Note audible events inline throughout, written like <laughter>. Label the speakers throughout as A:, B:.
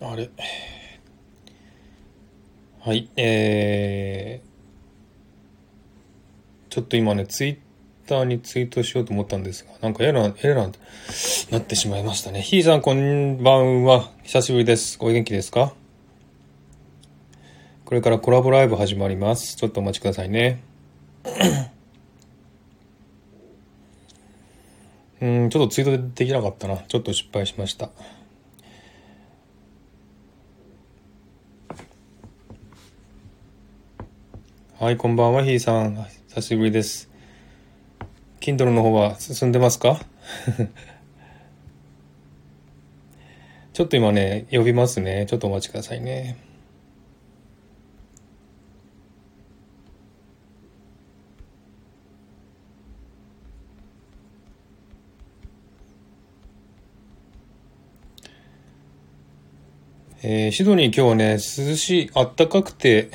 A: あれ。はい、えー、ちょっと今ね、ツイッターにツイートしようと思ったんですが、なんかエラー、エラーになってしまいましたね。ひーさん、こんばんは。久しぶりです。お元気ですかこれからコラボライブ始まります。ちょっとお待ちくださいね。 <coughs> うん、ちょっとツイートできなかったな。ちょっと失敗しました。はい、こんばんは、ひーさん。久しぶりです。Kindle の方は進んでますか <laughs> ちょっと今ね、呼びますね。ちょっとお待ちくださいね。えーシドニー今日はね、涼しい、あったかくて、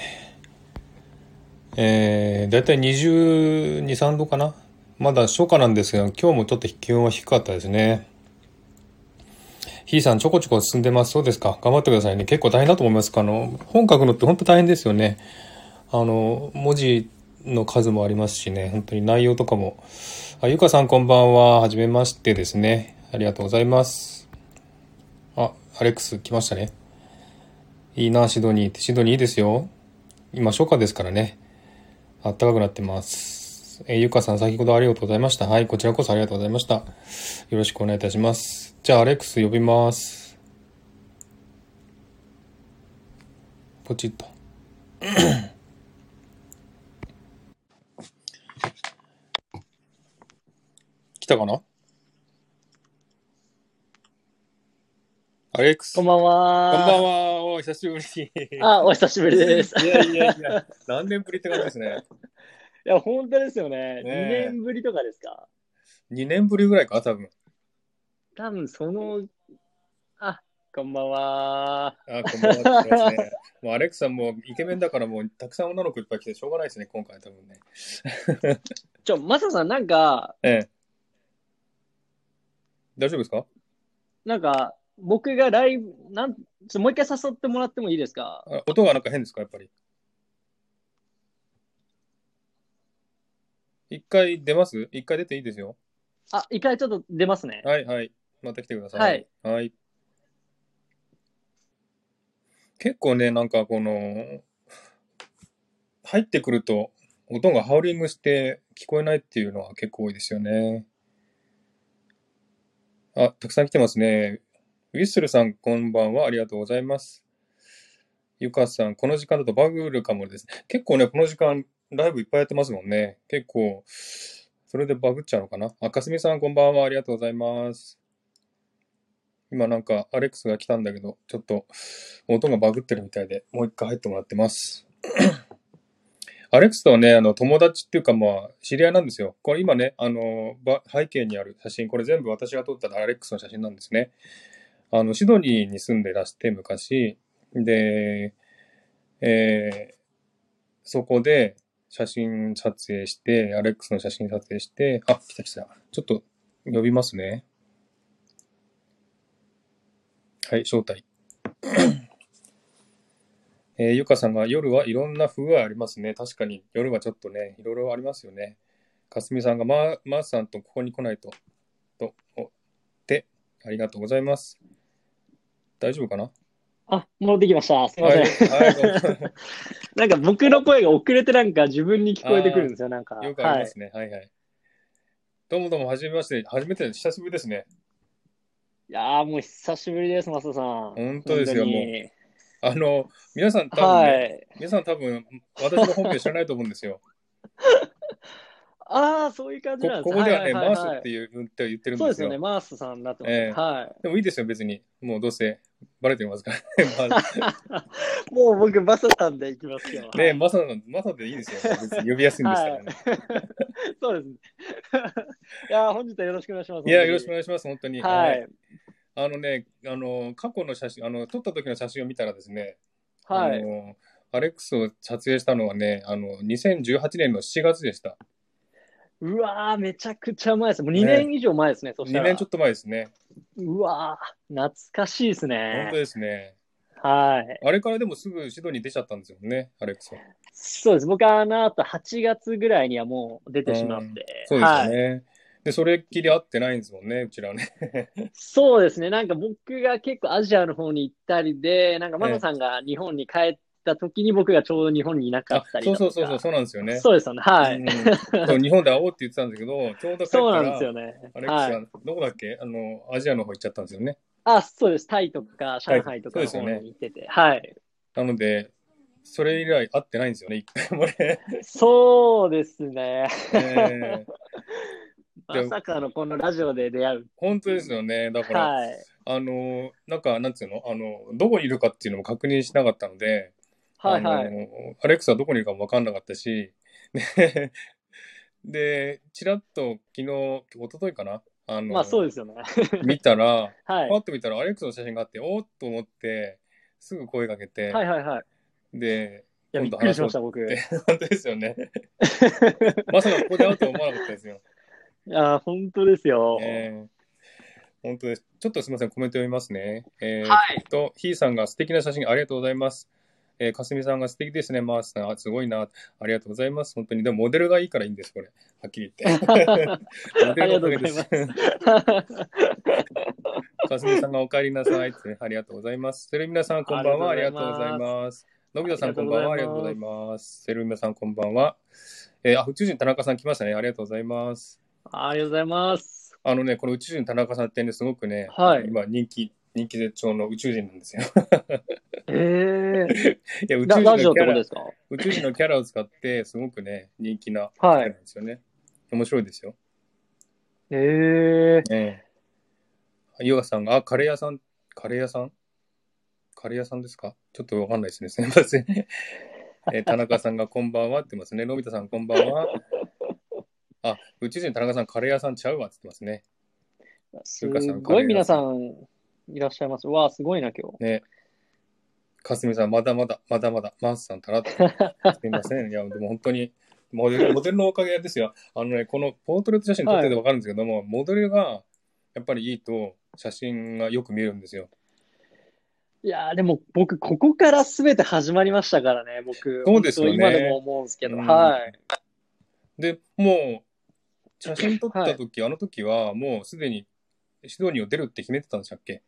A: えー、だいたい22、3度かなまだ初夏なんですが、今日もちょっと気温は低かったですね。ひーさん、ちょこちょこ進んでます。そうですか。頑張ってくださいね。結構大変だと思いますあの、本書くのって本当大変ですよね。あの、文字の数もありますしね、本当に内容とかも。あ、ゆかさんこんばんは。はじめましてですね。ありがとうございます。あ、アレックス来ましたね。いいな、シドニーって。シドニーいいですよ。今、初夏ですからね。あったかくなってます。えー、ゆかさん、先ほどありがとうございました。はい、こちらこそありがとうございました。よろしくお願いいたします。じゃあ、アレックス呼びます。ポチッと。来たかなアレックス。
B: こんばん
A: こんばん
B: は。
A: は。お久しぶり。
B: あ、お久しぶ
A: <laughs>
B: りです。
A: いやいやいや、何年ぶりって感じですね。
B: いや、本当ですよ
A: ね
B: ね。2
A: え
B: 年ぶりとかですか
A: 2年ぶりぐらいか、多分。
B: 多分その、あ、こんばんは。
A: あ、こんばんはってやつね。
B: <laughs>
A: もうアレックさんもイケメンだからもうたくさん女の子いっぱい来てしょうがないですね、今回多分ね。
B: ちょ、マサさん、なんか、
A: ええ。大丈夫ですか
B: なんか、僕がライブ、なん、ちょっともう一回誘ってもらってもいいですか
A: あ音がなんか変ですか、やっぱり。一回出ます一回出ていいですよ。
B: あ、一回ちょっと出ますね。
A: はいはい。また来てください。はい。結構ね、なんかこの、入ってくると音がハウリングして聞こえないっていうのは結構多いですよね。あ、たくさん来てますね。ウィッスルさん、こんばんは。ありがとうございます。ゆかさん、この時間だとバグるかもです。結構ね、この時間、ライブいっぱいやってますもんね。結構、それでバグっちゃうのかな。あ、かすみさん、こんばんは。ありがとうございます。今なんか、アレックスが来たんだけど、ちょっと、音がバグってるみたいで、もう一回入ってもらってます。 <coughs> アレックスとはね、あの、友達っていうか、まあ、知り合いなんですよ。これ今ね、あの、ば背景にある写真、これ全部私が撮ったアレックスの写真なんですね。あの、シドニーに住んでらして、昔。で、えーそこで写真撮影して、アレックスの写真撮影して、あ、来た来た。ちょっと呼びますね。はい、招待。 <clears throat> えーゆかさんが夜はいろんな不具合ありますね。確かに夜はちょっとね、いろいろありますよね。かすみさんが、まー、まーさんとここに来ないと、と、おって、ありがとうございます。大丈夫かな
B: あ、戻ってきました。すいま
A: は
B: せ
A: い、
B: ん。
A: はいどうも、
B: なんか僕の声が遅れてなんか自分に聞こえてくるんですよ、なんか。
A: <laughs> よくあり
B: は
A: ま
B: い。
A: すね。はい、はい、どうもどうも、はじめまして。初めて、久しぶりですね。
B: いやーもう久しぶりです、マサさん。
A: 本当ですよ
B: 本当に
A: もあの、皆さん多分、ね
B: はい。
A: 皆さん多分、私の本名知らないと思うんですよ。
B: <laughs> ああ、そういう感じ
A: こ
B: なんです
A: ここではね、
B: いい
A: マー
B: い
A: スっていうって言ってるん
B: そ
A: で
B: うですすよ
A: よ。
B: ね、マースさんになってます、
A: ええ
B: は
A: でもいいですよ、別に。もうどうせ、バレてますから。 <laughs> まあ
B: い。 <laughs> もう僕、バサさんでいきますよ。
A: ね、マサの、マサでいいですよ。別に呼びやすいんですからね。
B: <laughs> そうですね。いやー、本日はよろしくお願いします。
A: い、や、よろしくお
B: いし
A: 願いします、本当に。
B: はい。
A: あのね、あの、過去の写真、あの、撮った時の写真を見たらですね、
B: は
A: あ
B: い。
A: の、アレックスを撮影したのはね、あの、2018年の7月でした。
B: うわー、めちゃくちゃ前です。もう2年以上前ですね、そした
A: 2
B: ら。
A: 年ちょっと前ですね。
B: うわー、懐かしいです
A: 本
B: ね
A: 当。ですね。
B: はい。
A: あれからでもすぐシドニー出ちゃったんですよね、アレックスは。
B: そうです。僕はあの後8月ぐらいにはもう出てしまって
A: ん。そうですよね。で、それっきり会ってないんですもんね、うちらはね。
B: はい。そうですね。なんか僕が結構アジアの方に行ったりで、なんかマノさんが日本に帰った時に僕がちょうど日本にいなか
A: あ
B: ったり
A: そ
B: だ
A: う
B: と
A: そ
B: か。
A: うそうそう、そうなんですよね。
B: そうですよね。はい。
A: うんそう日本で会おうって言ってたんだけど、ちょうど帰った
B: そうなん
A: ら、
B: ですよね。
A: アレックス
B: は。
A: はいどこだっけ、あの、アジアの方行っちゃったんですよね。
B: あ、そうです。タイとか上海とかの方に行ってて。はい。
A: なので、それ以来会ってないんですよね、一回もね。
B: そうで
A: <laughs>
B: すね。 <laughs>
A: えー
B: まさかのこのラジオで出会う。
A: 本当ですよね。だから、
B: はい。
A: あの、なんか、なんつうの、あの、どこにいるかっていうのも確認しなかったので、
B: はいは
A: あ
B: い。
A: のアレックスはどこにいるかも分かんなかったし、で、 <laughs> でちらっと昨日、一昨日かな、あの、
B: まあそうですよね。
A: 見たら、
B: はい。
A: パッと見たらアレックスの写真があって、おーっと思って、すぐ声かけて、
B: はいはいはい。い
A: で、
B: や、び
A: 今度
B: っくりしました、僕。
A: 話本当ですよね。まさかここで会うとは思わなかったです <laughs> よ。
B: <laughs> いや、本当ですよ。
A: えー本当です。ちょっとすみません、コメント読みますね。えー
B: はい。 <laughs>
A: と、ひーさんが素敵な写真ありがとうございます。えー、かすみさんが素敵ですね、マースさん。あすごいな。ありがとうございます。本当に。でも、モデルがいいからいいんです、これ。はっきり <laughs> 言って。モデルのおかげです
B: あ。は
A: かすみさんがお帰りなさいってね、ありがとうございます。セルミナさん、こんばんは。あ
B: あ
A: り
B: り
A: が
B: が
A: とう
B: とう
A: ご
B: ご
A: ざ
B: ざ
A: い
B: い
A: ます。のび太さん、こんばんは。あ
B: あ
A: り
B: り
A: が
B: が
A: とうござ
B: とうござ
A: い
B: い
A: ます。セルミナさん、こんばんは。えーあ、宇宙人田中さん来ましたね。ありがとうございます。
B: ありがとうございます。
A: あのね、この宇宙人田中さんってね、すごくね、
B: はい
A: 今人気、人気絶頂の宇宙人なんですよ。 <laughs>
B: え
A: い
B: え
A: <laughs> や、宇宙
B: ラ
A: 人の
B: ラジオっ
A: キ
B: て
A: ャ
B: こと
A: ラ
B: で、すか
A: 宇宙人のキャラを使って、すごくね、人気なキャ
B: は
A: ラないん。ですよね。面白いですよ。
B: ええ
A: ええ。ヨガさんが、あ、カレー屋さん、カレー屋さんカレー屋さんですかちょっとわかんないですね。すみません。 <laughs> えー田中さんがこんばんはって言ってますね。のび太さんこんばん
B: <laughs>
A: は。あ、宇宙人田中さん、カレー屋さんちゃうわって言ってますね。
B: すごい皆さんいらっしゃいます。わあ、すごいな、今日。
A: ね。かすみさん、まだまだ、まだまだ、マースさんたら
B: <laughs>
A: っと。すみません。いや、でも本当に、モデル、モデルのおかげですよ。あのね、このポートレート写真撮っててわかるんですけども、モデルが、やっぱりいいと、写真がよく見えるんですよ。
B: いやーでも僕、ここから全て始まりましたからね、僕。
A: そうですよね
B: 本当今でも思うんですけど。
A: うん
B: はい。
A: で、もう、写真撮った時、あの時は、もうすでに、シドニーを出るって決めてたんでしたっけ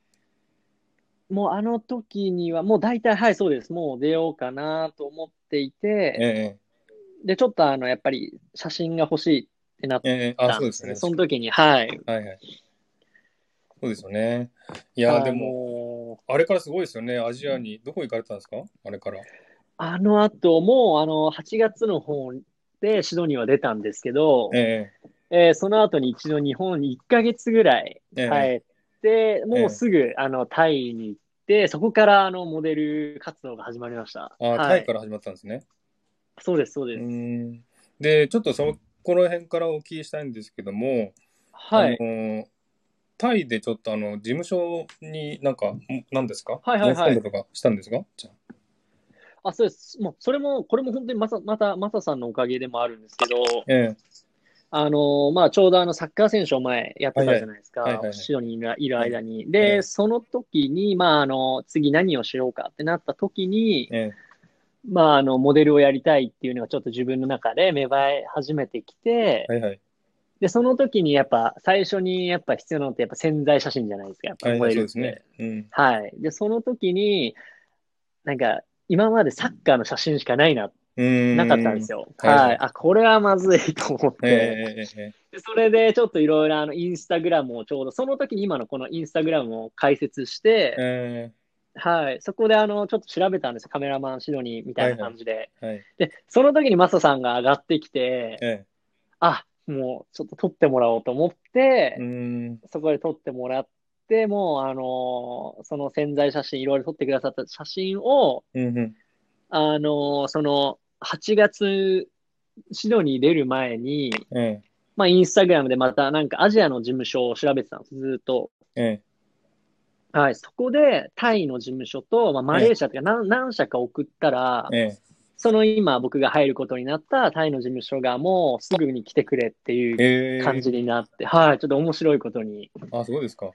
B: もうあの時には、もう大体、はい、そうです。もう出ようかなと思っていて、
A: ええ
B: で、ちょっとあの、やっぱり写真が欲しいってなっ
A: ええあ、
B: たん
A: そう
B: で
A: ですす
B: ね。
A: ね。
B: その時に、はい。
A: はいはい。そうですよね。い
B: い
A: や、でも、
B: もう、
A: あれからすごいですよね。アジアに、どこ行かれたんですかあれから。
B: あの後、もうあの、8月の方でシドニーは出たんですけど、
A: え
B: えーその後に一度日本に1ヶ月ぐらい
A: えええ
B: 帰って、もうすぐ、あの、タイに行って、そこからあの、モデル活動が始まりました。
A: あ、
B: は
A: タイ
B: い。
A: から始まったんですね。
B: そうです、そうです。
A: うんで、ちょっとそこの辺からお聞きしたいんですけども、
B: はい。
A: あのタイでちょっとあの事務所になんか、ん何ですか
B: はいはいは
A: 申
B: い
A: し込んだとかしたんですかじゃあ
B: あ、そうです。もう、それも、これも本当にまさ、また、まささんのおかげでもあるんですけど、
A: え
B: あのーまあ、ちょうどあのサッカー選手を前やってたじゃないです
A: はいはいはい
B: か
A: は、い
B: シドニーにいるいる間に。
A: ええ
B: で、その時に、まあ、あの、次何をしようかってなった時に
A: え、え
B: まあ、あの、モデルをやりたいっていうのがちょっと自分の中で芽生え始めてきて
A: え、はいはい。
B: で、その時にやっぱ、最初にやっぱ必要なのってやっぱ潜在写真じゃないですか、やっぱ
A: はい
B: モ
A: は
B: デ
A: い、そ
B: ル
A: う
B: っ
A: ですね
B: て。。
A: うん。
B: はい。で、その時に、なんか、今までサッカーの写真しかないな、
A: うん
B: なかったんですよ。
A: はいはい
B: はい。あ、これはまずいと思っ
A: ええ
B: て。
A: ええええ
B: で、それでちょっといろいろあの、インスタグラムをちょうど、その時に今のこのインスタグラムを開設して、
A: え
B: はい、そこであの、ちょっと調べたんですよ。カメラマンシドニーみたいな感じで。
A: えはい。
B: で、その時にマサさんが上がってきて、
A: え
B: あ、もうちょっと撮ってもらおうと思っ
A: え
B: て、
A: うん。
B: そこで撮ってもらって、もうあのーその潜在写真、いろいろ撮ってくださった写真を、
A: うんうん。
B: あのーその8月、シドニー出る前に、
A: え
B: まあ、インスタグラムでまたなんかアジアの事務所を調べてたんです、ずーっと。
A: ええ
B: はい、そこでタイの事務所と、まあ、マレーシアとか何,、何社か送ったら
A: え、ええ
B: その今僕が入ることになったタイの事務所がもうすぐに来てくれってい
A: え
B: う
A: え
B: 感じになって、はい、ちょっと面白いことに。
A: あ、そうですか。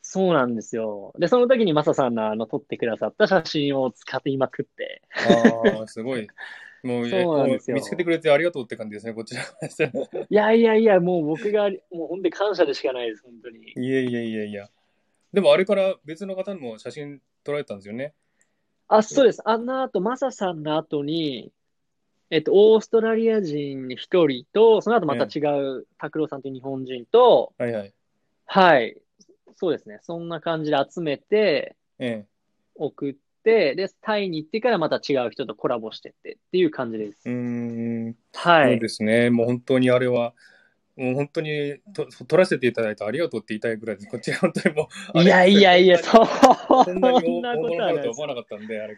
B: そうなんですよ。で、その時にマサさんのあの撮ってくださった写真を使っていまくって。
A: ああ、すごい。もう、え
B: <laughs> そうなんですよ
A: もう見つけてくれてありがとうって感じですね、こちらからしたらい
B: いやいやいや、もう僕が、もう本当に感謝でしかないです、本当に。
A: えいえいえいや。でもあれから別の方にも写真撮られたんですよね。
B: あ、そうです。あの後、マサさんの後に、えっと、オーストラリア人一人と、その後また違う、拓郎さんという日本人と、
A: はいはい。
B: はい、そうですね。そんな感じで集めて、
A: え
B: 送って、で、タイに行ってからまた違う人とコラボしてってっていう感じです
A: え。う。ーん。
B: は
A: そう
B: い。
A: ですね。もう本当にあれは、もう本当にと撮らせていただいてありがとうって言いたいぐらいです。こっちら本当に
B: <laughs>
A: もう。
B: いやいやい
A: あ
B: や、
A: れ
B: そん
A: こんな
B: な
A: に
B: こと
A: 大大物に
B: は
A: な
B: ない
A: ると
B: で
A: は
B: す
A: 思。わなかったんで、あれ。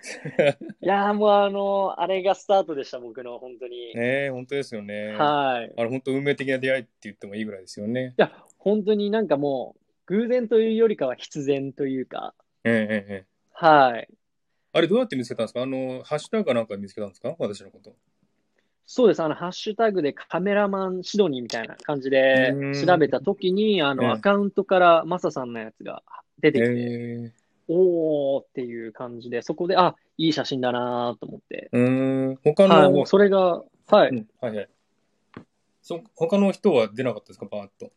B: いやー、もうあの、あれがスタートでした、僕の、本当に。
A: ねえ、本当ですよね。
B: はい。い
A: あれ本当運命的な出会いって言ってもいいぐらいですよね。
B: や、本当になんかもう、偶然というよりかは必然というか、
A: ええええええ。
B: はい。
A: あれどうやって見つけたんですかあの、ハッシュタグかなんかで見つけたんですか私のこと。
B: そうです、あの、ハッシュタグでカメラマンシドニーみたいな感じで
A: うーん
B: 調べたときに、あ
A: ええ
B: の、アカウントからマサさんのやつが出てきて、
A: え
B: おーっていう感じで、そこで、あ、いい写真だなーと思って。
A: えうーん。他の、
B: はい、もうそれが、は
A: う
B: い。
A: んはいはい。そ他の人は出なかったですかバーッと。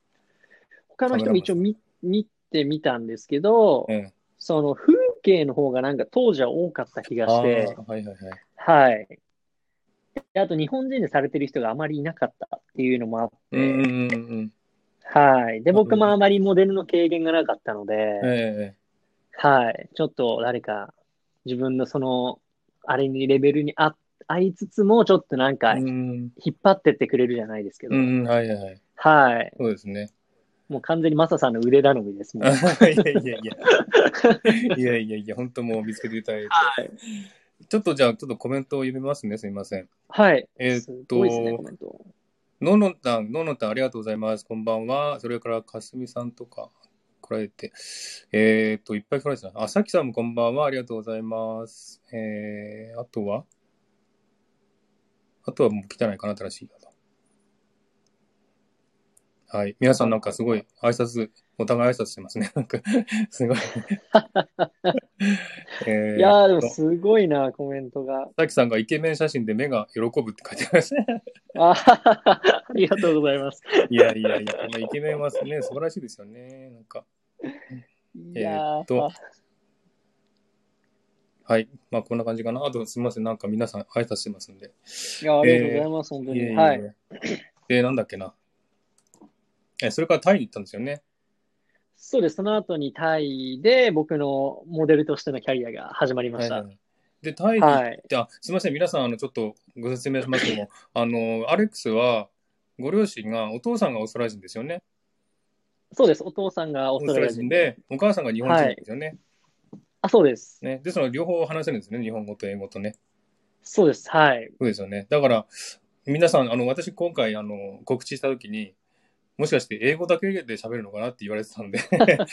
B: 他の人も一応見、見てみたんですけど
A: う、ん。
B: その風景の方がなんか当時は多かった気が
A: ああ
B: し
A: ー、
B: て、
A: はいはいはい。
B: はい。であと日本人でされてる人があまりいなかったっていうのもあっ
A: うんうん
B: て、
A: うんうん。
B: はい。で、僕
A: うん
B: もあまりモデルの経験がなかったので、
A: え
B: はい。ちょっと誰か自分のその、あれにレベルにあ合いつつも、ちょっとなん
A: え
B: か
A: うん。
B: 引っ張ってってくれるじゃないですけど
A: う、んうん、はいはいはい。
B: はい。
A: そうですね。 <laughs>
B: もう完全にマサさんの腕頼みです
A: い
B: もん。
A: や
B: はい
A: やい
B: <laughs>
A: やいや。いやいやいや、本当もう見つけていただいて。
B: い。
A: ちょっとじゃあ、ちょっとコメントを読みますね。すみません。
B: はい。
A: えーっと
B: すごいですね、コメント。
A: ののたん、ののたん、ありがとうございます。こんばんは。それから、かすみさんとか、来られて。えーっと、いっぱい来られてたな。あさきさんもこんばんは。ありがとうございます。えー、あとはあとはもう汚いかな、新しい方。はい。皆さんなんかすごい挨拶、お互い挨拶してますね。 <laughs> なんか、す
B: <laughs>
A: ごい。えー
B: いやー、でもすごいな、コメントが。
A: さきさんがイケメン写真で目が喜ぶって書いてありますね。
B: あありがとうございます。
A: いやいやいや、このイケメンはね、素晴らしいですよね。なんか。
B: い
A: えー
B: や
A: っと、はい。まあ、こんな感じかな。あと、すみません。なんか皆さん挨拶してますんで。
B: いや、ありがとうございます、本当
A: いえいえ
B: に。
A: いえ
B: はい。。
A: で、なんだっけな。え、それからタイに行ったんですよね。
B: そうです。その後にタイで僕のモデルとしてのキャリアが始まりました。
A: はいで、タイに行って、あ、すみません。皆さん、あの、ちょっとご説明しますけども、あの、アレックスは、ご両親が、お父さんがオーストラリア人ですよね。
B: そうです。お父さんがオ
A: オ
B: ース
A: ー
B: ト
A: ストラ
B: ラリア
A: リア
B: 人
A: 人。で、お母さんが日本人ですよね。
B: あ、そうです。
A: ね。で、その両方話せるんですね。日本語と英語とね。
B: そうです。はい。
A: そうですよね。だから、皆さん、あの、私今回、あの、告知したときに、もしかして英語だけで喋るのかなって言われてた
B: <laughs>
A: んで、あ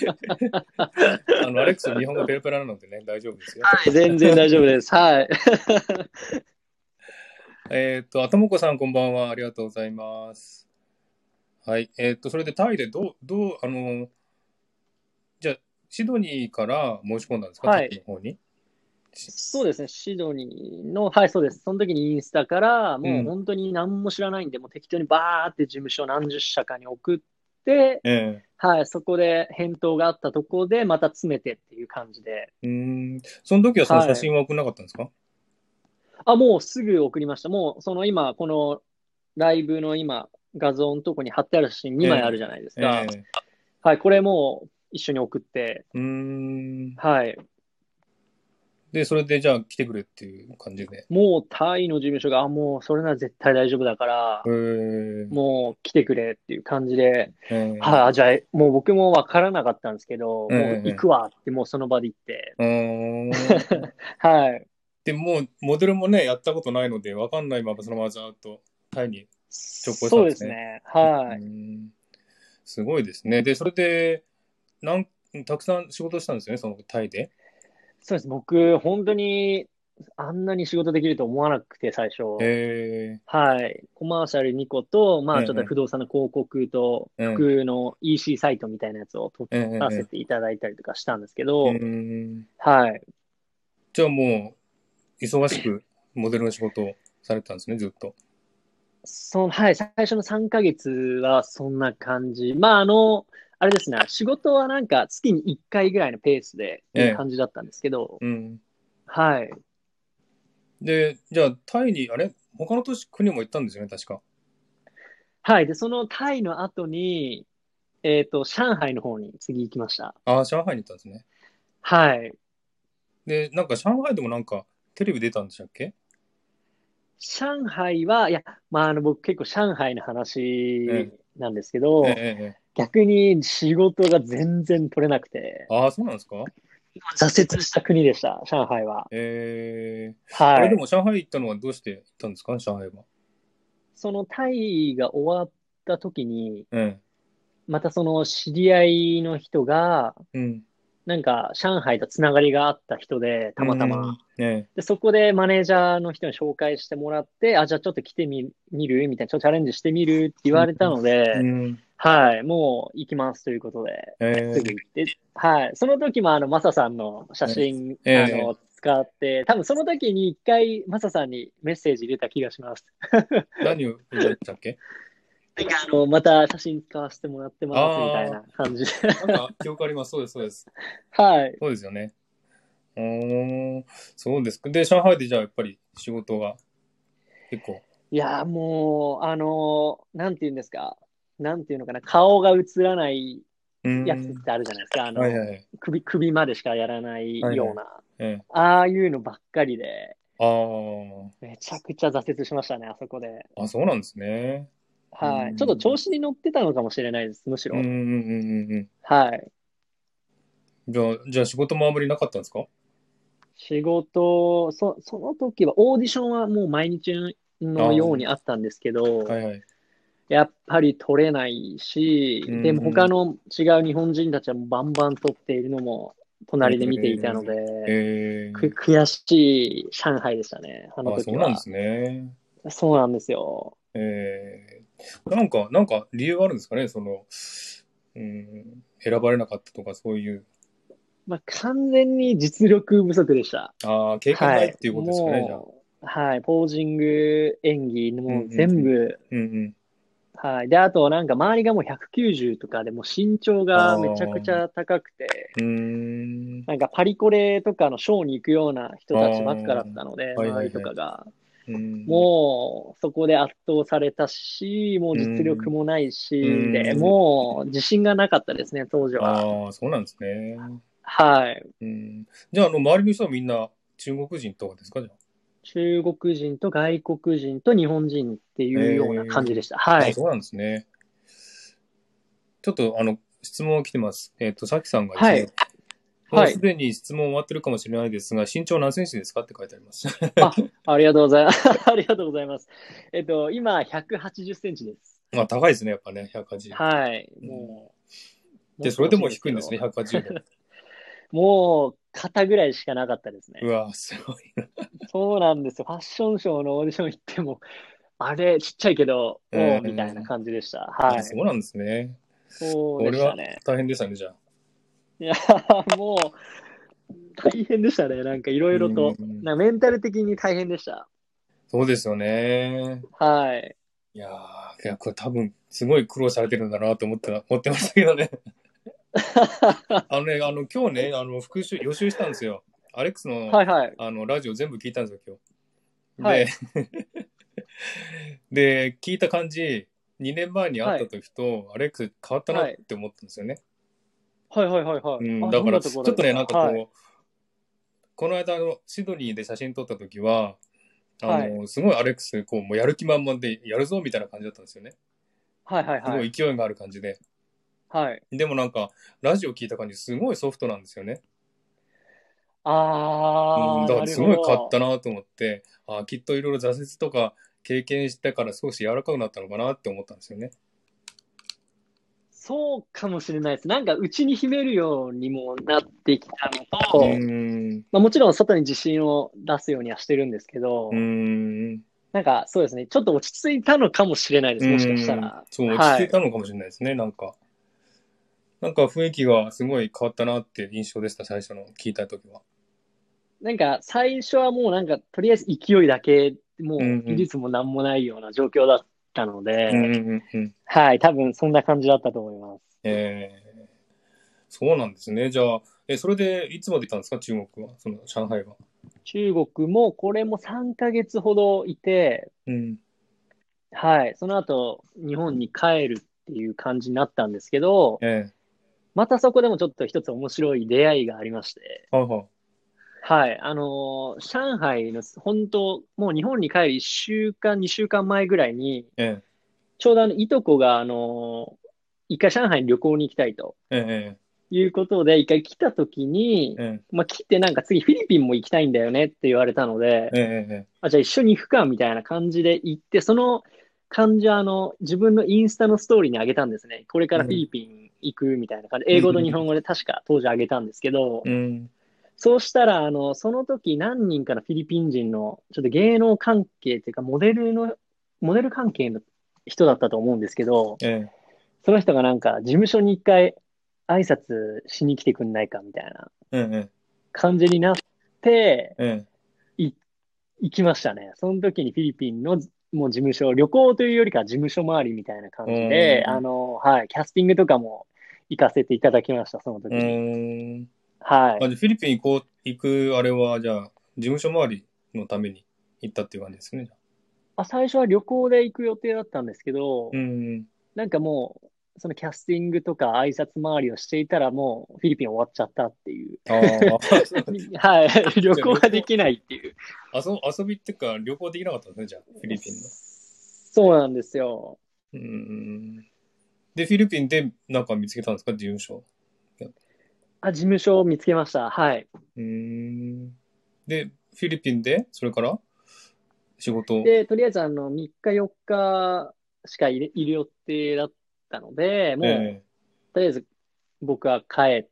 A: の、アレックス日本語ペラペラなのでね、大丈夫ですよ。
B: 全然大丈夫です。はい。
A: えっと、あともこさんこんばんは。ありがとうございます。はい。えっと、それでタイでどう、どう、あの、じゃあシドニーから申し込んだんですか、
B: はい
A: タイの方に。
B: そうですね。シドニーの、はい、そうです。その時にインスタから、
A: う
B: も
A: ん
B: う本当に何も知らないんで、もう適当にバーって事務所何十社かに送って、
A: え
B: はい、そこで返答があったところで、また詰めてっていう感じで。
A: えうん。その時はその写真は送んなかったんですか、
B: あ、もうすぐ送りました。もう、その今、このライブの今、画像のとこに貼ってある写真2枚あるじゃないですか。
A: ええ
B: はい、これも一緒に送って、
A: うん。
B: はい、
A: で、それでじゃあ来てくれっていう感じで。
B: もうタイの事務所が、あ、もうそれなら絶対大丈夫だから
A: へ、ー
B: もう来てくれっていう感じで、
A: えー
B: はい、あじゃあ、もう僕もわからなかったんですけど、もう
A: うんうん
B: 行くわって、もうその場で行って、
A: うーん
B: はい、
A: でもうモデルもねやったことないのでわかんないままそのままざーっとタイに、行したんですね
B: そうですね、は
A: う
B: い。
A: ーんすごいですねでそれでなんたくさん仕事したんですよねそのタイで
B: そうです、僕、本当にあんなに仕事できると思わなくて、最初。
A: え
B: はい。コマーシャル2個と、ま
A: うん
B: あ
A: うん
B: ちょっと不動産の広告と、
A: うん
B: 服の EC サイトみたいなやつを撮
A: えええ
B: らせていただいたりとかしたんですけ
A: え
B: ど、
A: うん
B: はい。
A: じゃあもう、忙しくモデルの仕事をされてたんですね、ずっと。
B: その、はい、最初の3ヶ月はそんな感じ。まああの、あれですね、仕事はなんか月に1回ぐらいのペースで、い
A: ええ
B: う感じだったんですけど、
A: うん。
B: はい。
A: で、じゃあ、タイに、あれ他の都市、国も行ったんですよね、確か。
B: はい。で、そのタイの後に、えっと、上海の方に次行きました。
A: ああ、上海に行ったんですね。
B: はい。
A: で、なんか上海でもなんか、テレビ出たんでしたっけ
B: 上海は、いや、まあ、あの、僕結構上海の話なんですけど、
A: えええええ
B: 逆に仕事が全然取れなく
A: え、
B: て
A: ああ、そうなんですか
B: 挫折した国でした、上海は。
A: ええあ
B: は
A: れで
B: い。
A: も上海行ったのはどうして行ったんですか上海は。
B: そのタイが終わった時に、
A: うん。
B: またその知り合いの人が、
A: うん。
B: なんか上海とつながりがあった人で、たまたま。。
A: ね
B: で、そこでマネージャーの人に紹介してもらって、あ、じゃあちょっと来てみ、見るみたいな、ちょっとチャレンジしてみるって言われたので、
A: え。うん。
B: はい、もう行きますということで、
A: え
B: すぐ行って、はい。その時も、あの、マサさんの写真、
A: ええ
B: あの、使って、多分その時に一回、マサさんにメッセージ入れた気がします。
A: え。何を言ってたっけ
B: なんか、あの、また写真使わせてもらってます、
A: あー
B: みたいな感じで。 <laughs>
A: なんか記憶あります。そうです、そうです。
B: はい。
A: そうですよね。うーん。そうですか。で、上海でじゃあやっぱり仕事が結構。
B: いやー、もう、あのー、なんて言うんですか。なんていうのかな。顔が映らない
A: うん
B: やつってあるじゃないですか。あの、
A: はいはいはい。
B: 首、首までしかやらないような。
A: ええ。
B: ああいうのばっかりで、
A: あ
B: めちゃくちゃ挫折しましたね、あそこで。
A: あ。あ、そうなんですね。
B: は
A: うん
B: い。ちょっと調子に乗ってたのかもしれないです、むし
A: うん。
B: ろ
A: うんうんうんうん。
B: はい。
A: じゃあ、じゃあ仕事もあんまりなかったんですか
B: 仕事、そ、その時は、オーディションはもう毎日のようにあったんですけど、
A: はいはい。
B: やっぱり取れないし、
A: うん
B: でも他の違う日本人たちはもうバンバン取っているのも隣で見ていたので、
A: ええ。
B: く、悔しい上海でしたね、あの
A: あ、
B: 時
A: そうなん
B: は
A: で。すね。
B: そうなんですよ。
A: えー、なんか、なんか理由があるんですかね、その、うん、選ばれなかったとか、そういう、
B: まあ、完全に実力不足でした。
A: ああ、経験ないっていうことですかね、
B: はい、
A: じゃあ。
B: もうはい、ポージング、演技、
A: うんうん
B: も
A: うん
B: う全部、
A: うんうん。
B: はい。で、あとなんか周りがもう190とかでもう身長がめちゃくちゃ高くて、
A: うーん。
B: なんかパリコレとかのショーに行くような人たちばっかだったので、
A: あーはいはいは
B: 周
A: い
B: りとかが。
A: うん
B: もうそこで圧倒されたし、もう実力もないし、
A: うん
B: で、もう自信がなかったですね、当時は。
A: ああ、そうなんですね。
B: はい。
A: うん、じゃあ、あの、周りの人はみんな中国人とかですか、じゃあ。
B: 中国人と外国人と日本人っていうような感じでした。は
A: あ
B: い。
A: そうなんですね。ちょっと、あの、質問が来てます。えっ、と、さきさんがですね、
B: はいはい
A: もうすでに質問終わってるかもしれないですが、身長何センチですかって書いてあります。 <laughs>
B: ありがとうございます。 <laughs> ありがとうございます。えっと、今、180センチです。
A: まあ、高いですね、やっぱね、180。
B: はい。
A: うん
B: もう。
A: で、それでも低いんですね、
B: もう
A: 180度。
B: もう、肩ぐらいしかなかったですね
A: <laughs> う。わ、すごいな。
B: そうなんですよ。ファッションショーのオーディション行っても、あれ、ちっちゃいけど、お
A: うん
B: ーみたいな感じでした。はい。
A: そ
B: そう
A: なんですね。
B: うでしたね。
A: 大変でしたね、じゃあ。
B: いや、もう、大変でしたね。なんかいろいろと。
A: うん
B: なんかメンタル的に大変でした。
A: そうですよね。
B: はい。
A: いやー、いやこれ多分、すごい苦労されてるんだなと思ってた、思ってましたけ
B: <laughs>
A: どね。あのね、あの、今日ね、あの、復習、予習したんですよ。アレックスの、
B: はいはい。
A: あの、ラジオ全部聞いたんですよ、今
B: は
A: 日。
B: い
A: で、 <laughs> で、聞いた感じ、2年前に会った時と、アレックス変わったなって思ったんですよね。
B: はいはいはいはい。
A: うん、
B: あ
A: だから、
B: どんなと
A: ち
B: こ
A: ょっ
B: ろです
A: とね、なんかこう、
B: はい
A: この間あの、シドニーで写真撮った時は、あの、
B: は
A: すごいアレックス、こう、もうやる気満々で、やるぞみたいな感じだったんですよね。
B: はいはい
A: す
B: は
A: ご
B: い
A: い。勢いがある感じで。
B: はい。
A: でもなんか、ラジオ聞いた感じ、すごいソフトなんですよね。
B: ああ、
A: うん、だから
B: なる
A: す
B: ほ
A: ごい
B: ど
A: 買ったなと思って、あーきっといろいろ挫折とか経験したから少し柔らかくなったのかなって思ったんですよね。
B: そうかもしれないです。なんか、うちに秘めるようにもなってきたのと、
A: うん。
B: まあ、もちろん外に自信を出すようにはしてるんですけど、
A: うーん。
B: なんかそうですね、ちょっと落ち着いたのかもしれないです、もしかした
A: うん
B: ら。
A: そう、落
B: は
A: ち着いたのかもしれないですね、なんか。なんか雰囲気がすごい変わったなって印象でした、最初の聞いた時は。
B: なんか最初はもうなんかとりあえず勢いだけ、も
A: うんう
B: うん技術もなんもないような状況だったので、
A: うんうんうんうん。
B: はい、多分そんな感じだったと思います。
A: えー、そうなんですね。じゃあ、え、それでいつまでいたんですか、中国は、その上海は。
B: 中国もこれも3ヶ月ほどいて、
A: うん。
B: はい、その後日本に帰るっていう感じになったんですけど、
A: え
B: またそこでもちょっと一つ面白い出会いがありまして、
A: ー、はあはあ。
B: はい、あのー上海の本当、もう日本に帰る1週間、2週間前ぐらいに、
A: え
B: ちょうどあのいとこが、あのー一回上海に旅行に行きたいと
A: ー、え
B: いうことで、一回来た時に
A: ー、えー、、え
B: まあ、来てなんか次フィリピンも行きたいんだよねって言われたので、
A: ー、えー、え
B: あ、じゃあ一緒に行くかみたいな感じで行って、その感じはあの自分のインスタのストーリーに上げたんですね。これからフィリピン行くみたいな感じで、
A: うん
B: 英語と日本語で確か当時上げたんですけど、
A: ー、うん。
B: そうしたら、あの、その時何人かのフィリピン人の、ちょっと芸能関係っていうか、モデルの、モデル関係の人だったと思うんですけど、
A: えー、
B: その人がなんか事務所に一回挨拶しに来てくんないかみたいな
A: えー、えー、
B: 感じになって、
A: えー、
B: 行きましたね。その時にフィリピンのもう事務所、旅行というよりかは事務所周りみたいな感じで、
A: うん
B: あの、はい、キャスティングとかも行かせていただきました、その時
A: う
B: に。
A: ーん。
B: は
A: あ
B: い。
A: じゃあフィリピン行こう、行くあれは、じゃあ、事務所周りのために行ったっていう感じですね。
B: あ、最初は旅行で行く予定だったんですけど
A: う、ん。
B: なんかもう、そのキャスティングとか挨拶回りをしていたらもうフィリピン終わっちゃったっ
A: <laughs>
B: ていう。
A: ああ、
B: はい。 <laughs> 旅行ができないっていう。
A: 遊遊びっていうか、旅行できなかったんですね、じゃあ、フィリピンの。
B: そうなんですよ。
A: うん。で、フィリピンでなんか見つけたんですか、事務所。
B: あ、事務所を見つけました。はい。
A: うん。で、フィリピンで、それから仕事を。
B: で、とりあえずあの、3日4日しかいれいる予定だったので、もう、
A: え
B: とりあえず僕は帰っ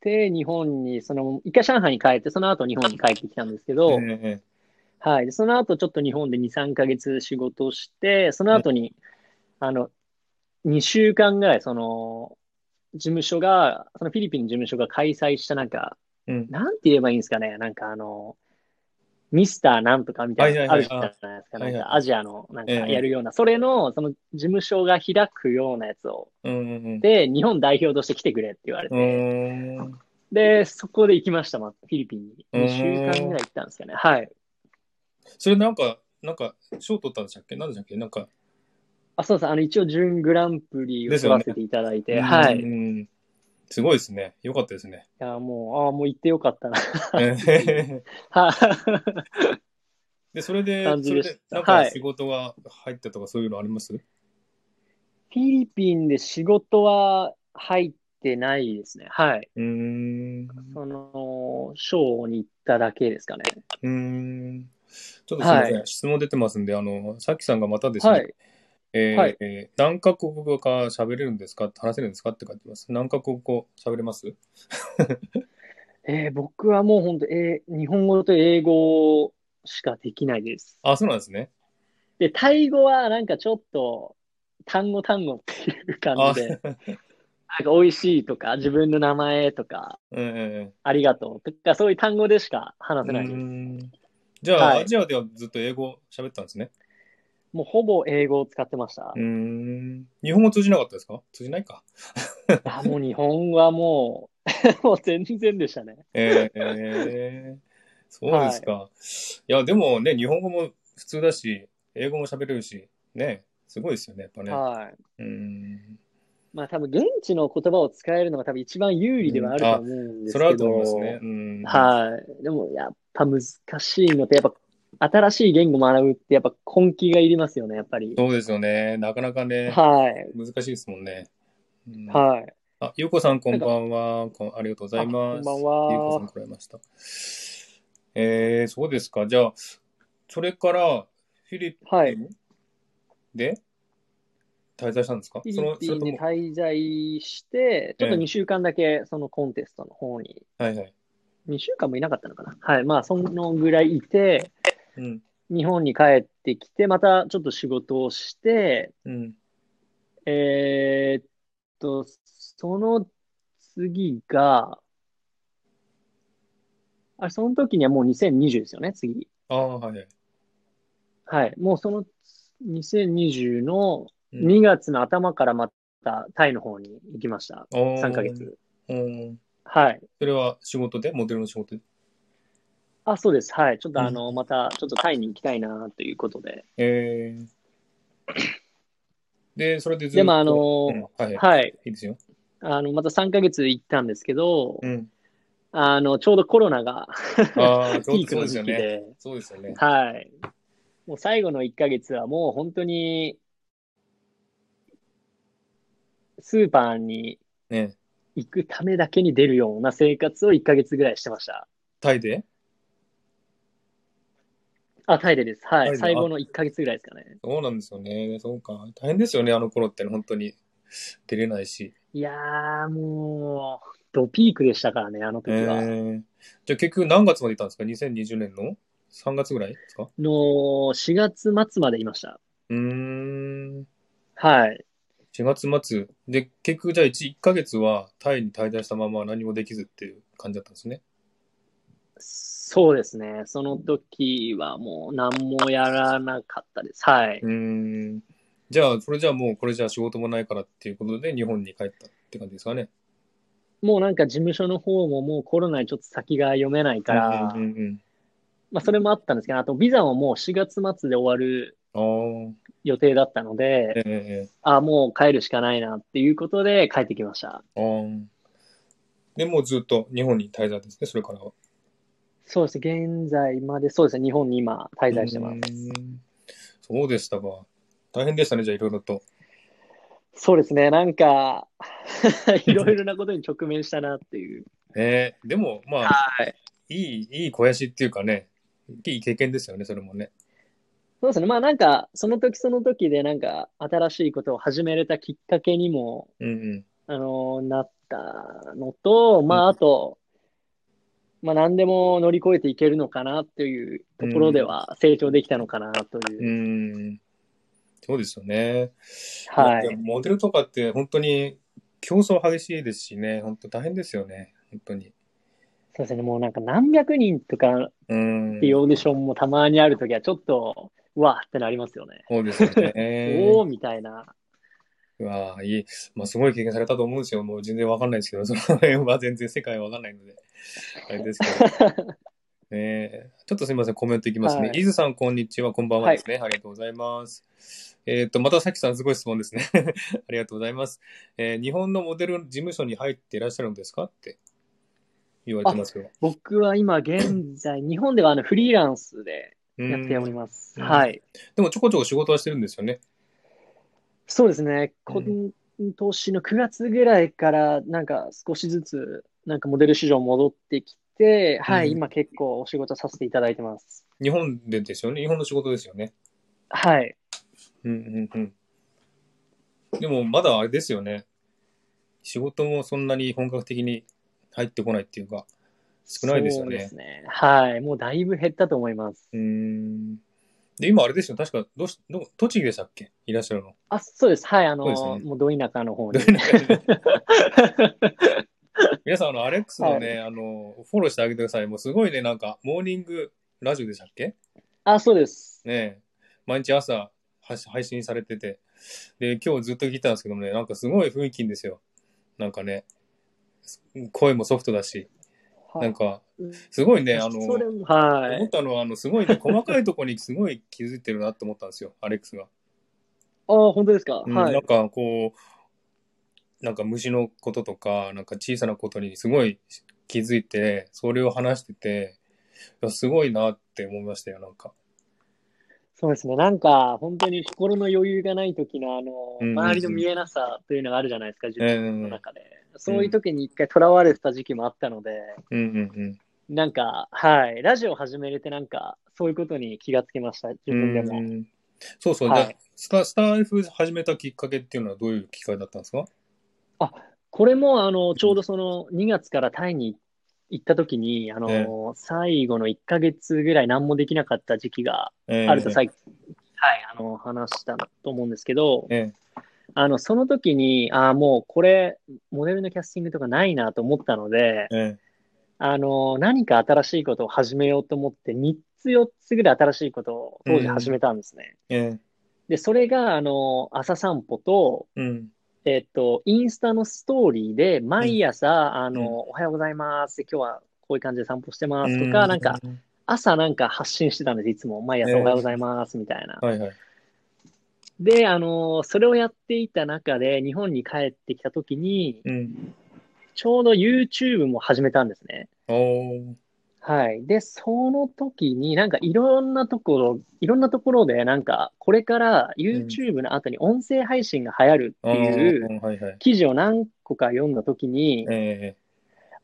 B: て、日本に、その、一回上海に帰って、その後日本に帰ってきたんですけ
A: え
B: ど、
A: ええ
B: はい。で、その後ちょっと日本で2、3ヶ月仕事をして、その後に、あの、2週間ぐらい、その、事務所が、そのフィリピンの事務所が開催したなんか、
A: うん。
B: なんて言えばいいんですかね、なんかあの、ミスターなんとかみたいな、
A: はいはいはい
B: あるじゃないですか、
A: あは
B: ないん
A: はい
B: かアジアのなんか
A: ええ
B: やるような、それの、その事務所が開くようなやつを、
A: うんうん
B: で、日本代表として来てくれって言われ
A: う
B: て、
A: ん。うん。
B: で、そこで行きました、まフィリピンに。
A: うん
B: 2週間ぐらい行ったんですかね。はい。
A: それなんか、なんか、賞取ったんでしたっけなんでしたっけなんか、
B: あ、そうです。あの、一応、準グランプリを取らせていただいて、は
A: う
B: い。い
A: ん。すごいですね。よかったですね。
B: や、もう、ああ、もう行ってよかったな。 <laughs>
A: ええ
B: はい。
A: <laughs> で、それで、
B: 感
A: そ
B: じ
A: れ
B: でした
A: で、なん
B: は
A: か
B: い
A: 仕事が入ったとかそういうのあります、
B: フィリピンで仕事は入ってないですね。はい。
A: うーん。
B: その、ショーに行っただけですかね。
A: うーん。ちょっとすみません、
B: は
A: 質問出てますんで、あの、さっきさんがまたですね、
B: はい。
A: えー
B: はい
A: えー何カ国語か喋れるんですか話せるんですかって書いてます。何カ国語喋れます
B: えー僕はもう本当、えー日本語と英語しかできないです。
A: あ、そうなんですね。
B: で、タイ語はなんかちょっと、単語単語っていう感
A: あ、
B: <laughs> じで、なんか
A: え
B: 美味しいとか、自分の名前とか、
A: え
B: ありがとうとか、そういう単語でしか話
A: <laughs> う
B: せないです。
A: ーんじゃあ、
B: はい
A: アジアではずっと英語喋ったんですね。
B: もうほぼ英語を使ってました
A: うー。ん。日本語通じなかったですか通じないか。
B: あ、もう日本語はもう、も <laughs> う全然でしたね。
A: ええそうですか。い、や、でもね、日本語も普通だし、英語も喋れるし、ね、すごいですよね、やっぱね。
B: はい。
A: うん。
B: まあ多分現地の言葉を使えるのが多分一番有利ではあると思うんです
A: そ
B: け
A: れはあ
B: ど、
A: ると思いますね。うん。
B: はい。でもやっぱ難しいのって、やっぱ新しい言語を学ぶってやっぱ根気がいりますよね、やっぱり。
A: そうですよね。なかなかね、
B: はい。
A: 難しいですもんね。うん
B: はい。
A: あ、ゆうこさんこんばんは。こんありがとうございます。
B: あこんばんは
A: ゆうこさん来られました。えー、そうですか。じゃあ、それから、フィリ
B: は
A: ピ
B: い。
A: ンで滞在したんですか
B: フィ
A: その
B: リピン
A: それ
B: に
A: とも、
B: 滞在して、ちょっと
A: ええ
B: 2週間だけそのコンテストの方に
A: はいはい。
B: 2週間もいなかったのかな。はい。まあ、そのぐらいいて、
A: うん。
B: 日本に帰ってきて、またちょっと仕事をして、
A: うん。
B: えーっと、その次が、あ、その時にはもう2020ですよね、次。
A: ああ、はいはい。
B: はい。もうその2020の
A: うん
B: 2月の頭からまたタイの方に行きました。
A: あー
B: 3ヶ月。
A: うん。
B: はい。
A: それは仕事でモデルの仕事で
B: あ、そうです。はい。ちょっとあの、またちょっとタイに行きたいなということで。
A: えー。で、それでずっと。
B: で、まあ、あ
A: うん
B: の、
A: はい、はい。
B: はい。
A: いいですよ。
B: あの、また3ヶ月行ったんですけど
A: う、
B: <laughs>
A: ん。
B: あの、ちょうどコロナが
A: ああ、ちょ
B: ピ
A: う
B: ー
A: どそう
B: クの
A: です
B: 時
A: よ
B: 期
A: ね。
B: で、
A: そうですよね。
B: はい。もう最後の1ヶ月はもう本当に、スーパーに
A: ね。
B: 行くためだけに出るような生活を1ヶ月ぐらいしてました。
A: タイで
B: あ、タイでです。は
A: タイ
B: い。
A: で
B: 最後の1ヶ月ぐらいですかね。
A: そうなんですよね。そうか。大変ですよね、あの頃って、本当に。出れないし。
B: いやー、もう、ドピークでしたからね、あの
A: え
B: 時は。
A: ー、じゃあ結局何月までいたんですか ?2020 年の3月ぐらいですか
B: の、4月末までいました。
A: うーん。
B: はい。
A: 4月末。で、結局じゃあ 1, 1ヶ月はタイに滞在したまま何もできずっていう感じだったんですね。
B: そうですね。その時はもう何もやらなかったです。はい。
A: うーん。じゃあ、それじゃあもうこれじゃあ仕事もないからっていうことで日本に帰ったって感じですかね。
B: もうなんか事務所の方ももうコロナにちょっと先が読めないから
A: うん、うん
B: まあそれもあったんですけど、あとビザはもう4月末で終わる
A: うん。ああ。
B: 予定だったの
A: え
B: で、
A: ええ
B: ああ、もう帰るしかないなっていうことで帰ってきました。
A: えあーで、もうずっと日本に滞在ですね、それからは。
B: そうですね。現在まで、そうですね。日本に今滞在してます。
A: うーんそうでしたか。大変でしたね、じゃあいろいろと。
B: そうですね。なんか、 <laughs> いろいろなことに直面したなっていう。
A: ええでも、まあ、
B: はい。
A: いい、いい肥やしっていうかね、いい経験ですよね、それもね。
B: そうですね。まあなんか、その時その時でなんか、新しいことを始めれたきっかけにも、
A: うんうん。
B: あのなったのと、まああと、まあ何でも乗り越えていけるのかなっていうところでは成長できたのかなというう。
A: ーん。そうですよね。
B: はい
A: や。モデルとかって本当に競争激しいですしね、本当大変ですよね、本当に。
B: そうですね。もうなんか何百人とかっ
A: うーん。
B: ていうオーディションもたまにあるときはちょっと、うわーってなりますよね。
A: そうですよね。
B: <laughs> おーみたいな。
A: うわあ、いい。まあ、すごい経験されたと思うんですよ。もう全然わかんないですけど、その辺は全然世界はわかんないので、あれですけど。
B: <laughs>
A: ねえちょっとすみません、コメントいきますね。
B: はい
A: 伊豆さん、こんにちは、こんばんはですね。ありがとうございます。えっ、と、またさきさん、すごい質問ですね。 <laughs> ありがとうございます。えー日本のモデル事務所に入っていらっしゃるんですかって言われてますけど。
B: 僕は今現在、日本ではあのフリーランスで
A: うん
B: やっております。
A: うん
B: はい。
A: でも、ちょこちょこ仕事はしてるんですよね。
B: そうですね。
A: う
B: 今
A: ん
B: 年の9月ぐらいから、なんか少しずつ、なんかモデル市場戻ってきて、はい、
A: うん
B: 今結構お仕事させていただいてます。
A: 日本でですよね。日本の仕事ですよね。
B: はい。
A: うんうんうん。でも、まだあれですよね。仕事もそんなに本格的に入ってこないっていうか、少ないですよ
B: そうで
A: ね
B: す。ね。はい。もうだいぶ減ったと思います
A: う。ーん。で、今あれですよ。確か、どうし、どう栃木でしたっけいらっしゃるの。
B: あ、そうです。はい。あ
A: そうです
B: の、
A: ね
B: もうど田舎の方
A: <laughs> ど
B: に
A: う。いうの <laughs> 皆さん、あの、アレックスのね、あの、フォローしてあげてください。もうすごいね、なんか、モーニングラジオでしたっけ
B: あ、そうです。
A: ねえ毎日朝はし配信されてて、で、今日ずっと聞いてたんですけどもね、なんかすごい雰囲気いいんですよ。なんかね、声もソフトだし、なんか、すごいね、あの、
B: それ
A: 思
B: もは
A: っ
B: い。
A: たのは、あの、すごいね、細かいとこにすごい気づいてるなと思ったんですよ、アレックスが。
B: あ、本当ですか。
A: うん
B: は
A: なん
B: い。
A: かこう、なんか虫のこととか、なんか小さなことにすごい気づいて、それを話してて、いやすごいなって思いましたよ、なんか。
B: そうですね。なんか、本当に心の余裕がない時の、あの、
A: うんうんうん
B: 周りの見えなさというのがあるじゃないですか、自分の中で。そういう時に一回囚われてた時期もあったので、
A: うんうんうん。
B: なんか、はい、ラジオ始めれて、なんか、そういうことに気がつきました、自分で
A: う
B: も。
A: んそうそう、
B: はい
A: じゃあスタ、スター F 始めたきっかけっていうのはどういう機会だったんですか
B: これも、あの、ちょうどその2月からタイに行っ行った時に、あの、
A: え
B: 最後の1ヶ月ぐらい何もできなかった時期が
A: え
B: あると
A: え
B: さっき、はい、あの、話したと思うんですけど、
A: え
B: あの、その時に、ああ、もうこれ、モデルのキャスティングとかないなと思ったので、
A: ええ
B: あの、何か新しいことを始めようと思って、3つ4つぐらい新しいことを当時始めたんですね。
A: ええ
B: で、それが、あの、朝散歩と、
A: うん
B: えっと、インスタのストーリーで、毎朝、あの、おはようございます。今日はこういう感じで散歩してますとか、なんか、、
A: うん
B: 朝なんか発信してたんです、いつも。毎
A: え
B: 朝
A: え
B: おはようございます、みたいな。
A: はいはい。
B: で、あの、それをやっていた中で、日本に帰ってきた時に、
A: うん。
B: ちょうど YouTube も始めたんですね。
A: おー
B: はい。で、その時に、なんかいろんなところ、いろんなところで、なんか、これから YouTube の後に音声配信が流行るって
A: あー
B: いう
A: うんはいはい。
B: 記事を何個か読んだ時に、
A: え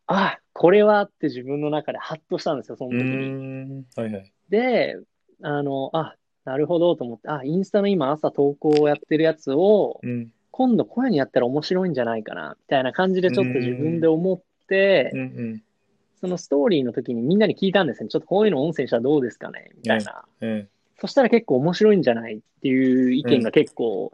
B: あ、これはって自分の中でハッとしたんですよ、そ
A: え
B: の
A: う
B: 時に。
A: ーん。はいはい。
B: で、あの、あ、なるほどと思って、あ、インスタの今朝投稿をやってるやつを、
A: うん。
B: 今度こういうのやったら面白いんじゃないかな、みたいな感じでちょっと自分で思って
A: うん、うん。
B: そのストーリーの時にみんなに聞いたんですね。ちょっとこういうの音声にしたらどうですかねみたいな。
A: え
B: そしたら結構面白いんじゃないっていう意見が結構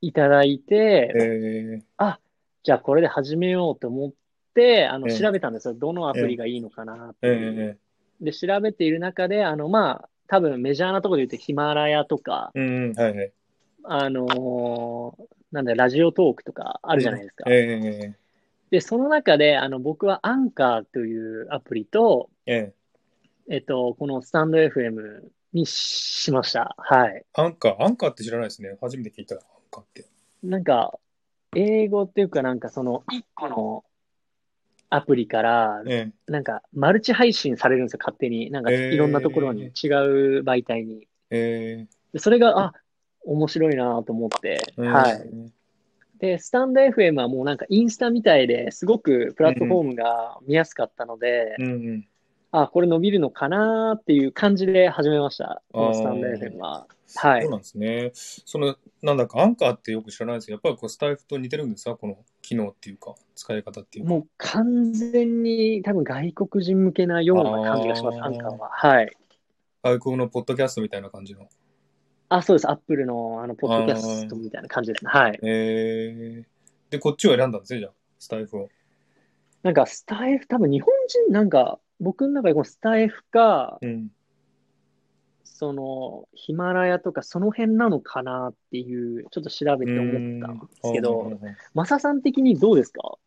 B: いただい
A: ええ
B: て、
A: え
B: じゃあこれで始めようと思って、あ
A: え
B: の、
A: え
B: 調べたんですよ。どのアプリがいいのかなって
A: え
B: いう。
A: え
B: で、調べている中で、あの、まあ、多分メジャーなところで言うとヒマラヤとか、
A: えうんうん。はいはい。
B: あのーなんだ、ラジオトークとかあるじゃないですか。
A: ええ
B: で、その中で、あの、僕はアンカーというアプリと、
A: ええ
B: えっと、このスタンド FM にしました。はい。
A: アンカー、アンカーって知らないですね。初めて聞いた。アンカーって。
B: なんか、英語っていうか、なんかその、一個のアプリから、
A: え
B: なんか、マルチ配信されるんですよ、勝手に。なんか、
A: えー
B: いろんなところに、違う媒体に。
A: ええ
B: でそれが、あ、面白いなと思って、
A: え
B: はい。。で、スタンド FM はもうなんかインスタみたいですごくプラットフォームが見やすかったので、
A: うんうん。
B: あ、これ伸びるのかなっていう感じで始めました。
A: あ
B: こ
A: ー
B: のスタンド FM は。はい
A: そう。なんですね。その、なんだかアンカーってよく知らないですけど、やっぱりこうスタイフと似てるんですかこの機能っていうか、使い方っていうか。
B: もう完全に多分外国人向けなような感じがします、
A: あー
B: アンカーは。はい。
A: 外国のポッドキャストみたいな感じの。
B: あ、そうです。アップルのあの、ポッドキャストみたいな感じですね。はい。
A: ええで、こっちを選んだんですね、じゃあ、スタイフを。
B: なんかスタイフ、多分日本人なんか、僕の中でこのスタイフか、
A: うん。
B: そのヒマラヤとかその辺なのかなっていう、ちょっと調べて思ったんですけ
A: うんうん
B: ど、
A: うんうんい
B: マサさん的にどうですか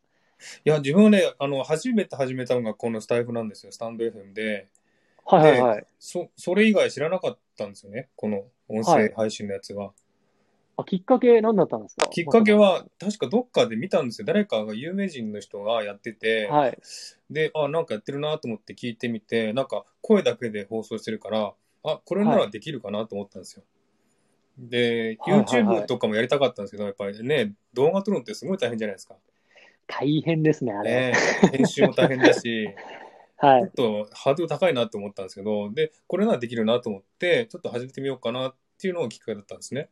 A: や、自分はね、あの、初めて始めたのがこのスタイフなんですよ、スタンド FM で。
B: はいはいはい。
A: そ、それ以外知らなかったんですよね、この音
B: は
A: 声
B: い
A: 配信のやつは。
B: あ、きっかけ何だったんですか
A: きっかけは、確かどっかで見たんですよ。誰かが有名人の人がやってて、
B: はい。
A: で、あ、なんかやってるなと思って聞いてみて、なんか声だけで放送してるから、あ、これならできるかなと思ったんですよ。で、
B: はいはいはい
A: YouTube とかもやりたかったんですけど、やっぱりね、動画撮るのってすごい大変じゃないですか。
B: 大変ですね、あれ。
A: ね、編集も大変だし、
B: <laughs> は
A: ちょ
B: い
A: っ。とハードル高いなと思ったんですけど、で、これならできるなと思って、ちょっと始めてみようかなっていうのがきっかけだったんですね。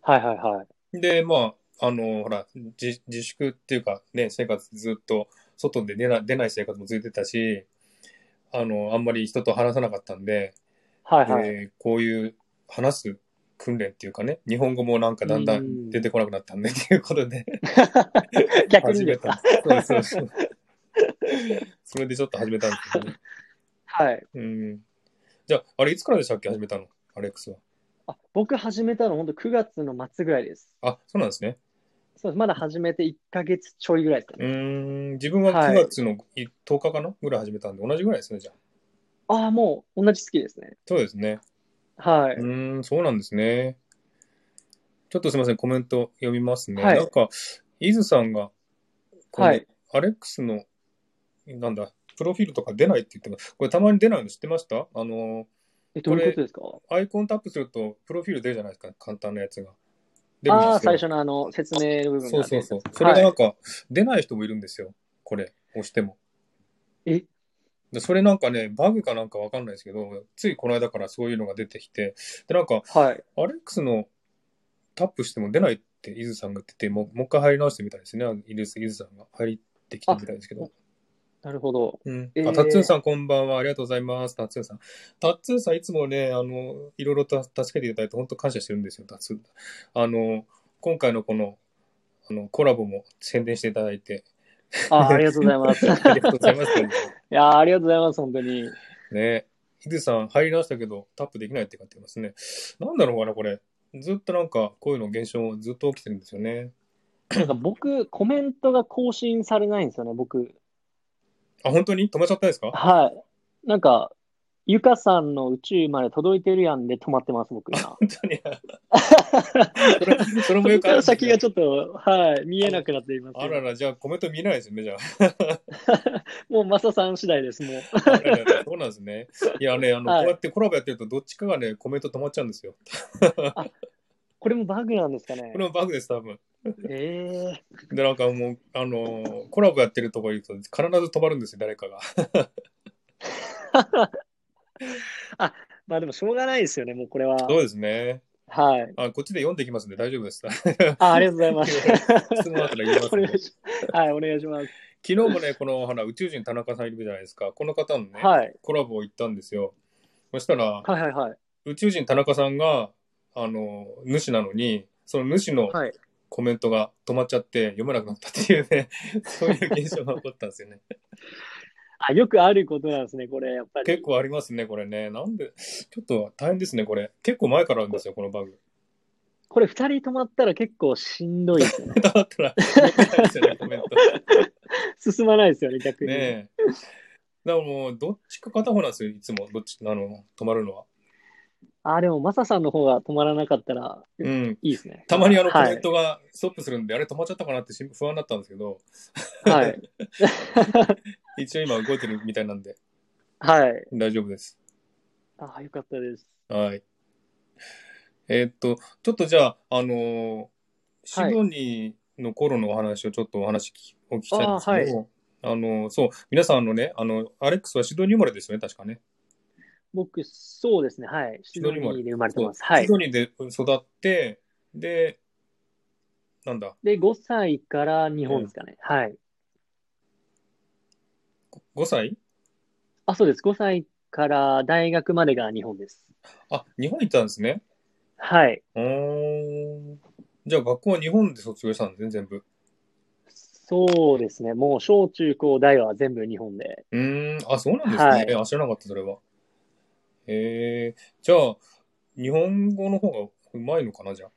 B: はいはいはい。
A: で、まあ、あの、ほら、自自粛っていうか、ね、生活ずっと、外で出な出ない生活も続いてたし、あの、あんまり人と話さなかったんで、
B: はいはい。
A: でこういう話す訓練っていうかね、日本語もなんかだんだ
B: うんん
A: 出てこなくなったんで、っていうことで、
B: 逆にです
A: た
B: か。
A: んです。そうそうそう。 <laughs> それでちょっと始めたんですけどね。
B: はい。
A: うん。じゃあ、あれ、いつからでしたっけ始めたのアレックスは。
B: あ、僕始めたの本当9月の末ぐらいです。
A: あ、そうなんですね。
B: そうです。まだ始めて1ヶ月ちょいぐらいですか
A: う
B: ね。
A: ーん、自分は
B: は
A: 9
B: い
A: 月のい10日かなぐらい始めたんで、同じぐらいですね、じゃあ。
B: ああ、もう同じ月ですね。
A: そうですね。
B: は
A: う
B: い。
A: ーん、そうなんですね。ちょっとすみません、コメント読みますね。
B: はい
A: なんか、イズさんが、この
B: はい
A: アレックスの、なんだ、プロフィールとか出ないって言ってます。これたまに出ないの知ってましたあの、
B: え、どういうことですか
A: アイコンタップすると、プロフィール出るじゃないですか、簡単なやつが。出るんですよ
B: ああ、最初のあの、説明の部分
A: そ
B: が
A: う
B: 出て
A: そう
B: る
A: そう。それ
B: は
A: がないん。か、出ない人もいるんですよ。これ、押しても。
B: え
A: でそれなんかね、バグかなんかわかんないですけど、ついこの間からそういうのが出てきて、で、なんか、
B: はい。
A: アレックスのタップしても出ないって、伊豆さんが言ってて、もうもう一回入り直してみたいですね。伊豆伊豆さんが入ってきたみたいですけど。
B: なるほど。
A: うん
B: えー
A: あタッツンさん、こんばんは。ありがとうございます。タッツンさん。タッツンさん、いつもね、あの、いろいろと助けていただいて、本当感謝してるんですよ、タッツン。あの、今回のこの、あの、コラボも宣伝していただいて。 <laughs>
B: あ、ありがとうございます。い <laughs>
A: ありがとうございます。
B: やー、ありがとうございます、本当に。
A: ね。ヒデさん、入りましたけど、タップできないって書いてますね。なんだろうかな、これ。ずっとなんか、こういうの現象ずっと起きてるんですよね。
B: なんか僕、コメントが更新されないんですよね、僕。
A: あ、本当に止まっちゃったん
B: <laughs>
A: ですか
B: はい。なんか、ゆかさんの宇宙まで届いてるやんで止まってます、僕
A: <laughs>
B: 今。
A: 本当に。それそれもよくあるん
B: 僕から
A: ですね
B: 先 <laughs> がちょっと、はい、見えなくなっています。
A: あらら、じゃあコメント見ないですね、
B: <laughs>
A: じゃあ。
B: もう、マサさん次第です、もう。
A: あらららそうなんですね。いやね、あの、
B: は
A: こ
B: い
A: うやってコラボやってると、どっちかがね、コメント止まっちゃうんですよ。
B: これもバグなんですかね
A: こ。れもバグです、多分。
B: ええ
A: で、なんかもう、あの、コラボやってるとこ行くと、必ず止まるんですよ、誰かが。
B: まあでも、しょうがないですよね、もうこれは。
A: そうですね。
B: はい。
A: あ、こっちで読んでいきますんで大丈夫
B: <laughs>
A: です。
B: あ、ありがとうござい <laughs> ます。
A: 質問あったら言います
B: お
A: ん
B: 願
A: で。
B: いします。 <laughs> はい、お願いします。
A: 昨日もね、このほら宇宙人田中さんいるじゃないですか。この方のね、
B: はい。
A: コラボを行ったんですよ。そしたら、
B: はいはいはい。
A: 宇宙人田中さんが、あの、主なのに、その主の
B: はい
A: コメントが止まっちゃって読めなくなったっていうね、 <laughs> そういう現象が起こったんですよね。 <laughs>
B: あ、よくあることなんですね、これ、やっぱり。
A: 結構ありますね、これね。なんで、ちょっと大変ですね、これ。結構前からあるんですよ、このバグ。 <laughs>
B: これ、二人止まったら結構しんどいですよ <laughs> ね。
A: だったら、読めないです
B: <laughs>
A: よね、コメント。
B: 進まないですよね、逆に。
A: ねえ。だからもう、どっちか片方なんですよ、いつも。どっち、あの、止まるのは。
B: あ、でも、マサさんの方が止まらなかったら、
A: うん。
B: いいですね。
A: たまにあのコ
B: は
A: メン
B: い。
A: トがストップするんで、あれ止まっちゃったかなって心不安だったんですけど、
B: はい。
A: 一応今動いてるみたいなんで、
B: はい。
A: 大丈夫です。
B: あ、よかったです。
A: はい。えーっと、ちょっとじゃあ、あのーシドニーの頃のお話をちょっとお話聞きお聞きしたいんですけど、あのーそう、皆さんあのね、あの、アレックスはシドニー生まれですよね、確かね。
B: 僕、そうですね。はい。シドニーで生まれてます。
A: そう
B: はい
A: シ。ドニーで育って、で、なんだ、
B: で、5歳から日本ですかね。はい。
A: 5歳
B: あ、そうです。5歳から大学までが日本です。
A: あ、日本行ったんですね。
B: はい。
A: うーん。じゃあ学校は日本で卒業したんですね、全部。
B: そうですね。もう小中高大は全部日本で。
A: うーん、あ、そうなんですね。
B: はい
A: えあ、知らなかった、それは。えー、じゃあ、日本語の方がうまいのかな、じゃあ。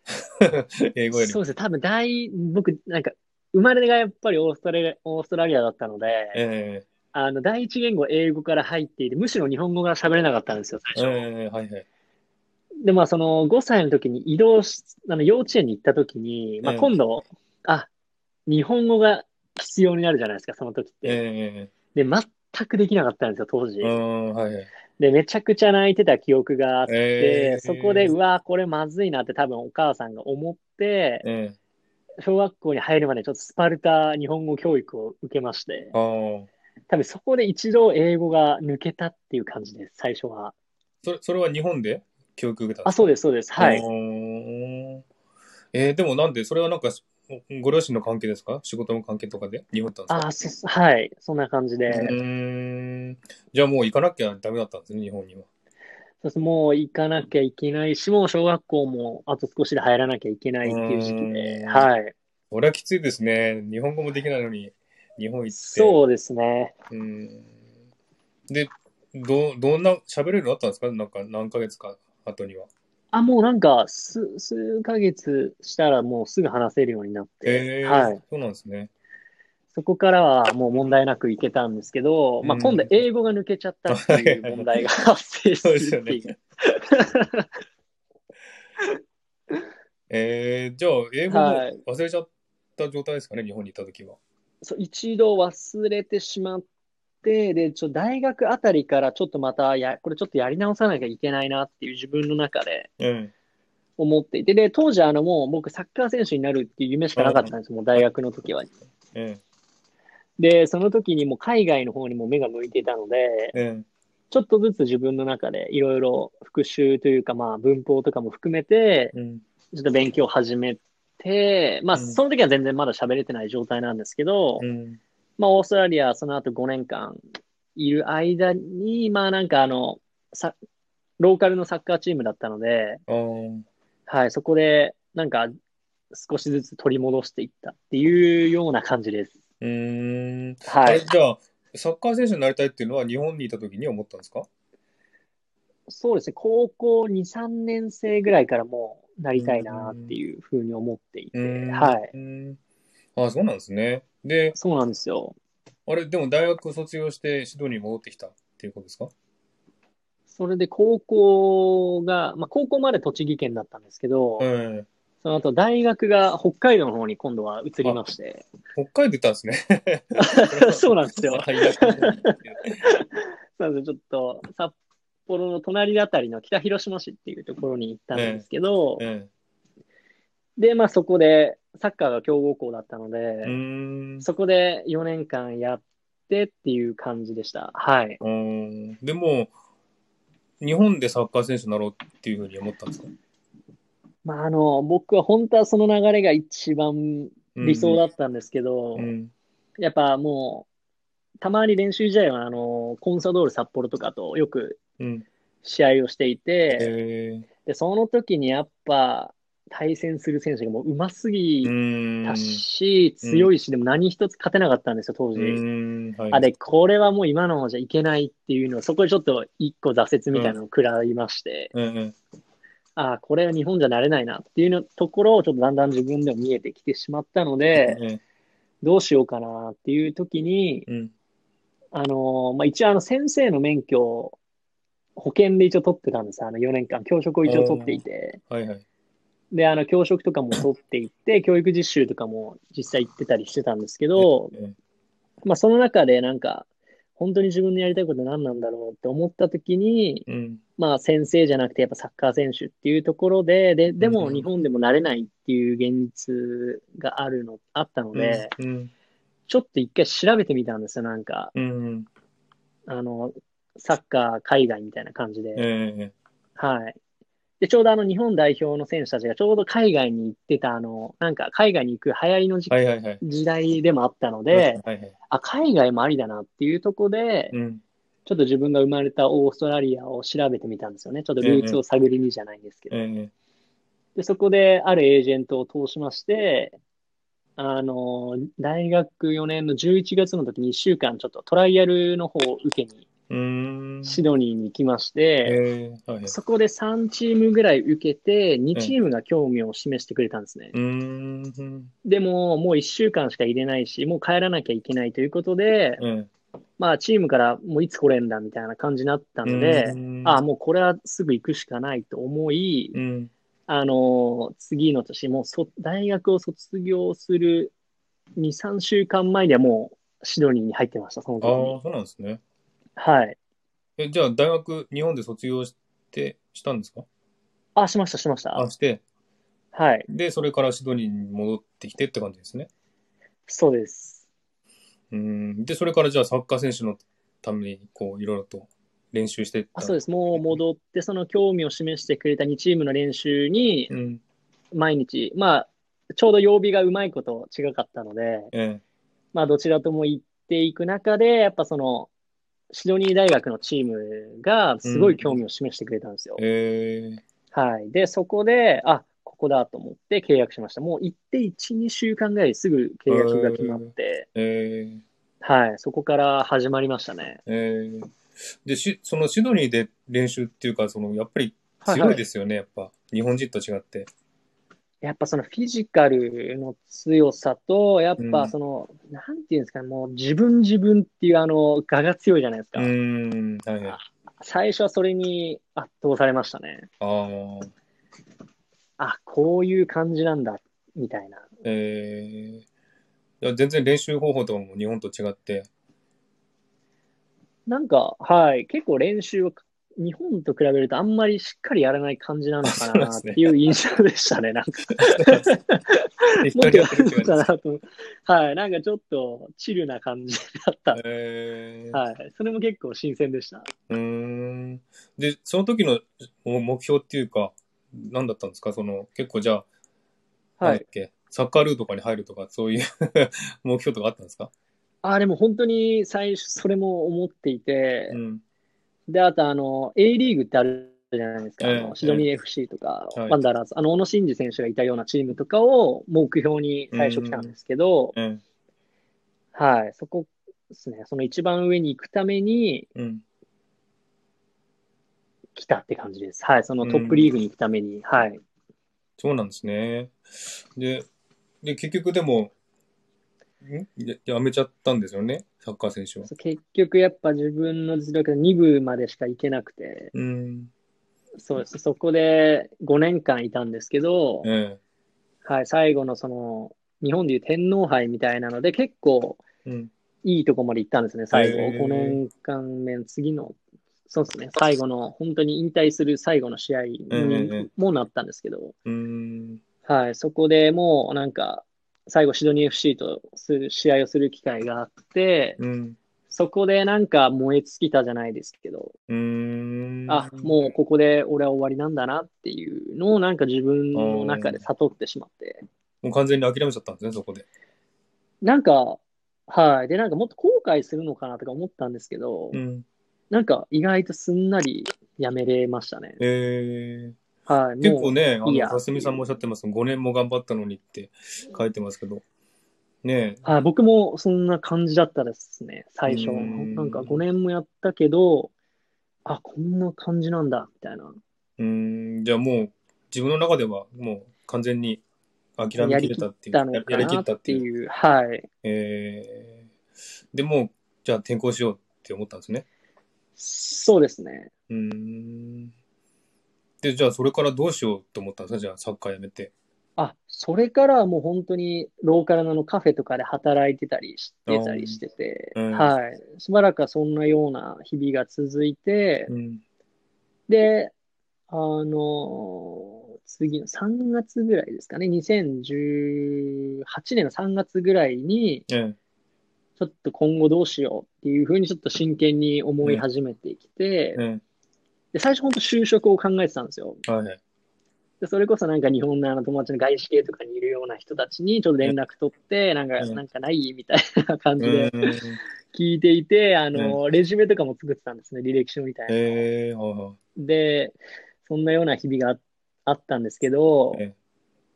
A: <laughs> 英語より
B: そ
A: も。
B: うですね。多分大、僕、なんか、生まれがやっぱりオーストラリア、オーストラリアだったので、
A: え
B: あの、第一言語英語から入っていて、むしろ日本語が喋れなかったんですよ、
A: ー、
B: 最初。
A: えー、はいはい。
B: で、まあ、その5歳の時に移動し、あの幼稚園に行った時に、まあ、
A: うん
B: 今度、あ、日本語が必要になるじゃないですか、その時って。
A: え
B: で、全くできなかったんですよ、当時
A: ー、う。ーん、はいはい。
B: で、めちゃくちゃ泣いてた記憶があって、
A: えー、
B: そこで、うわ、これまずいなって多分お母さんが思って、
A: え
B: 小学校に入るまでちょっとスパルタ日本語教育を受けまして
A: ー、、ああ。
B: 多分そこで一度英語が抜けたっていう感じです、最初は。
A: それ、それは日本で教育受けたん
B: あ、そうですす、そうです。
A: か
B: は
A: う
B: い。
A: ーんえー、でもなんで、それはなんか、ご両親の関係ですか仕事の関係とかで日本行ったんですか
B: あ、そ、はい。そんな感じで。
A: うーん。じゃあもう行かなきゃダメだったんですね、日本には。
B: そうですもう行かなきゃいけないし、もう小学校もあと少しで入らなきゃいけないっていう時期
A: うー
B: で、
A: ん
B: はい。
A: それはきついですね。日本語もできないのに、日本行って。
B: そうですね。
A: うん。で、ど、どんな、喋れるようになったんですかなんか、何ヶ月か後には。
B: あ、もうなんか、数、数ヶ月したらもうすぐ話せるようになって、
A: えー
B: はい。
A: そうなんですね。
B: そこからはもう問題なくいけたんですけど、まあ
A: うん
B: 今度英語が抜けちゃったっていう問題が発生す
A: そう
B: る
A: ですよ
B: って <laughs> いう。
A: ね。えー、じゃあ、英語も
B: はい
A: 忘れちゃった状態ですかね、日本に行った時は。
B: そう、一度忘れてしまって、で、ちょ、大学あたりからちょっとまた、や、これちょっとやり直さなきゃいけないなっていう自分の中で、
A: うん。
B: 思っていて、で、当時、あの、もう僕、サッカー選手になるっていう夢しかなかったんですよ、もう大学の時は。
A: うん。
B: で、その時にもう海外の方にも目が向いていたので、
A: うん。
B: ちょっとずつ自分の中でいろいろ復習というか、まあ、文法とかも含めて、
A: うん。
B: ちょっと勉強を始めて、まあ、
A: うん
B: その時は全然まだ喋れてない状態なんですけど、
A: うん。
B: まあ、オーストラリア、その後5年間いる間に、まあ、なんかあの、さ、ローカルのサッカーチームだったので、
A: あー
B: はい、そこで、なんか、少しずつ取り戻していったっていうような感じです。
A: うーん。あ
B: は
A: れ、
B: い。
A: じゃあ、サッカー選手になりたいっていうのは日本にいた時に思ったんですか
B: そうですね、高校2、3年生ぐらいからもうなりたいなっていうふうに思っていう
A: ー
B: て、
A: ん。
B: はい。
A: うーん。ああ、そうなんですね。で、
B: そうなんですよ。
A: あれ、でも大学卒業してシドニーに戻ってきたっていうことですか
B: それで高校が、まあ、高校まで栃木県だったんですけど、
A: うん。
B: その後大学が北海道の方に今度は移りまして、
A: 北海道行ったんですね。
B: <laughs> そうなんですよ。
A: 最悪
B: そうなんですよちょっと札幌の隣あたりの北広島市っていうところに行ったんですけど、 <laughs>
A: うん。
B: で、まあそこでサッカーが強豪校だったので、
A: うーん。
B: そこで4年間やってっていう感じでした。はい。
A: うーんでも、日本でサッカー選手になろうっていうふうに思ったんですか
B: まああの、僕は本当はその流れが一番理想だったんですけど、
A: うん
B: やっぱもう、たまに練習試合はあの、コンサドール札幌とかとよく
A: うん。
B: 試合をしていて、
A: え
B: で、その時にやっぱ対戦する選手がもう上手す
A: ーう
B: ぎ
A: ーん。
B: たし、
A: うん
B: 強いし、でも何一つ勝てなかったんですよ、当
A: う
B: 時。
A: ーん。はい。
B: あ、で、これはもう今のままじゃいけないっていうのを、そこでちょっと一個挫折みたいなのを食らいまして、
A: うんうん。
B: ああ、これは日本じゃなれないなっていうのところをちょっとだんだん自分でも見えてきてしまったので、
A: うん
B: どうしようかなっていう時に、
A: うん。
B: あのーまあ、一応あの先生の免許を保険で一応取ってたんです。あの4年間、教職を一応取っていて。
A: はいはい。
B: で、あの、教職とかも取って
A: <laughs>
B: いって、教育実習とかも実際行ってたりしてたんですけど、
A: うん
B: まあ、その中でなんか、本当に自分のやりたいこと何なんだろうって思った時に、
A: うん。
B: まあ、先生じゃなくてやっぱサッカー選手っていうところで、で、で
A: う
B: も
A: ん
B: 日本でもなれないっていう現実があるの、あったので、
A: うん。
B: ちょっと一回調べてみたんですよ、なんか、
A: うん。
B: あの、サッカー海外みたいな感じで。
A: え
B: はい。で、ちょうどあの日本代表の選手たちがちょうど海外に行ってた、あの、なんか海外に行く流行りの時
A: え。はいはいはい。
B: 時代でもあったの
A: はい
B: で、
A: はい。
B: あ、海外もありだなっていうとこで、
A: うん。
B: ちょっと自分が生まれたオーストラリアを調べてみたんですよね。ちょっとルーツを探りにじゃないんですけど。
A: え
B: で、そこであるエージェントを通しまして、あの、大学4年の11月の時に1週間ちょっとトライアルの方を受けに
A: え。うーん。
B: シドニーに行きまして、
A: ええ。はいはい。
B: そこで3チームぐらい受けて、2チームが興味を示してくれたんですね
A: う。ーん。
B: でも、もう1週間しか入れないし、もう帰らなきゃいけないということで、
A: うん。
B: まあ、チームからもういつ来れんだみたいな感じになったので、
A: うん
B: ああ、もうこれはすぐ行くしかないと思い、
A: うん。
B: あのー次の年、もうそ大学を卒業する2、3週間前にはもうシドニーに入ってました、その
A: あ
B: 時
A: あ
B: に。、
A: そうなんですね。
B: はい。
A: え、じゃあ大学、日本で卒業して、したんですか
B: あ、しました、しました
A: あ、。して、
B: はい。
A: で、それからシドニーに戻ってきてって感じですね。
B: そうです。
A: うん。で、それからじゃあサッカー選手のために、こう、いろいろと練習してった。。
B: あ、そうですす。もう戻って、その興味を示してくれた2チームの練習に、
A: うん。
B: 毎日、まあ、ちょうど曜日がうまいこと違かったので、
A: え
B: まあ、どちらとも行っていく中で、やっぱその、シドニー大学のチームが、すごい興味を示してくれたんですよ。
A: え。ええ。
B: はい。で、そこで、あ、ここだと思って契約しました。もう行って1、2週間ぐらいですぐ契約が決まって、
A: ええ。
B: はい。そこから始まりましたね。
A: ええ。で、し、そのシドニーで練習っていうか、その、やっぱり強いですよね、やっぱ。日本人と違って。
B: やっぱそのフィジカルの強さと、やっ
A: う
B: ぱ
A: ん
B: その、なんていうんですかね、もう自分自分っていうあの、我が強いじゃないです
A: う
B: か。
A: ん。はいはい。
B: 最初はそれに圧倒されましたね。
A: ああ。
B: あ、こういう感じなんだ、みたいな。
A: ええ。いや全然練習方法とかも日本と違
B: <laughs>
A: って。
B: なんか、はい、結構練習は日本と比べるとあんまりしっかりやらない感じなのか
A: <laughs> そうなんで
B: なっ
A: すね
B: ていう印象でしたね。な
A: <laughs>
B: んか、
A: 一
B: も
A: 人
B: っと
A: や
B: や
A: ってる
B: る
A: って感
B: の
A: じ
B: か
A: です
B: なと思う。はい、なんかちょっとチルな感じだった。
A: ええ。
B: はい、それも結構新鮮でした。
A: うーん。で、その時のお目標っていうか、何だったんですかその、結構じゃあ、なん
B: は
A: だっ <laughs>
B: い。
A: け、サッカールーとかに入るとか、そういう目標とかあったんですか
B: あ、でも本当に最初それも思っていて
A: う、ん。
B: で、あとあの、A リーグってあるじゃないですか、あ
A: ええ
B: のシドニー FC とか、
A: はい
B: ワンダーラーズ、あの、小野伸二選手がいたようなチームとかを目標に最初来たんですけど、
A: うん。
B: はい、そこですね、その一番上に行くために
A: うん。
B: 来たって感じです。はい、そのトップリーグに行くために、はい。
A: そうなんですね。で、で、結局でも、んややめちゃったんですよね、サッカー選手は。
B: そう結局やっぱ自分の実力が2部までしか行けなくて、
A: うん。
B: そうです。そこで5年間いたんですけど、
A: え
B: はい、最後のその、日本でいう天皇杯みたいなので、結構
A: え。うん。
B: いいとこまで行ったんですね、最後。
A: へー
B: 5年間目、次の、そうですね、最後の、本当に引退する最後の試合
A: うんうんう
B: にもなったんですけど、
A: うん。
B: はい、そこでもうなんか、最後シドニー FC とする試合をする機会があって、
A: うん。
B: そこでなんか燃え尽きたじゃないですけど、
A: うん。
B: あ、もうここで俺は終わりなんだなっていうのをなんか自分の中で悟ってしまって、
A: もう完全に諦めちゃったんですね、そこで。
B: なんか、はい、で、なんかもっと後悔するのかなとか思ったんですけど、
A: うん。
B: なんか意外とすんなりやめれましたね。
A: ええ。
B: はい、
A: 結
B: も
A: 構
B: う、
A: ね、あ
B: いい
A: の、
B: や
A: かすみさんもおっしゃってます、5年も頑張ったのにって書いてますけど。ねえ。
B: はい、僕もそんな感じだったですね、最初。
A: うん
B: なんか5年もやったけど、あ、こんな感じなんだ、みたいな。
A: うん、じゃあもう、自分の中ではもう完全に諦め
B: や
A: き
B: り
A: れ
B: き
A: た
B: っ
A: っていう。
B: たのか
A: やりき
B: な
A: った
B: っ
A: って
B: て
A: いう。
B: いう、はい。
A: えー、でもう、じゃあ転校しようって思ったんですね。
B: そうですね。
A: うーん。で、じゃあそれからどうしようと思ったんですかじゃあサッカーやめて。
B: あ、それからはもう本当にローカルのあのカフェとかで働いてたりしてたりしてて、
A: うん
B: はい。しばらくはそんなような日々が続いて、
A: うん。
B: で、あの、次の3月ぐらいですかね、2018年の3月ぐらいに、
A: ええ。
B: ちょっと今後どうしようっていうふうにちょっと真剣に思い始めてきて、
A: え
B: で、最初本当就職を考えてたんですよ。
A: え。はいはい。
B: で、それこそなんか日本のあの友達の外資系とかにいるような人たちにちょっと連絡取って、なんか、
A: うん
B: なんかないみたいな感
A: う
B: じで
A: ーん。
B: 聞いていて、あの、レジュメとかも作ってたんですね、履歴書みたいなのを。
A: ええ、はいはい。
B: で、そんなような日々がああったんですけど
A: え、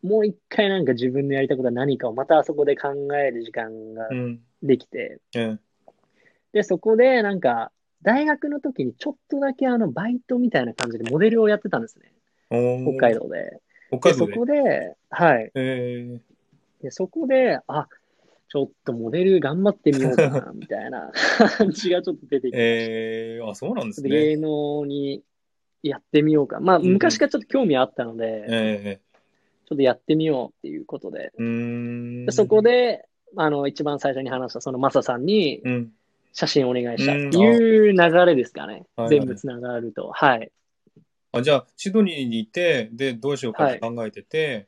B: もう一回なんか自分のやりたいことは何かをまたそこで考える時間が
A: うん。
B: できて、
A: ええ。
B: で、そこでなんか、大学の時にちょっとだけあの、バイトみたいな感じでモデルをやってたんですね、
A: おー
B: 北海。道で。
A: 北
B: で、
A: 海道
B: そ
A: で。
B: こで、はい。
A: え
B: で、そこで、あ、ちょっとモデル頑張ってみようかな、みた
A: <laughs>
B: いな感じがちょっと出てき
A: え。
B: て、
A: ええ、あ、そうなんで
B: ちょ
A: す
B: っと
A: ね。
B: 芸能にやってみようか。まあ、
A: うん
B: 昔からちょっと興味あったの
A: え
B: で、
A: え。
B: ちょっとやってみようっていうことで、
A: うーん。
B: でそこ。で、あの、一番最初に話したそのマサさんに
A: うん。
B: 写真お願いしたっていう流れですかね
A: うんあ。
B: 全部つながると。はい。
A: あ、じゃあ、シドニーにいて、で、どうしようかって考えてて、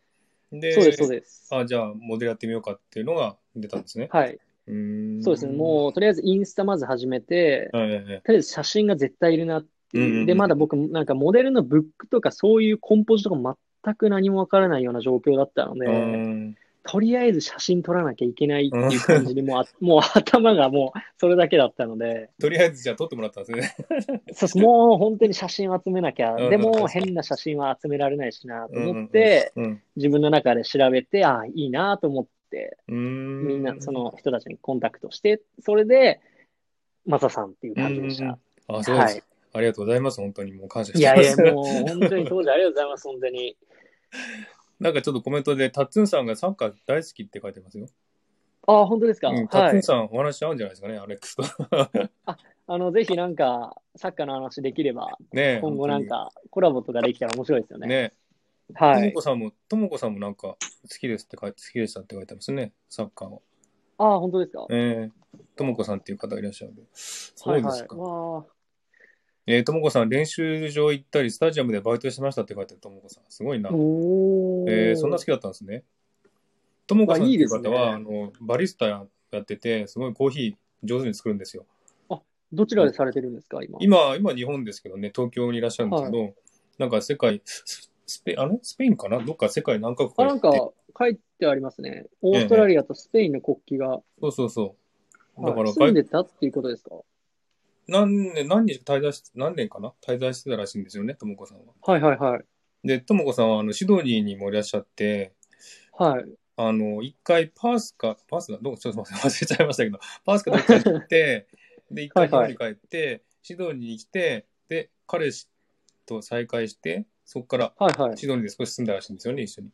A: で、
B: そうです、そうです。
A: あ、じゃあ、モデルやってみようかっていうのが出たんですね。
B: はい。
A: うーん。
B: そうですね。もう、とりあえずインスタまず始めて、
A: う。え
B: とりあえず写真が絶対いるなって
A: うんうんう
B: い
A: ん
B: う。で、まだ僕、なんかモデルのブックとかそういうコンポジとか全く何もわからないような状況だったの
A: え。
B: で、
A: うーん。
B: とりあえず写真撮らなきゃいけないっていう感じで、もうあ、もう頭がもうそれだけだったので、
A: とりあえずじゃあ撮ってもらったんですね。
B: そうですもう本当に写真を集めなきゃ、
A: うんうん
B: でも変な写真は集められないしなと思って、
A: うん。
B: 自分の中で調べて、ああ、いいなと思って、
A: うーん。
B: みんなその人たちにコンタクトして、それで、マサさんっていう感じでし
A: うんうん
B: た。
A: あ、そうです、
B: はい
A: ありがとうございます。本当にもう感謝し
B: い
A: て
B: や
A: ます。
B: い
A: <laughs>
B: や、もう本当に当時ありがとうございます、本当に。
A: なんかちょっとコメントで、タッツンさんがサッカー大好きって書いてますよ。
B: あ、本当ですか。
A: うん、タッ
B: は
A: ツン
B: い。
A: さんお話合うんじゃないですかね、アレックスと。
B: あの、ぜひなんか、サッカーの話できれば、
A: ねえ
B: 今後なん。か、コラボとかできたら面白いですよ
A: 本当
B: ね。
A: にねえ。
B: は
A: とも
B: い。
A: こさんも、ともこさんもなんか、好きですって書いて、好きでしたって書いてますね、サッカーを。
B: あ、本当ですか。
A: ええともこさんっていう方がいらっしゃるんで。そうですか。
B: はいはい。わあ
A: えー、ともこさん、練習場行ったり、スタジアムでバイトしてましたって書いてるともこさん。すごいな。
B: おー
A: えー、そんな好きだったんですね。ともこさんっていう方は、
B: あいい
A: あのバリスタやってて、すごいコーヒー上手に作るんですよ。
B: どちらでされてるんですか、今。
A: 今、今日本ですけどね、東京にいらっしゃるんですけど、なんか世界、ススペあれスペインかなどっか世界何カ国か
B: あ、
A: 行
B: な
A: っ
B: ん
A: て
B: か、書いてありますね。オーストラリアとスペインの国旗が。
A: そうそうそだから
B: はい
A: 外
B: 住んでたっていうことですか
A: 何年、何日か滞在し、何年かな滞在してたらしいんですよね、ともこさんは。
B: はいはいはい。
A: で、ともこさんは、あの、シドニーにもいらっしゃって、
B: はい。
A: あの、一回パースか、パースだ、どうちょっと待って <laughs> 忘れちゃいましたけど、パースかどっか行って、で、一回日本に帰って、シドニーに来て、で、彼氏と再会して、そこから
B: はいはい。
A: シドニーで少し住んだらしいんですよね、一緒に。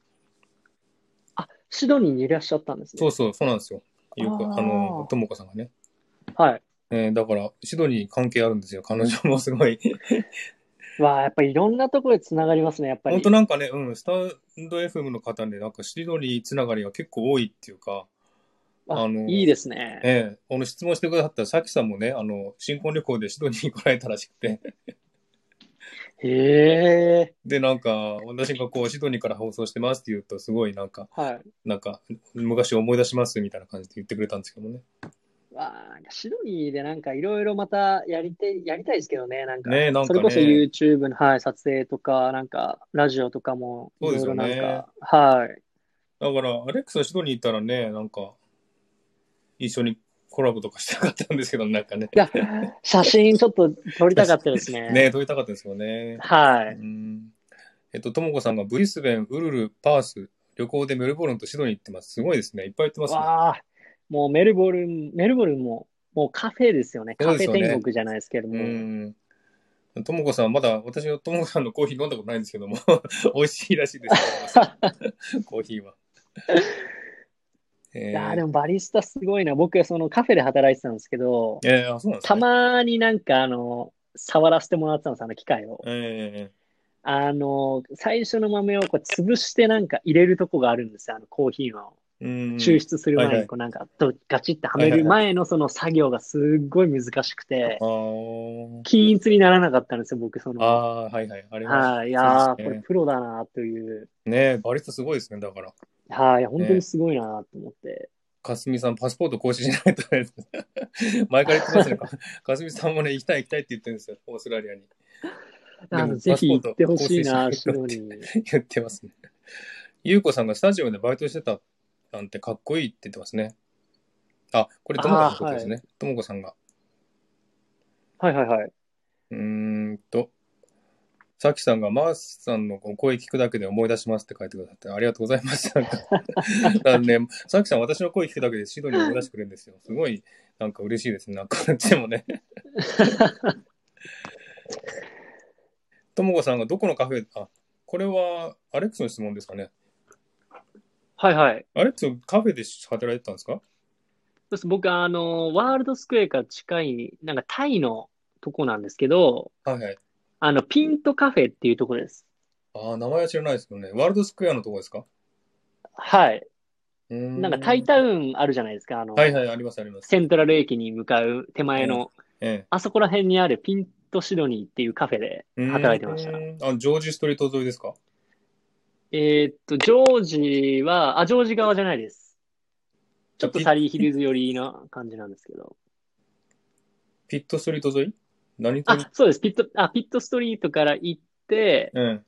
B: あ、シドニーにいらっしゃったんですね。
A: そうそう、そうなんですよ。よく、
B: あー
A: あの、ともこさんがね。
B: はい。
A: えーだから、シドニーに関係あるんですよ。彼女もすごい。
B: わあ、やっぱりいろんなところでつながりますね、やっぱり。
A: 本当なんかね、うん、スタンド FM の方で、なんかシドニーつながりが結構多いっていうか、
B: あ
A: あの
B: いいですね。
A: ええこの質問してくださったさきさんもね、あの、新婚旅行でシドニーに来られたらしくて、
B: へえ。
A: で、なんか、私がこう、シドニーから放送してますって言うと、すごいなんか、
B: はい。
A: なんか、昔を思い出しますみたいな感じで言ってくれたんですけどもね。
B: わあ、なんかシドニーでなんかいろいろまたやりて、やりたいですけどね、なんか。
A: ねえなんか
B: そ
A: ね
B: れこそ YouTube の、はい、撮影とか、なんか、ラジオとかも、いろいろなん
A: そうですよね
B: か、はい。
A: だから、アレックスはシドニー行ったらね、なんか、一緒にコラボとかしたかったんですけど、なんかね。
B: いや、写真ちょっと撮りたかったですね。
A: ね撮りたかったですよね。
B: は
A: う
B: い。
A: ん。えっと、ともこさんがブリスベン、ウルル、パース、旅行でメルボルンとシドニー行ってます。すごいですね。いっぱい行ってますね。
B: わあ、もうメルボルン、メルボルンも、もうカフェですよね。
A: そう
B: カ
A: です
B: フ
A: よ
B: ェ
A: ね
B: 天国じゃないですけども。
A: うん。ともこさん、まだ私はともこさんのコーヒー飲んだことないんですけども、 <laughs> 美味しいらしいですよ、コーヒーは。え
B: <laughs> い
A: ー
B: やーでもバリスタすごいな。僕はそのカフェで働いてたんですけど、
A: えーあ、そうなんです
B: た
A: か、ね。
B: まになんかあの、触らせてもらってたんです、あの機械を。
A: え
B: あの、最初の豆をこう潰してなんか入れるとこがあるんですよ、あのコーヒーの。
A: ーうん。
B: 抽出する前
A: はいは
B: に
A: い
B: こうなんかドガチッてはめる前のその作業がすっごい難しくて、
A: あー
B: 均一にならなかったんですよ、僕その。
A: あー、はいはい。あります
B: はい、いやー、
A: そう
B: こ
A: です
B: れ
A: ね
B: プロだなという。
A: ねバリスタすごいですね。だから、
B: はい、本当にすごいなと思って。
A: かすみさん、パスポート更新しないと <laughs> ね。前から言ってますね。か <laughs> かすみさんもね、行きたい行きたいって言ってるんですよ。オーストラリアに。 <laughs> でも
B: あのぜひ行ってほしいな、
A: パス
B: シ
A: ポート
B: ド
A: 更新
B: ニ
A: し
B: ー。
A: 言ってますね。ゆうこさんがスタジオでバイトしてたなんてかっこいいって言ってますね。あ、これともこさんのことですね。ともこさんが。
B: はいはいはい。
A: うーんと、さきさんがマースさんのお声聞くだけで思い出しますって書いてくださって、ありがとうございます。なんかだから
B: <laughs>
A: ね、さきさん私の声聞くだけでシドニー思い出してくれるんですよ。すごい、なんか嬉しいですね。なんか、でもね。ともこさんがどこのカフェ、あ、これはアレックスの質問ですかね。
B: はいはい。
A: アレックス、カフェで働いてたんですか
B: そうです僕、あの、ワールドスクエアから近い、なんかタイのとこなんですけど、
A: はいはい。
B: あの、ピントカフェっていうとこです。
A: ああ、名前は知らないですけどね。ワールドスクエアのとこですか
B: はい。
A: うーん
B: なんかタイタウンあるじゃないですか、あの、
A: はいはい、ありますあります。
B: セントラル駅に向かう手前の、
A: え
B: あそこら辺にあるピントシドニーっていうカフェで
A: え。
B: 働いてました
A: う。ーんあ、ジョージストリート沿いですか
B: えーっと、ジョージは、あ、ジョージ側じゃないです。ちょっとサリーヒルズ寄りな感じなんですけど。
A: ピットストリート沿い何とり
B: あ、そうです。ピット、あ、ピットストリートから行って、
A: うん。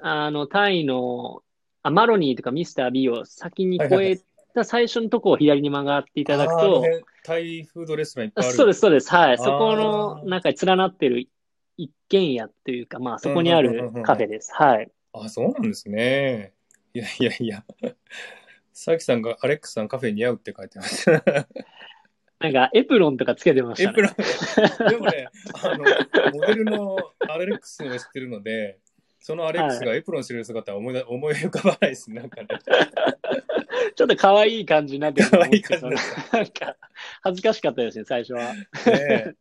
B: あの、タイの、あ、マロニーとかミスター B を先に越えた最初のとこを左に曲がってい
A: い
B: ただくと、
A: タイフードレストランいっぱ
B: あ
A: いある。
B: そうです、そうです。はい。
A: あー
B: そこの中に連なってる一軒家というか、まあ、そこにあ
A: うんうん
B: る
A: うんうんうん
B: カフェです。はい。
A: あ、そうなんですね。いやいやいや。さきさんがアレックスさんカフェ似合うって書いてます。
B: なんか、エプロンとかつけてまし
A: エ
B: た
A: プ
B: ね。
A: ロン。でもね、あの、モデルのアレックスを知ってるので、そのアレックスがエプロンしてる姿は思い出思い浮かばないです。なん
B: <laughs>
A: かね。
B: ちょっと可愛い感じになってると思うんですけど
A: 可愛い
B: なんか、恥ずかしかったですね、最初は。
A: ね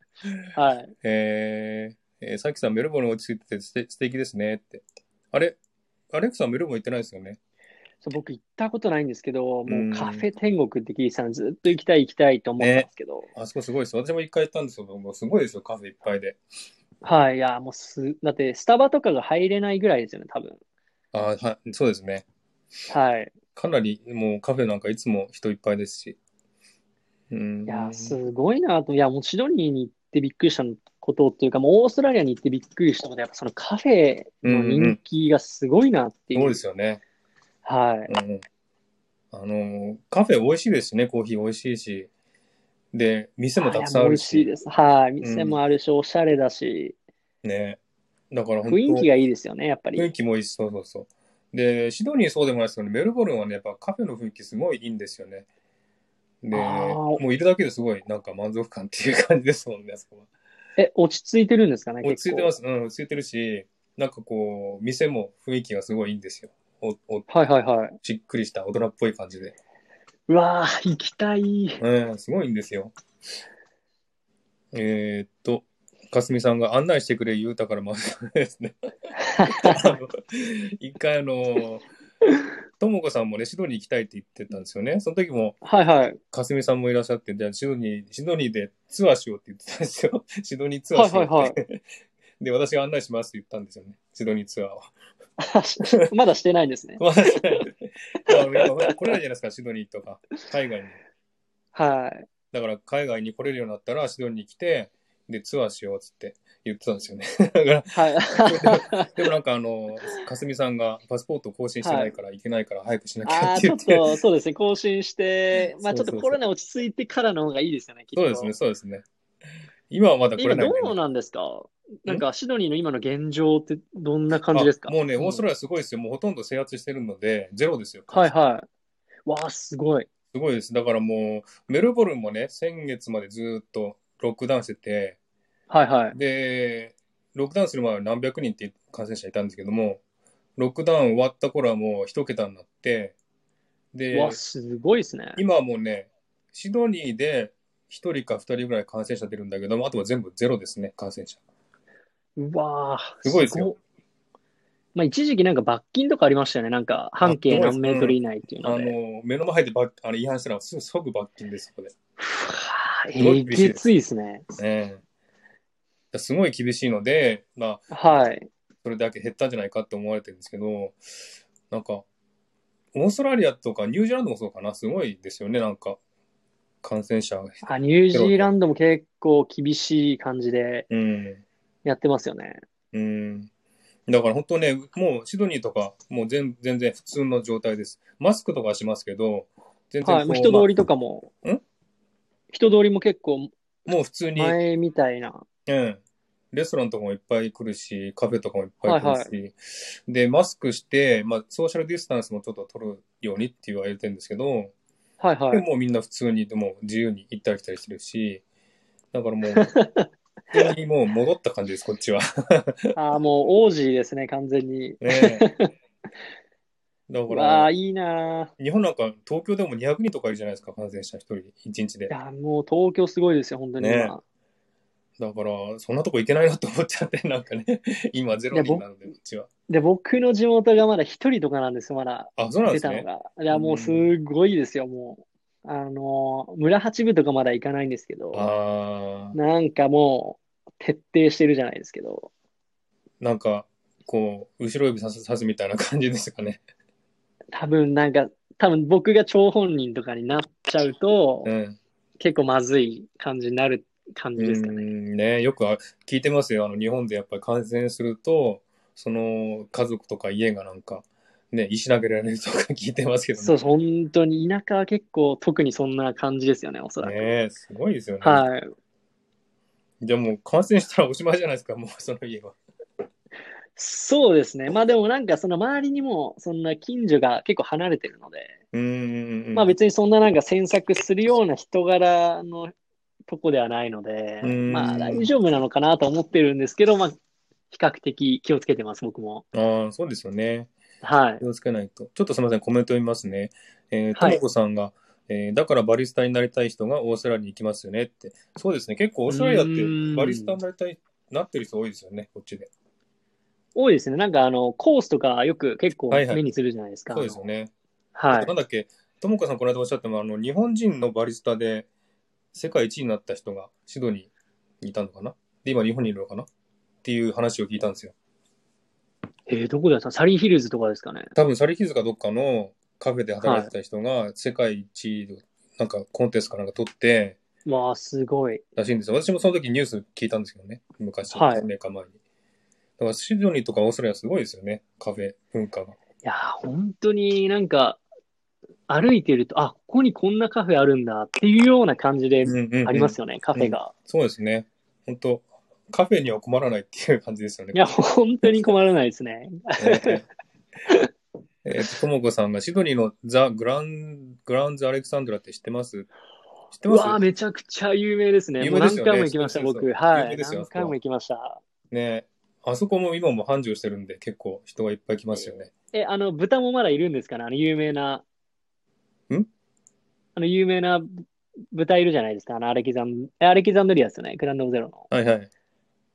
B: はい。
A: ええーえーさきさん、メルボルン落ち着いててすて素敵ですねって。あれアレックスさんメルボルン行ってないですよね。
B: そう僕行ったことないんですけど、
A: うん
B: もうカフェ天国って聞いてたのずっと行きたい行きたいと思ってたんですけど、
A: あそこすごいです。私も一回行ったんですけど、もうすごいですよ、カフェいっぱいで。
B: はい、いや、もうす、だってスタバとかが入れないぐらいですよね、多分。
A: あーはそうですね。
B: はい。
A: かなりもうカフェなんかいつも人いっぱいですし。うん。
B: いや、すごいなと。いや、もうシドニーに行ってびっくりしたことっていうか、もうオーストラリアに行ってびっくりしたことは、やっぱそのカフェの人気がすごいなっていう。
A: そうですよね。
B: はい。
A: うんうん。あのー、カフェ美味しいですしね、コーヒー美味しいし。で、店もたくさん
B: あ
A: あ
B: いや美
A: る
B: 味しい
A: し、
B: です。はい、店もあるし、おしゃれだし、
A: ね。だから本当
B: 雰囲気がいいですよね、やっぱ
A: 雰
B: り
A: 囲。気もいいし、そうそうそう。で、シドニーそうでもないですけど、メルボルンはね、やっぱカフェの雰囲気すごいいいんですよね。で、
B: あー
A: もういるだけですごいなんか満足感っていう感じですもんね、あそこは。
B: え、落ち着いてるんですかね、
A: 落ち着いて
B: 結
A: ます。うん、落ち着いてるし、なんかこう、店も雰囲気がすごいいいんですよ。お、お、
B: 構。はいはいはい。
A: じっくりした大人っぽい感じで。
B: うわー、行きたい。
A: うん、すごいんですよ。えーっと、かすみさんが案内してくれ言うたから、まずですね。
B: <laughs>
A: あの一回あの、ともこさんもね、シドニー行きたいって言ってたんですよね。その時も、
B: はいはい。
A: かすみさんもいらっしゃって、じゃあシドニー、シドニーでツアーしようって言ってたんですよ。 <laughs> シドニーツアーしようって。
B: はいはい
A: で、私が案内しますって言ったんですよね。シドニーツアーを。 <laughs>
B: まだしてないんですね。
A: まあ今ほら来れないじゃないですか、シドニーとか、海外に。
B: はい。
A: だから海外に来れるようになったらシドニーに来て、で、ツアーしようっつって言ってたんですよね。 <laughs> だから、
B: はい。
A: でもなんかあの、かすみさんがパスポートを更新してないから、い、けないから早くしなきゃ
B: あ
A: って
B: あ、ち
A: 言
B: ょ
A: っ。
B: ってと、そうですね、更新して、まあちょっ
A: そうそう
B: と
A: そう
B: コロナ落ち着いてからの方がいいですよね、きっと。
A: そうですね、そうですね。今はまだ来れ
B: 今
A: ない
B: ど
A: んでね
B: うなんですかなんか、シドニーの今の現状ってどんな感じですか
A: あもうね、オースト
B: ラ
A: ラリアすごいですよ。もうほとんど制圧してるので、ゼロですよ。
B: はいはい。わあ、すごい。
A: すごいです。だからもう、メルボルンもね、先月までずっとロックダウンしてて、
B: はいはい。
A: で、ロックダウンする前は何百人っていう感染者いたんですけども、ロックダウン終わった頃はもう一桁になって、で
B: わ、あ、すごいですね。
A: 今はもうね、シドニーで一人か二人ぐらい感染者出るんだけども、あとは全部ゼロですね、感染者。
B: うわあ、
A: すごいですよ
B: ご。まあ、一時期なんか罰金とかありましたよね。なんか、半径何メートル以内っていう
A: あ
B: ので。
A: の、目の前で罰あの違反したらすぐ即罰金です、そこで。
B: はあ、
A: すごい
B: え
A: 厳しい
B: げ
A: です
B: ついですね。
A: ねえすごい厳しいので、まあ、
B: はい。
A: それだけ減ったんじゃないかって思われてるんですけど、なんか、オーストラリアとかニュージーランドもそうかな、すごいですよね、なんか、感染者。
B: あ、ニュージーランドも結構厳しい感じで
A: うん。
B: やってますよね。
A: うん。だから本当ね、もうシドニーとか、もう全全然普通の状態です。マスクとかはしますけど、全然こう
B: はい。もう人通りとかも
A: ん。
B: 人通りも結構
A: まあもう普通に、
B: 前みたいな。
A: うん。レストランとかもいっぱい来るし、カフェとかもいっぱい来るし、で、マスクして、まあ、ソーシャルディスタンスもちょっと取るようにって言われてるんですけど、
B: はいは
A: で
B: い。
A: <laughs> もうみんな普通にもう自由に行ったり来たりしてるし、だから
B: <laughs>
A: もう、本当にもう戻った感じです、こっちは。
B: ああ、もう王子ですね、完全に。
A: ねえだか
B: わ
A: ら
B: あ、、いいな
A: 日本なんか東京でも200人とかいるじゃないですか、感染者1人、1日で。
B: あ。い
A: だか
B: や、もう東京すごいですよ、本当に
A: ね
B: 今。
A: ら、そんなとこ行けないなと思っちゃって、なんかね、今ゼロ人なので、うちは。
B: で、僕の地元がまだ一人とかなんですよ、まだ
A: あ、そうなんで
B: 出
A: す
B: たの
A: ね。
B: が。いや、もうすごいですよ、もう。あのー、村八分とかまだ行かないんですけど、
A: ああ、
B: なんかもう、徹底してるじゃないですけど。
A: なんか、こう、後ろ指さすさすみたいな感じですか
B: <laughs>
A: ね。
B: 多分なんか、多分僕が張本人とかになっちゃうと、
A: うん。
B: 結構まずい感じになる感じですか
A: う
B: ね。
A: んね、よくあ聞いてますよ。あの日本でやっぱり感染すると、その家族とか家がなんか、ね、石投げられるとか聞いてますけどね。
B: そう、本当に田舎は結構特にそんな感じですよね、おそらく。
A: ねすごいですよね。
B: はい。
A: じゃあもう感染したらおしまいじゃないですか、もうその家は。
B: そうですね。まあでもなんかその周りにも、そんな近所が結構離れてるので、
A: うんうんうん。
B: まあ別にそんななんか詮索するような人柄のとこではないので、
A: うん
B: まあ大丈夫なのかなと思ってるんですけど、まあ比較的気をつけてます、僕も。
A: ああ、そうですよね。
B: はい。
A: 気をつけないと。ちょっとすみません、コメント見ますね。えー、と
B: はい
A: もこさんが、えーだからバリスタになりたい人がオーストラリアに行きますよねって。そうですね、結構オーストラリアってバリスタになりたい、なってる人多いですよね、こっちで。
B: 多いですね。なんかあの、コースとかよく結構
A: はいはい
B: 目にするじゃないですか。
A: そうですよね。
B: は。
A: ないんだっけ、ともかさん、この間おっしゃっても、あの日本人のバリスタで世界一位になった人がシドニーにいたのかなで、今、日本にいるのかなっていう話を聞いたんですよ。
B: えーどこだったサリーヒルズとかですかね。
A: 多分サリヒズかどっかのカフェで働いてた人が、世界一位の、なんかコンテストかなんか取って
B: わあ、すごい。
A: らしいんですよ。私もその時ニュース聞いたんですけどね、昔、
B: はい
A: 何年か前に。だからシドニーとかオーストラリアすごいですよね、カフェ文化が。
B: いやー、本当になんか、歩いてると、あ、ここにこんなカフェあるんだっていうような感じで
A: うんうんうん
B: ありますよね、カフェが。
A: そうですね。本当カフェには困らないっていう感じですよね。 <laughs>
B: いや、本当に困らないですね。
A: えっと、ともこさんがシドニーのザ・グラン、グランズ・アレクサンドラって知ってます知って
B: うわあ、
A: ます
B: めちゃくちゃ有名ですね。
A: 有
B: も
A: 名
B: う
A: です
B: 何
A: よね
B: 回も行きました、
A: そうそうそう
B: 僕。は
A: 有名
B: い。
A: ですよ
B: 何回も行きました。
A: ねあそこも今も繁盛してるんで結構人がいっぱい来ますよね。
B: え、あの、豚もまだいるんですかねあの、有名な。
A: ん
B: あの、有名な豚いるじゃないですか。あの、アレキザン、えアレキザンドリアですよね。グランドオブゼロの。
A: はいはい。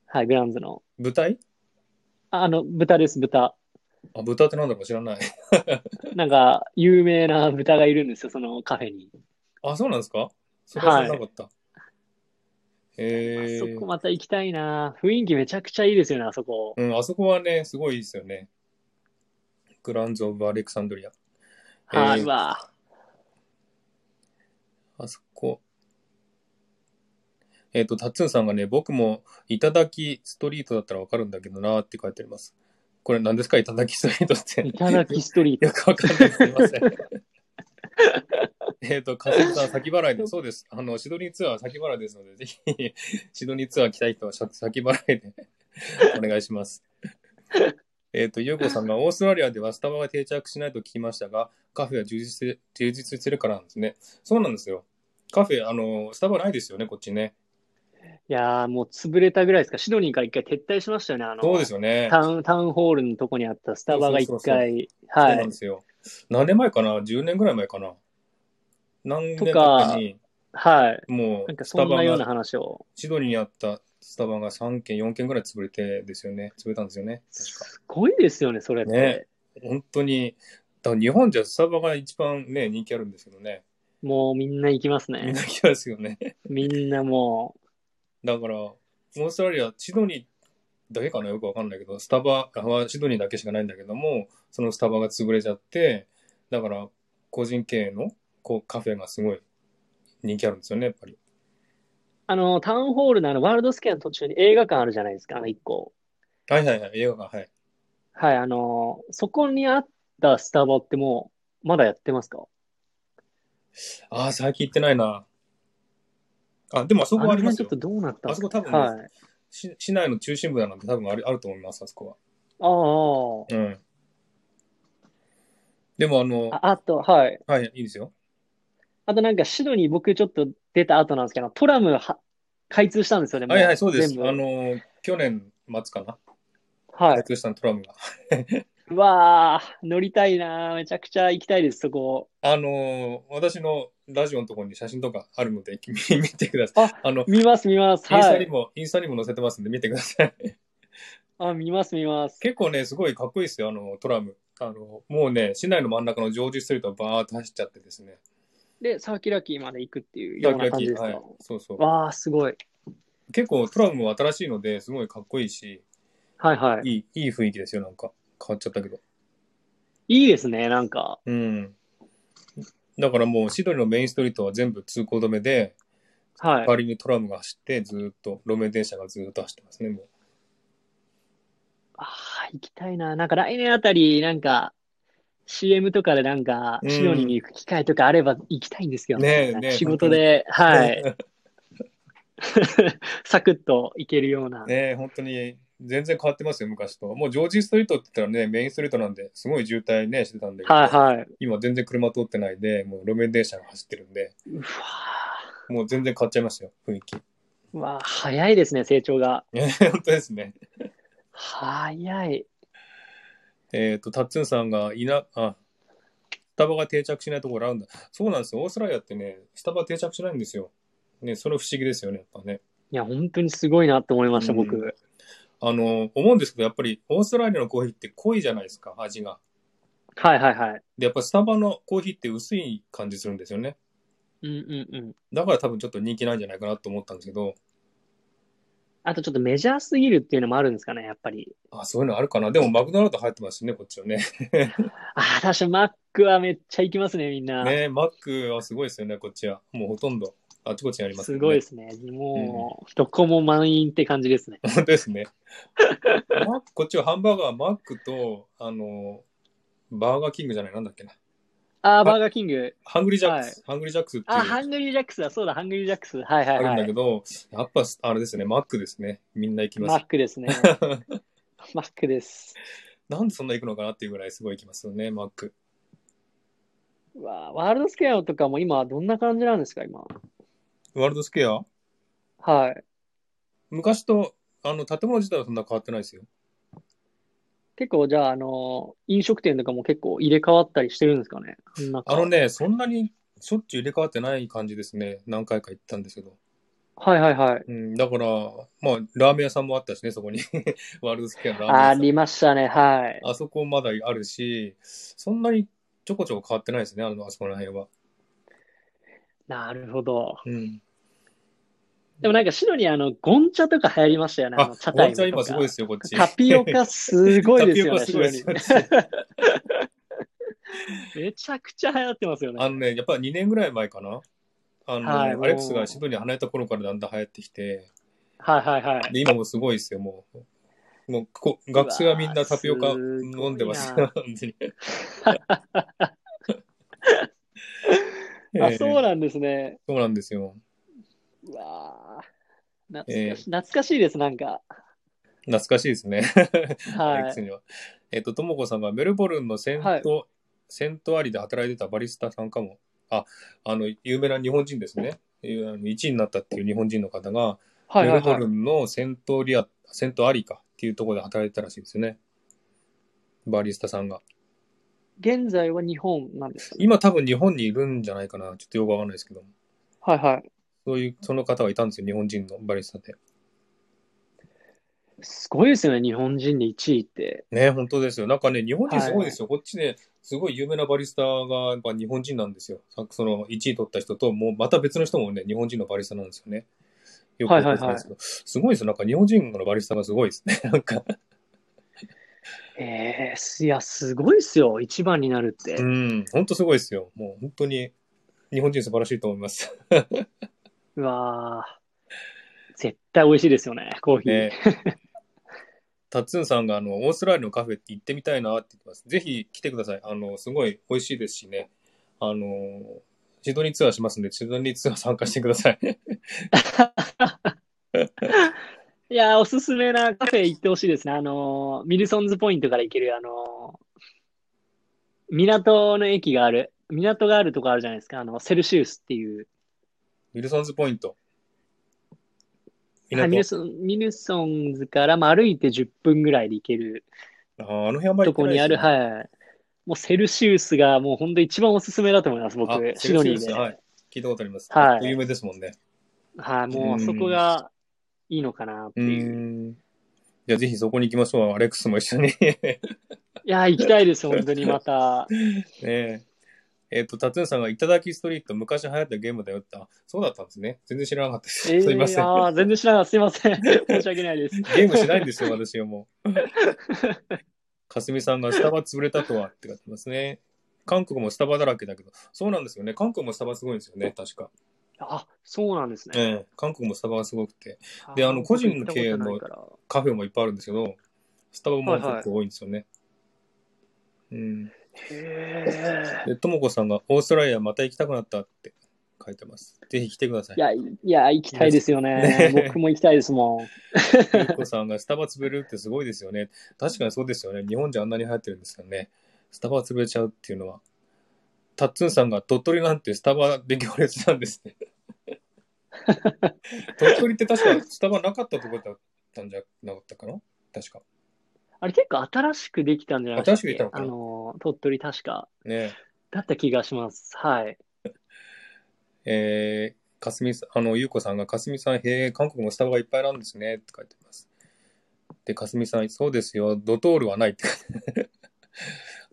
B: はい、グランズの。
A: 舞台
B: ああの、豚です、豚。
A: あ、豚ってなんだか知らない。
B: なんか、有名な豚がいるんですよ、そのカフェに。
A: あ、そうなんですかそれは知らなかった。
B: あ
A: へえ
B: そこまた行きたいな。雰囲気めちゃくちゃいいですよね、あそこ。
A: うん、あそこはね、すごいいいですよね。グランズ・オブ・アレクサンドリア。えー
B: はい、うわ。
A: あそこ。えっ、と、タッツンさんがね、僕もいただきストリートだったらわかるんだけどなーって書いてあります。これ何ですかいただきストリートって。
B: いただきストリート。
A: よくわかんない。すいません。 <laughs> えっと、加瀬さん、先払いで、そうです。あの、シドニーツアーは先払いですので、ぜひ、シドニーツアー来たい人は <laughs> 先払いでお願いします。えっと、ゆうこさんが、オーストラリアではスタバが定着しないと聞きましたが、カフェは充実して、充実してるからなんですね。そうなんですよ。カフェ、あの、スタバないですよね、こっちね。
B: いやー、もう潰れたぐらいですか。シドニーから一回撤退しましたよね、あの。
A: そうですよね。
B: タウン、タウンホールのとこにあったスタバが一
A: そうそうそう
B: 回、
A: そう
B: は
A: なん
B: い
A: で、すよ。何年前かな ?10 年ぐらい前かな何年
B: と
A: か
B: か
A: に、
B: はい。
A: も
B: なんか
A: う、ス
B: そ
A: タ
B: ん
A: バ
B: なよ
A: が
B: うな話を。
A: シドニーにあったスタバが3軒、4軒ぐらい潰れてですよね。潰れたんですよね。確
B: すごいですよね、それって。
A: ねか。本当に、だから日本じゃスタバが一番ね、人気あるんですけどね。
B: もうみんな行きます
A: みん
B: ね
A: な。気がですよね。
B: みんなも
A: だから、オーストラリア、シドニーだけかなよくわかんないけど、スタバはシドニーだけしかないんだけども、そのスタバが潰れちゃって、だから、個人経営のこうカフェがすごい人気あるんですよね、やっぱり。
B: う、あの、タウンホールのあの、ワールドスケアの途中に映画館あるじゃないですか、あの一個。
A: はいはいはい、映画館、はい。
B: はい、あの、そこにあったスタバってもう、まだやってますか
A: ああ、最近行ってないな。あ、でもあそこはあります
B: の辺ちょ
A: よ
B: っと。どうなったんですか
A: あそこ多分ね
B: はい。
A: し市内の中心部なので多分あるあると思います、あそこ
B: ああ
A: は。うん。でもあの、
B: あ、あと、はい。
A: はい、いいですよ。
B: あとなんか、シドニー僕ちょっと出た後なんですけど、トラムは開通したんですよね、も
A: はいはい、そうです。
B: 全部
A: あの、去年末かな。
B: はい
A: 開。通したトラムが。
B: うわあ、乗りたいなー。めちゃくちゃ行きたいです、そこ。
A: あの、私のラジオのところに写真とかあるので、 <laughs> 見見てください
B: あ。
A: あの、
B: 見ます、見ます。
A: インス
B: は
A: タに
B: い。
A: も、インスタにも載せてますんで見てください。 <laughs>
B: あ、見ます、見ます。
A: 結構ね、すごいかっこいいですよ、あの、トラム。あの、もうね、市内の真ん中のジョージストリートをバーッと走っちゃってですね。
B: で、サーキラキーまで行くっていう
A: キ
B: よ
A: ラ
B: うな
A: キラ
B: 感
A: キ
B: じ
A: ー
B: ですか。
A: はい。そうそう。
B: わあ、すごい。
A: 結構トラムも新しいので、すごいかっこいいし、
B: はいはい。
A: いい、いい雰囲気ですよ、なんか。変わっちゃったけど。
B: いいですね、なんか。
A: うん。だからもう、シドニーのメインストリートは全部通行止めで、
B: は
A: 代。
B: い
A: わりにトラムが走って、ずーっと、路面電車がずーっと走ってますね、もう。
B: ああ、行きたいな。なんか来年あたり、なんか、CM とかでなんか、
A: うん
B: シドニーに行く機会とかあれば行きたいんですけど
A: ねえ
B: なんか
A: ねえ
B: 仕事で、はい。 <laughs> サクッと行けるような。
A: ねえ本当に、全然変わってますよ、昔と。もう、ジョージストリートって言ったらね、メインストリートなんで、すごい渋滞ね、してたんだけど、
B: はいはい。
A: 今全然車通ってないで、もう路面電車が走ってるんで、
B: うわ
A: もう全然変わっちゃいましたよ、雰囲気。 <laughs>
B: ーうわー早いですね、成長が。
A: ねえ本当ですね。
B: 早い。
A: えっ、と、タッツンさんが、いな、あ、スタバが定着しないところあるんだ。そうなんですよ。オーストラリアってね、スタバ定着しないんですよ。ね、それ不思議ですよね、やっぱね。
B: いや、本当にすごいなって思いました、
A: うん
B: 僕。
A: あの、思うんですけど、やっぱりオーストラリアのコーヒーって濃いじゃないですか、味が。
B: はいはいはい。
A: で、やっぱスタバのコーヒーって薄い感じするんですよね。
B: うんうんうん。
A: だから多分ちょっと人気ないんじゃないかなと思ったんですけど、
B: あとちょっとメジャーすぎるっていうのもあるんですかね、やっぱり。
A: あ、そういうのあるかな。でもマクドナルド入ってますしね、こっちはね。
B: ああ、確かにマックはめっちゃ行きますね、みんな。
A: ね、マックはすごいですよね、こっちは。もうほとんど、あちこちにあります
B: す
A: よね
B: ごいですね。もう、どこも満員って感じですね。
A: 本当ですね。マックこっちはハンバーガー、マックと、あの、バーガーキングじゃない、なんだっけな。
B: あー、バーガーキング。
A: ハングリージャックス、ハングリージャックスっていう
B: あ、ハングリージャックスだ。そうだ、ハングリージャックス。はい
A: あ
B: はい
A: るん
B: は
A: だけ
B: い。
A: ど、やっぱあれですね、マックですね。みんな行き
B: マ
A: ます
B: ッ。ク <laughs> ですね。マックです。
A: なんでそんな行くのかなっていうぐらいすごい行きますよね、マック。
B: うわーワールドスケアとかも今、どんな感じなんですか、今。
A: ワールドスケア
B: はい。
A: 昔と、あの、建物自体はそんな変わってないですよ。
B: 結構、じゃあ、あのー、飲食店とかも結構入れ替わったりしてるんですかね。なんか
A: あの。ね、そんなにしょっちゅう入れ替わってない感じですね。何回か行ったんですけど。
B: はいはいはい。
A: うん、だから、まあ、ラーメン屋さんもあったしね、そこに。 <laughs> ワールドスケアのラーメン屋
B: あ
A: さん。
B: りましたね。はい。
A: あそこまだあるし、そんなにちょこちょこ変わってないですね、あの、あそこら辺は。
B: なるほど。
A: うん。
B: でもなんか、シドニー、あの、ゴンチャとか流行りましたよね。あ
A: あ
B: の、、茶
A: おば
B: 会
A: ちゃん今すごいですよ、こっち。
B: タピオカすごいですよね、
A: タピ
B: シ
A: オ
B: ド
A: カ
B: ニ
A: す
B: ー
A: ごいですよ。
B: めちゃくちゃ流行ってますよね。
A: <laughs> あのね、やっぱ2年ぐらい前かな。あの、
B: はい
A: アレックスがシドニー離れた頃からだんだん流行ってきて、
B: はいはいはい。
A: で今もうすごいですよ、もう。もうこ学生はみんなタピオカ
B: うわーすごいな
A: 飲んでますよ、本当に。え
B: あ、
A: <laughs>
B: <laughs>
A: え
B: そうなんですね。
A: そうなんですよ。
B: うわー懐かし
A: ええ
B: 懐かしいです、なんか。
A: 懐かしいですね。アレッ
B: は
A: クス
B: い。
A: には。えっと、ともこさんがメルボルンのセント、
B: はい
A: セントアリで働いてたバリスタさんかも。あ、あの、有名な日本人ですね。1位になったっていう日本人の方が、
B: はいは
A: メル
B: いは
A: ボ
B: い
A: ル。ンのセントリア、セントアリかっていうところで働いてたらしいですよね。バリスタさんが。
B: 現在は日本なんですか
A: 今多分日本にいるんじゃないかな。ちょっとよくわかんないですけど。
B: はいはい。
A: そういう、その方がいたんですよ。日本人のバリスタで。
B: すごいですよね、日本人で1位って。
A: ね、本当ですよ。なんかね、日本人すごいですよ。こっちですごい有名なバリスタがやっぱ日本人なんですよ。さその1位取った人と、もうまた別の人もね、日本人のバリスタなんですよね。よくわかんないですけど、すごいですよ。なんか日本人のバリスタがすごいですね。なんか、
B: ええすいや、すごいっすよ、1番になるって。
A: うん、本当すごいですよ。もう本当に日本人素晴らしいと思います。
B: うわー絶対美味しいですよね、コーヒー。
A: ね、タッツンさんがあのオーストラリアのカフェって行ってみたいなって言ってます。ぜひ来てください。あのすごい美味しいですしね。あのシドニーツアーしますんで、シドニーツアー参加してください。
B: いやー、おすすめなカフェ行ってほしいですね。あのーミルソンズポイントから行ける、あのー港の駅がある、港があるとこあるじゃないですか。あの、セルシウスっていう。
A: ウィルソンズポイント。
B: はいミル
A: 港
B: ソン、ミルソンズから、まあ、歩いて10分ぐらいで行ける
A: あーあの辺あんまり
B: とこにある、
A: い。
B: はい。もうセルシウスがもう本当一番おすすめだと思います、僕
A: あ、
B: シドニー
A: セルシウス
B: で。
A: はい。聞いたことあります。
B: はい
A: 有名ですもんね。
B: はい、もうそこがいいのかなって
A: う
B: いう。
A: ん。じゃあぜひそこに行きましょう。アレックスも一緒に。 <laughs> ね
B: いやー、行きたいです、本当にまた。
A: え。えっ、と、タツンさんが、いただきストリート、昔流行ったゲームだよって、あ、そうだったんですね。全然知らなかった <laughs> です。
B: えー
A: すいません。
B: あー全然知らなかった。すいません。申し訳ないです。
A: ゲームしないんですよ、私はもう。 <laughs> かすみさんがスタバ潰れたとはって書いてますね。韓国もスタバだらけだけど、そうなんですよね。韓国もスタバすごいんですよね、確か。
B: あ、そうなんですね。
A: ええ、韓国もスタバがすごくて、であの個人の経営の
B: 行ったこ
A: カフェもいっぱいあるんですけど、スタバも結構多いんですよね。うん。
B: とないからへ
A: で、ともこさんがオーストラリアまた行きたくなったって書いてます。ぜひ来てくださ
B: ー
A: い
B: い。や、いや、行きたいですよね。
A: ね
B: 僕も行きたいですもん。
A: ゆうこさんがスタバ潰れるってすごいですよね。確かにそうですよね。日本じゃあんなに流行ってるんですよね。スタバ潰れちゃうっていうのは。タッツンさんが鳥取なんてスタバで行列なんですね。鳥取って確かスタバなかったとこだったんじゃなかったかな確か。
B: あれ結構新しくできたんじゃない
A: 新
B: ですか。
A: しくできたのかな
B: あの、鳥取確か。
A: ね
B: だった気がします。はい。
A: え。えー、かすみさん、あの、ゆうこさんが、かすみさん、へえ、韓国もスタバがいっぱいなんですねって書いてます。で、かすみさん、そうですよ、ドトールはないって書いて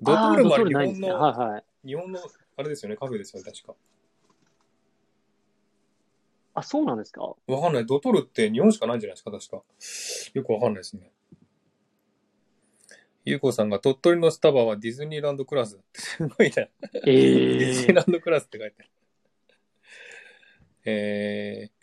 A: ドトールもあれ
B: あドトール
A: 日
B: ないです
A: 本
B: ね。
A: の
B: はいはい。
A: 日本の、あれですよね、カフェですよね、確か。
B: あ、そうなんですか。
A: わかんない。ドトルって日本しかないんじゃないですか、確か。よくわかんないですね。ゆうこさんが、鳥取のスタバはディズニーランドクラスだ <laughs> って。すごいな。ディ
B: え
A: ズニー
B: え。
A: ランドクラスって書いてある。えー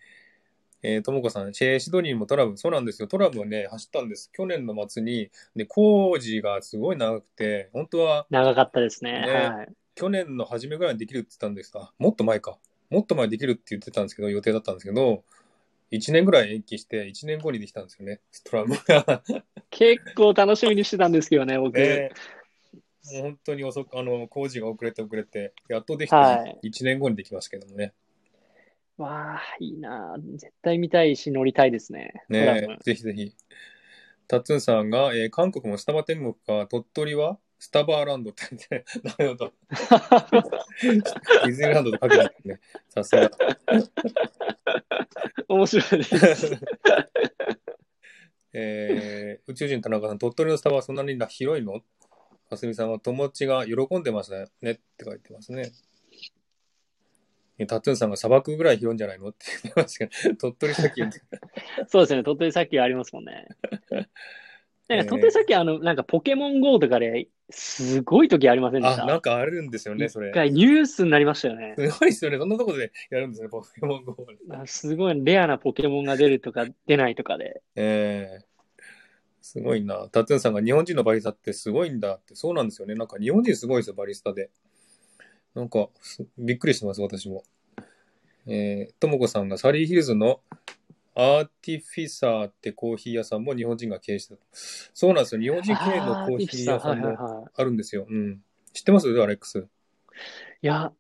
A: えー、ともこさん、シェーシドニーもトラブ、そうなんですよ。トラブはね、走ったんです。去年の末に、で、工事がすごい長くて、本当は
B: 長かったですね。
A: ね
B: はい。
A: 去年の初めぐらいにできるって言ったんですかもっと前か。もっと前にできるって言ってたんですけど、予定だったんですけど、1年ぐらい延期して、1年後にできたんですよね、ストラムが。
B: <laughs> 結構楽しみにしてたんですけどね、僕。
A: ねもう本当に遅く、あの、工事が遅れて遅れて、やっとでき
B: は
A: て
B: い、
A: 1年後にできますけどもね。
B: わあ、いいなあ絶対見たいし、乗りたいですね。
A: ね
B: 空も
A: ぜひぜひ。タッツンさんが、えー韓国もスタバ天国か、鳥取はスタバーランドって言って、 <laughs> なるほど。ディズニーランドとかけてるね。さすが。
B: <laughs>
A: <laughs>
B: 面白いです。
A: えー宇宙人田中さん、鳥取のスタバはそんなに広いのかすみさんは友達が喜んでますねって書いてますね。えタッツンさんが砂漠ぐらい広いんじゃないのって言ってますけど、鳥取さっき
B: <laughs>
A: 言って
B: そうですね、鳥取砂丘ありますも
A: <laughs>
B: んね。なんか鳥取砂丘、あの、なんかポケモン GO とかで、すごい時ありませんでし
A: あ、な
B: た
A: んかあるんですよね、それ
B: 一。回ニュースになりましたよね。
A: すごいですよね。そんなとこでやるんですね、ポケモン GO で。
B: あすごいレアなポケモンが出るとか出ないとかで。
A: えーすごいな。タッツンさんが日本人のバリスタってすごいんだって、そうなんですよね。なんか日本人すごいですよ、バリスタで。なんか、すびっくりしてます、私も。えーともこさんがサリーヒルズのアーティフィサーってコーヒー屋さんも日本人が経営してた。そうなんですよ。日本人経営のコーヒー屋さん
B: あーアーティ
A: も
B: フィサーはいはいはい。
A: あるんですよ。うん。知ってますアレックス。
B: いや、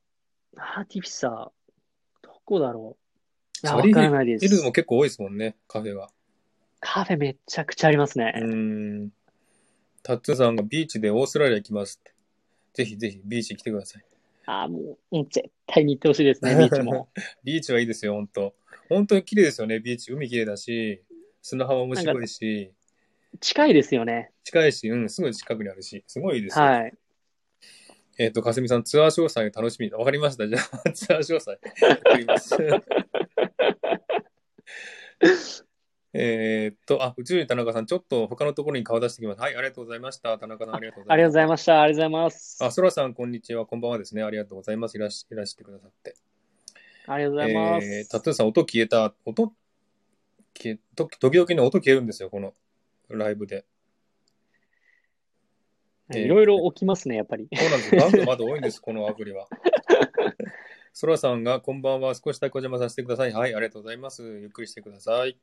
B: アーティフィサー、どこだろう。いや、
A: サ
B: わ
A: リー
B: からないで
A: ヒルズ
B: す
A: も。結構多いですもんね、カフェは。
B: カフェめっちゃくちゃありますね。
A: うーん。タッツンさんがビーチでオーストラリア行きますって。ぜひぜひビーチ来てください。
B: あーもう、うん絶対に行ってほしいで
A: <laughs>
B: すね、ビーチも。
A: ビーチはいいですよ、本当本当に綺麗ですよね、ビーチ。海綺麗だし、砂浜も白いし、
B: 近いですよね。
A: 近いし、うん、すぐ近くにあるし、すごいですよ。
B: はい。
A: えっ、と、かすみさん、ツアー詳細楽しみだ。わかりました。じゃあ、 <laughs> ツアー詳細、送ります。えーっと、あ、宇宙人田中さん、ちょっと他のところに顔出してきます。はい、ありがとうございました。田中さん、ありがとうございました。
B: ありがとうございました。ありがとうございます。
A: あ、そらさん、こんにちは。こんばんはですね。ありがとうございます。いらしいらしてくださって。
B: ありがとうございます。
A: えータトゥーさん、音消えた。音、消え、と時々ね、音消えるんですよ、このライブで。えー
B: いろいろ起きますね、やっぱり。
A: そうなんですよ。バグがまだ多いん
B: <laughs>
A: です、このアプリは。そらさんが、こんばんは。少しだけお邪魔させてください。はい、ありがとうございます。ゆっくりしてください。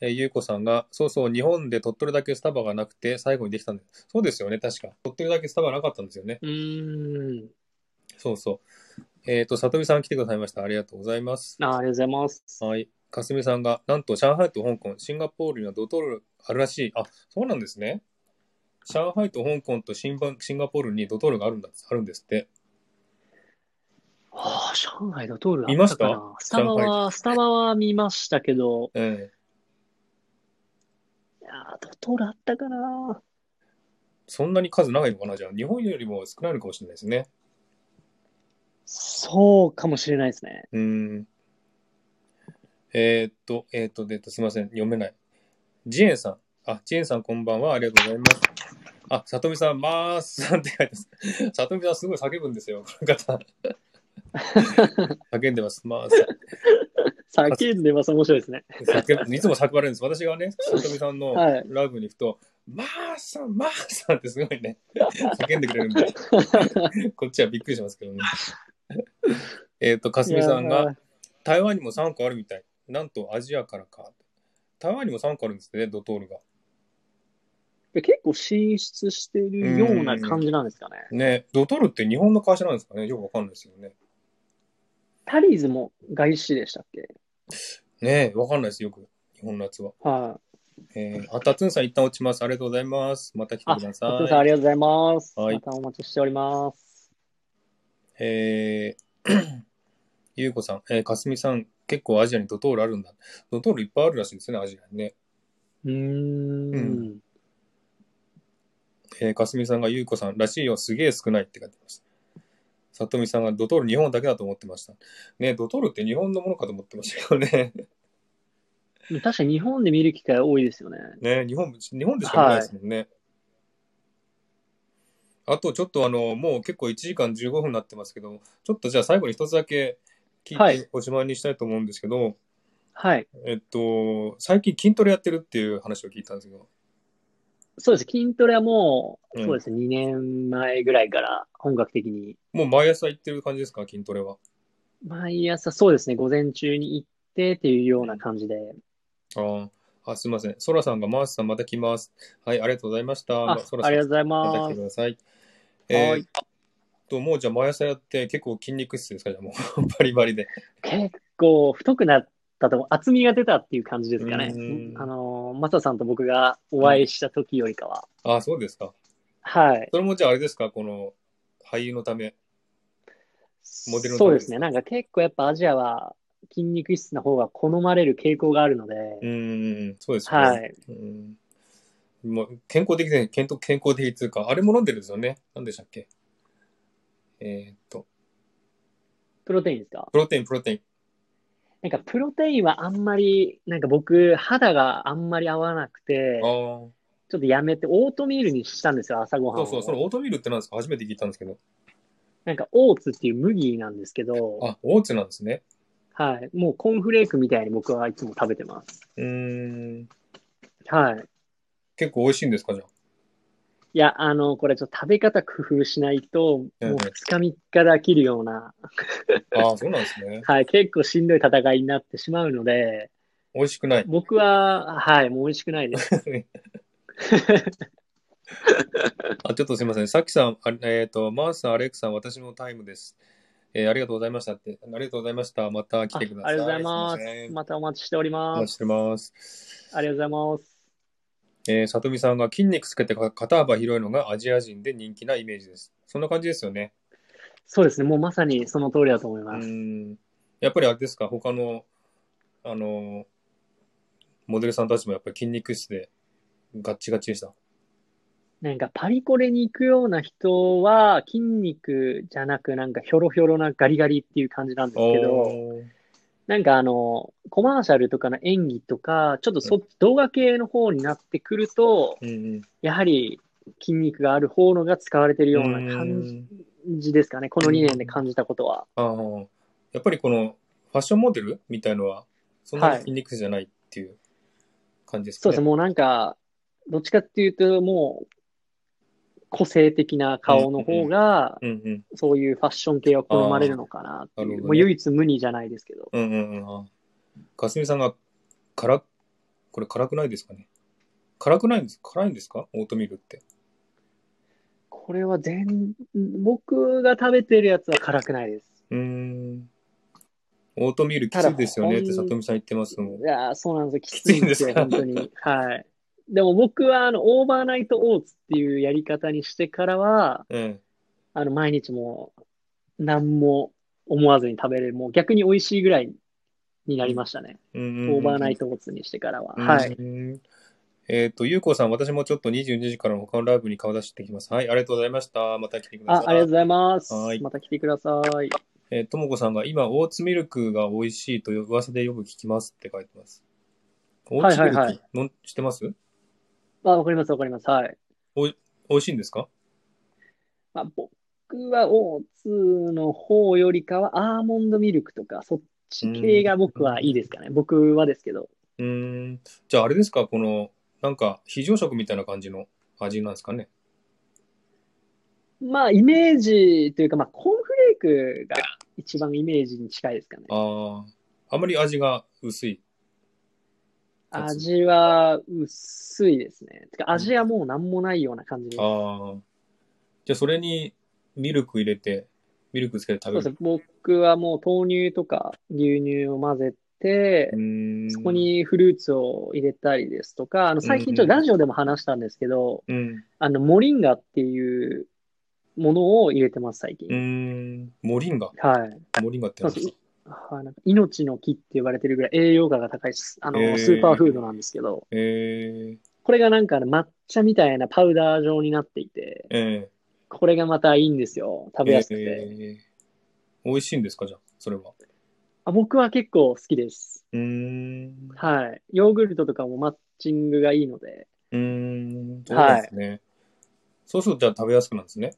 A: えーゆうこさんが、そうそう、日本で鳥取だけスタバがなくて、最後にできたんです。そうですよね、確か。鳥取だけスタバなかったんですよね。
B: うーん。
A: そうそう。えっ、と、さとみさん来てくださいました。ありがとうございます。
B: あありがとうございます。
A: はい。かすみさんが、なんと上海と香港、シンガポールにはドトールあるらしい。あ、そうなんですね。上海と香港とシンバシンガポールにドトールがあるんだあるんですって。
B: ああ、上海ドトールあった
A: 見ました
B: かなスタバは、スタバは見ましたけど、
A: ええ
B: いやードトールあったかな
A: そんなに数長いのかなじゃあ、日本よりも少ないのかもしれないですね。
B: そうかもしれないですね。
A: うーん。えーっと、えーっと、で、えっとすみません。読めない。ジエンさん。あ、ジエンさんこんばんは。ありがとうございます。あ、さとみさん、まーすさんって書いてます。 <laughs> さとみさんすごい叫ぶんですよ。この方。叫んでます。まーす。
B: 叫んでます、面白いですね。
A: 叫ぶいつも叫ばれるんです。私がね、里見さんの
B: はい。
A: ライブに行くと、まーさん、まーさんってすごいね、叫んでくれるん
B: <laughs>
A: で、こっちはびっくりしますけどね。えっと、かすみさん
B: いや
A: が、
B: ー
A: 台湾にも3個あるみたい。なんとアジアからか。台湾にも3個あるんですね、ドトールが。
B: 結構進出してるような感じなんですかね。
A: ね、ドトールって日本の会社なんですかね、よくわかんないですよね。
B: タリーズも外資でしたっけ
A: ねわかんないです、よく。日本のやつは。
B: はい。
A: えー、あ、たつんさん一旦落ちます。ありがとうございます。また来て
B: あ、
A: くだ
B: さ
A: さ
B: んあ
A: い。
B: りがとうございます。
A: はい
B: またお待ちしております。
A: えー <clears throat> ゆうこさん、えー、かすみさん、結構アジアにドトールあるんだ。ドトールいっぱいあるらしいですね、アジアにね。
B: うー。
A: うんえー、かすみさんがゆうこさんらしいよ、すげえ少ないって書いてます。さとみさんがドトール日本だけだと思ってました。ね、ドトールって日本のものかと思ってましたよね。 <laughs>
B: 確かに日本で見る機会多いですよね。
A: ね、日本、日本でしか見ないですもんね。あとちょっとあの、もう結構1時間15分になってますけど、ちょっとじゃあ最後に一つだけ聞
B: はい
A: て
B: い
A: おしまいにしたいと思うんですけど、
B: はい。
A: えっと、最近筋トレやってるっていう話を聞いたんですけど、
B: そうです。筋トレはもう、
A: うん
B: そうですね、2年前ぐらいから本格的に、
A: もう毎朝行ってる感じですか、筋トレは。
B: 毎朝そうですね、午前中に行ってっていうような感じで、
A: ああ、あすみません。ソラさんが、マースさんまた来ます。はい、ありがとうございました。
B: あ、あ
A: まソ
B: り
A: ラ
B: が
A: さん
B: とうござい
A: また
B: ま
A: 来て
B: す
A: く。ださい。え
B: は
A: ー
B: い
A: っと、もうじゃあ毎朝やって結構筋肉質ですかじゃあもう <laughs> バリバリで。
B: 結構太くなったと、厚みが出たっていう感じですかね
A: うん。
B: あの、マサさんと僕がお会いした時よりかは。
A: ああ、そうですか。
B: はい。
A: それもじゃああれですかこの俳優のため。モデルのた
B: そう
A: め
B: で
A: です
B: すね。なんか結構やっぱアジアは筋肉質な方が好まれる傾向があるので、
A: うーん、そうですよね。
B: はい。
A: うんもう健康的で、健康健康的というか、あれも飲んでるんですよね。何でしたっけえーっと、
B: プロテインですか
A: プロテイン、プロテイン。
B: なんかプロテインはあんまり、なんか僕、肌があんまり合わなくて
A: あ、あ。
B: ちょっとやめて、オートミールにしたんですよ、朝ごはん
A: そう
B: を。
A: そう、そのオートミールって何ですか初めて聞いたんですけど。
B: なんかオーツっていう麦なんですけど、
A: あ、オーツなんですね。
B: はい。もうコーンフレークみたいに僕はいつも食べてます。
A: うーん。
B: はい。
A: 結構美味しいんですかじゃあ。
B: いや、あの、これちょっと食べ方工夫しないと、もう
A: うんうん
B: 2日3日で飽きるような、
A: ああ、そうなんですね。
B: はい、結構しんどい戦いになってしまうので、
A: 美味しく
B: <laughs>
A: ない。
B: 僕は、はい、もう美味しくないです。
A: あ、ちょっとすみません。さっきさん、あえっ、と、マースさん、アレックさん、私のタイムです。えーありがとうございましたって。ありがとうございました。また <laughs> 来
B: あ
A: てくだ
B: あ
A: さい。
B: りがとうございます。
A: せん
B: またお待ちしており
A: お
B: ま
A: 待ちし
B: す。
A: てます。
B: ありがとうございます。
A: えー、さとみさんが筋肉つけてか肩幅広いのがアジア人で人気なイメージです。そんな感じですよね。
B: そうですね、もうまさにその通りだと思いうます。
A: ん。やっぱりあれですか、他の、あの、モデルさんたちもやっぱり筋肉質でガッチガチでした。
B: なんかパリコレに行くような人は、筋肉じゃなく、なんかひょろひょろなガリガリっていう感じなんですけど、
A: おー
B: なんかあの、コマーシャルとかの演技とか、ちょっとそっち、動画系の方になってくると、
A: うんうん。
B: やはり筋肉がある方のが使われてるような感
A: じ。
B: じですかね。この2年で感じたことは。
A: ああ、やっぱりこのファッションモデルみたいのは、そんなに筋肉じゃないっていう感じですか
B: そう
A: ね。
B: ですね。もうなんか、どっちかっていうと、もう、個性的な顔の方が、
A: うんうん。
B: そういうファッション系は好まれるのかなって
A: あーないるほどね
B: う。もう唯一無二じゃないですけど。
A: うんうんうんあ。かすみさんが、辛、これ辛くないですかね。辛くないんです辛いんですかオートミールって。
B: これは全、僕が食べてるやつは辛くないです。
A: うーん。オートミールきついですよねって
B: ただ
A: さ
B: ほん
A: とみさん言ってますもん
B: い。やーそうなんですよ。き
A: つ
B: つ
A: いん
B: いん
A: で
B: ですす
A: か
B: よ、本当に。はい。でも僕は、あの、オーバーナイトオーツっていうやり方にしてからは、
A: うん。
B: あの、毎日もう、何も思わずに食べれる。もう逆に美味しいぐらいになりましたね。
A: うんうんうん
B: オーバーナイトオーツにしてからは。
A: うん
B: はい。。
A: えっ、と、ゆうこさん、私もちょっと22時からの他のライブに顔出してきます。はい、ありがとうございました。また来てくださ
B: あ、ありがとうございます
A: はい。
B: また来てください。
A: えーともこさんが今、オーツミルクが美味しいという噂でよく聞きますって書いてます。オーツミルク、
B: はいはい
A: 飲んしてます
B: あ、わかります、わかります。はい。
A: 美味しいんですか
B: まあ、僕はオーツの方よりかは、アーモンドミルクとか、そっち系が僕はいいですかね。僕はですけど。
A: うーん。じゃあ、あれですかこの、なんか、非常食みたいな感じの味なんですかね
B: まあ、イメージというか、まあ、コーンフレークが一番イメージに近いですかね。
A: ああ、あまり味が薄い。
B: 味は薄いですね。てか、味はもうなんもないような感じです。
A: ああ。じゃあ、それにミルク入れて、ミルクつけて
B: そう
A: 食べ
B: で
A: る。
B: すね。僕はもう豆乳とか牛乳を混ぜて
A: う、ーん
B: そこ、にフルーツを入れたりですとか、あの、最近ちょっとラジオでも話したんですけど、
A: うん。
B: あの、モリンガっていうものを入れてます、最
A: うー
B: 近。
A: ん。モリンガ。
B: はい。
A: モリンガって何ですか
B: はいなんか命の木って言われてるぐらい栄養価が高いです。あの、
A: へー
B: スーパーフードなんですけど。
A: えー、
B: これがなんかね抹茶みたいなパウダー状になっていて、
A: え
B: これがまたいいんですよ。
A: ー、
B: 食べやすくて。
A: えー美味しいんですかじゃあ、それは。
B: あ僕は結構好きです。
A: うーん。
B: はい。ヨーグルトとかもマッチングがいいので、
A: うーん。そうなんですね。そうすると、じゃあ食べやすくなるんですね。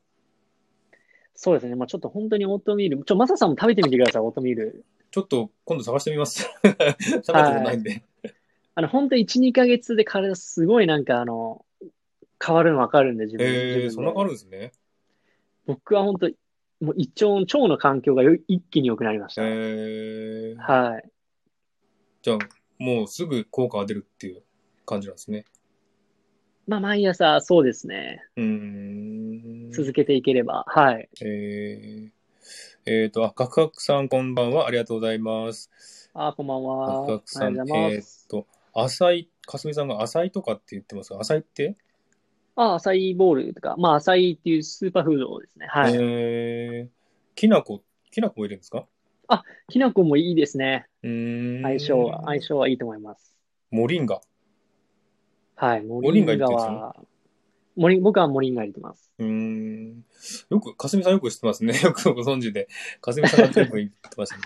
B: そうですね。まあちょっと本当にオートミール、ちょ、マサさんも食べてみてください、オートミール。
A: ちょっと今度探してみます。 <laughs> 食べたことないんで。
B: あの、本当1、2ヶ月で体すごいなんかあの、変わるの分かるんで、自分自分
A: え
B: で
A: ー、そんな変わるんですね。
B: 僕は本当、もう胃腸、腸の環境がよ一気に良くなりました。
A: えー、
B: はい。
A: じゃあ、もうすぐ効果が出るっていう感じなんですね。
B: まあ、毎朝、そうですね。
A: うーん。
B: 続けていければ。はい。
A: えー、えーと、あ、カクカクさんこんばんは。ありがとうございます。
B: あ、こんばんは。
A: カクカクさん、
B: ありがとうござい
A: え
B: ま
A: ー
B: す。
A: と、浅い、かすみさんが浅いとかって言ってますが、浅いって
B: あ、アサイーボールとか、まあ、アサイーっていうスーパーフードですね。はい。
A: えー、きなこ、きなこも入れるんですか
B: きな粉もいいですね。
A: うーん。
B: 相性は、相性はいいと思います。
A: モリンガ。
B: はい。モ
A: モリンガ
B: ガは、モリン僕はモリンガ入れてます。
A: うーん。よく、かすみさんよく知ってますね。 <laughs> よくご存知で。かすみさんが全部言ってましたね。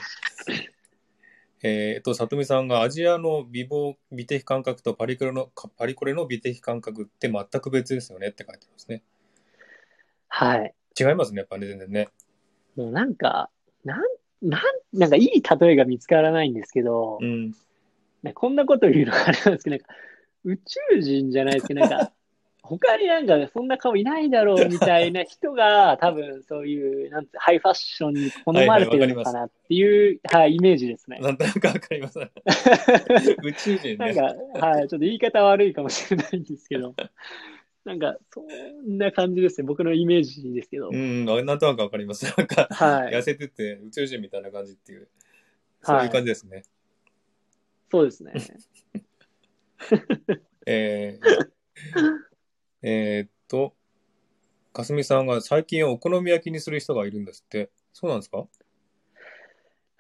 A: <laughs> えーっと、さとみさんがアジアの美貌、美的感覚とパリコレの、かパリコレの美的感覚って全く別ですよねって書いてますね。
B: はい。
A: 違いますね、やっぱね、全然ね。
B: もうなんか、なん、なん、なんかいい例えが見つからないんですけど
A: う、ん。
B: ねこんなこと言うのがあれなんですけど、なんか、宇宙人じゃないですけど、なんか、
A: <laughs>
B: 他になんかそんな顔いないだろうみたいな人が、多分そういう、なんて、ハイファッションに好まれてるのかなっていう、はい、イメー
A: <laughs>
B: ジですね。
A: なんとなくわかります。宇宙人
B: なん
A: ね
B: か、。はい、ちょっと言い方悪いかもしれないんですけど、なんか、そんな感じですね。僕のイメージですけど
A: う。ん、あなんとなくわかります。なんか、
B: はい
A: 痩。せてて宇宙人みたいな感じっていう、そういう感じですね。
B: そうですね。
A: えーえーっと、かすみさんが最近お好み焼きにする人がいるんですって。そうなんですか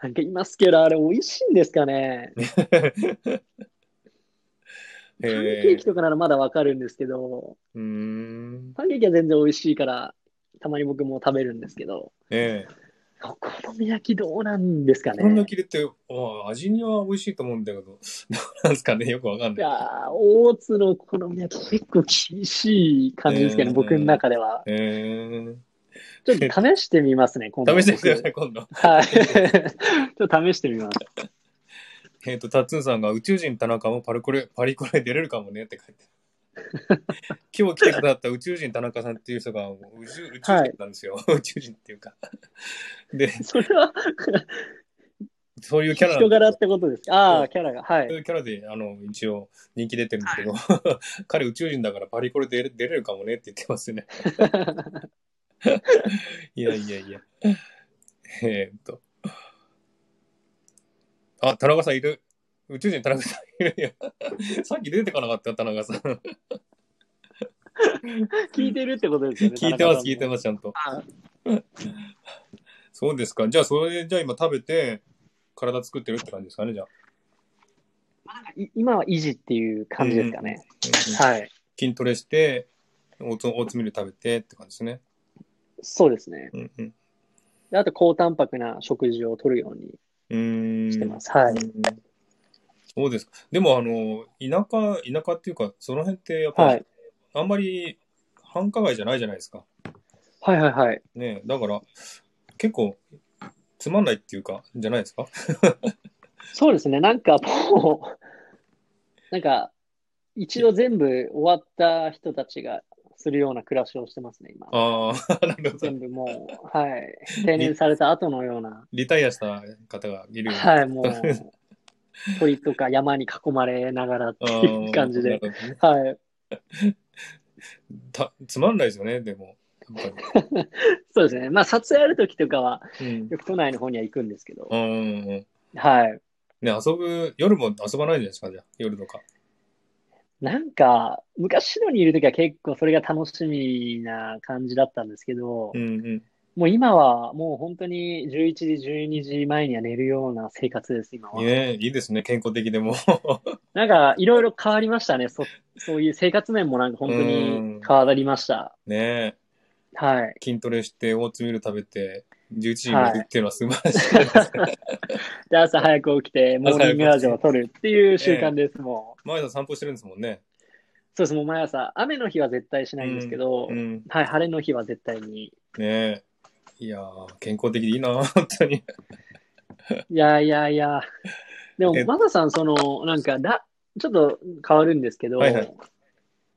B: なんかいますけど、あれ美味しいんですかね。パンケー
A: えー、
B: キとかならまだわかるんですけど、
A: うーん。
B: パンケーキは全然美味しいから、たまに僕も食べるんですけど、
A: ええ
B: お好み焼きどうなんですか
A: お好み
B: ね。
A: 焼きでって、あ味には美味しいと思うんだけど、どうなんですかねよくわかん
B: い
A: ない。
B: やー大津のお好み焼き結構厳しい感じですけど、
A: うん
B: 僕の中では。
A: え
B: ちょっと試してみま
A: <laughs>
B: すね、今
A: ー、
B: 度。
A: 試してみてください、今度。
B: はい。 <laughs> ちょっと試してみます。
A: えーっと、タッツンさんが宇宙人田中もパルコレ、 <laughs> パリコレ出れるかもねって書いて
B: <laughs>
A: ある今日来てくださった宇宙人田中さんっていう人が宇宙宇宙人なんですよ。宇宙人っていうか。で、
B: それは
A: そういうキャラなん
B: 人
A: で
B: 柄ってことですかあ
A: う
B: あ、
A: ん
B: キャラが。は
A: そうい
B: い。
A: うキャラで、あの、一応人気出てるんですけど、 <laughs> 彼宇宙人だからパリコレ出れ出れるかもねって言ってます
B: <laughs>
A: ね。いやいやいや。えーっと。あ、田中さんいる。宇宙人田中さんいるよ。さっき出てかなかった、田中さん。
B: 聞いてるってことですよね。
A: <laughs> 聞いてます、
B: 田中さんも
A: 聞いてます、ちゃんと。
B: あ
A: <laughs> そうですか。じゃあ、それ、じゃあ今食べて、体作ってるって感じですかね、じゃあ。
B: い今は維持っていう感じですかね。はい。
A: 筋トレして、オーツオーツミル食べてって感じですね。
B: そうですね。
A: うんうん。
B: であと、高タンパクな食事を取るように
A: うーん。
B: してます。はい。
A: うんそうですか。でも、あの、田舎、田舎っていうか、その辺って、やっぱ、
B: はい。
A: あんまり繁華街じゃないじゃないですか。
B: はいはいはい。
A: ねえだから、結構、つまんないっていうか、じゃないですか。
B: そうですね。なんかもう、なんか、一度全部終わった人たちがするような暮らしをしてますね、今。
A: ああ、 <laughs> なるほど。
B: 全部もう、はい。定年された後のような。
A: リタイアした方がいるような
B: はい、もう、鳥とか山に囲まれながらって
A: あ
B: い
A: ー
B: う感じ
A: な
B: で。
A: るほどね
B: はい。
A: たつまんないですよね、でも。やっぱ
B: そうですね。まあ、撮影ある時とかは、
A: りうん
B: よく都内の方には行くんですけど。
A: うんうんうん。
B: はい。
A: ね、遊ぶ、夜も遊ばないじゃないですか、じゃあ夜とか。
B: なんか、昔のにいる時は結構それが楽しみな感じだったんですけど
A: う、んうん。
B: もう今はもう本当に11時、12時前には寝るような生活です、今は。
A: ねえいいですね、健康的でも。 <laughs>
B: なんか、いろいろ変わりましたね。そ、そういう生活面もなんか本当
A: うん
B: に変わりました。
A: ねえ <laughs>
B: はい。
A: 筋トレして、オーツミル食べて、11時に寝るっていうのは素晴ら
B: <laughs>
A: しいです。
B: で、朝早く起きて、モーニングラジオを撮るっていう習慣です、もう。
A: 毎朝散歩してるんですもんね。
B: そうです、もう毎朝。雨の日は絶対しないんですけど、
A: うん。
B: はい、晴れの日は絶対に。
A: ねえ。いやー、健康的でいいな、本当に。
B: いやいや
A: <laughs>
B: いや。でも
A: え、
B: マサさん、その、なんか、だ、ちょっと変わるんですけど、
A: はいはい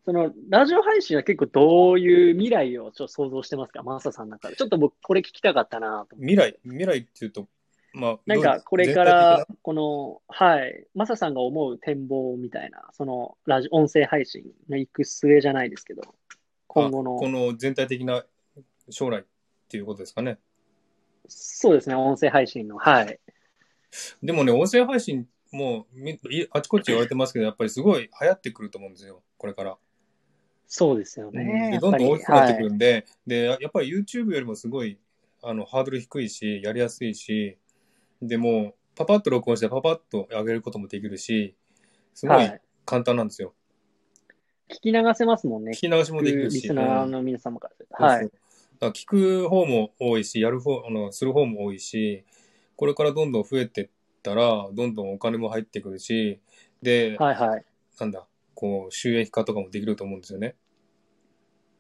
B: その、ラジオ配信は結構どういう未来をちょっと想像してますかマサさんの中で。ちょっと僕、これ聞きたかったなと思って
A: 未来、未来っていうと、まあ、
B: な
A: どう
B: ん
A: い
B: か
A: う、
B: これか
A: 全体
B: ら、この、はい、マサさんが思う展望みたいな、その、ラジオ、音声配信の行く末じゃないですけど、今後
A: 的な
B: の
A: こ、の全体的な将来っていうことですかね。
B: そうですね、音声配信の、はい。
A: でもね、音声配信もみいあちこち言われてますけど、やっぱりすごい流行ってくると思うんですよ、これから。
B: そうですよね。
A: で
B: やっ
A: どん
B: ぱ
A: どん
B: り
A: 大きくなってく
B: はい
A: るんで、で、やっぱり YouTube よりもすごい、あの、ハードル低いし、やりやすいし、でもう、パパッと録音して、パパッと上げることもできるし、すご
B: はいい。
A: 簡単なんですよ。
B: 聞き流せますもんね。
A: 聞き流しもできる
B: リ
A: し。
B: スナー
A: うん
B: の皆様からすると。
A: そうそう
B: はい
A: だ。から聞く方も多いし、やる方、あの、する方も多いし、これからどんどん増えてったら、どんどんお金も入ってくるし、で、
B: はいはい。
A: なんだ、こう、収益化とかもできると思うんですよね。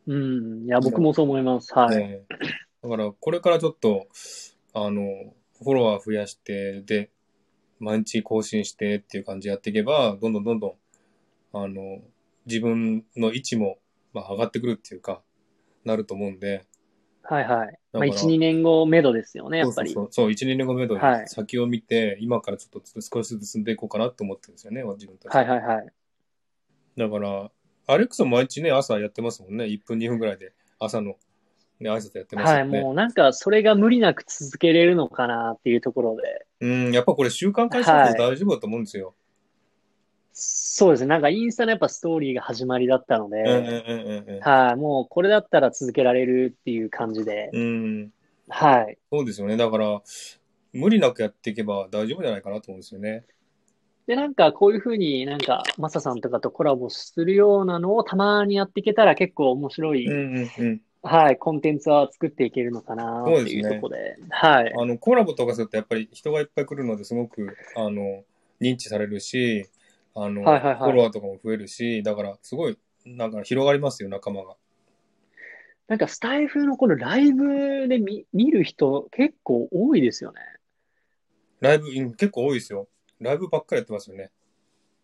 B: うん。いや、僕もそう思います。はい。
A: ねだから、これからちょっと、あの、フォロワー増やして、で、毎日更新してっていう感じでやっていけば、どんどんどんどん、あの、自分の位置も、まあ、上がってくるっていうか、なると思うんで、
B: はいは
A: だ
B: い。ま
A: か
B: あ、
A: ら
B: 1、2年後めどですよね、や
A: そう
B: っぱり
A: そう。そう、そう1、2年後めどに
B: はい
A: 先を見て、今からちょっと少しずつ進んでいこうかなと思ってるんですよね、自分たち。
B: はいはいはい。
A: だから、アレックスも毎日ね、朝やってますもんね、1分、2分ぐらいで、朝の、ね、挨拶やってます
B: は
A: よ
B: い、
A: ね。
B: もうなんか、それが無理なく続けれるのかなっていうところで。
A: うん、やっぱこれ習慣化してると大丈夫だと思うんですよ。
B: そうですね。なんかインスタのやっぱストーリーが始まりだったので、
A: うんうんうんうん
B: はい、もうこれだったら続けられるっていう感じで、
A: うん。うん、
B: はい。
A: そうですよね。だから、無理なくやっていけば大丈夫じゃないかなと思うんですよね。
B: で、なんかこういうふうになんか、マサさんとかとコラボするようなのをたまにやっていけたら結構面白い、
A: うんうんうん。
B: はい、コンテンツは作っていけるのかなっていうところで、はい。
A: あの、コラボとかするとやっぱり人がいっぱい来るのですごく、あの、認知されるし、あの、
B: はいはいはい
A: フォロワーとかも増えるし、だからすごい、なんか広がりますよ、仲間が。
B: なんかスタイフのこのライブで見、見る人結構多いですよね。
A: ライブ、うん結構多いですよ。ライブばっかりやってますよね。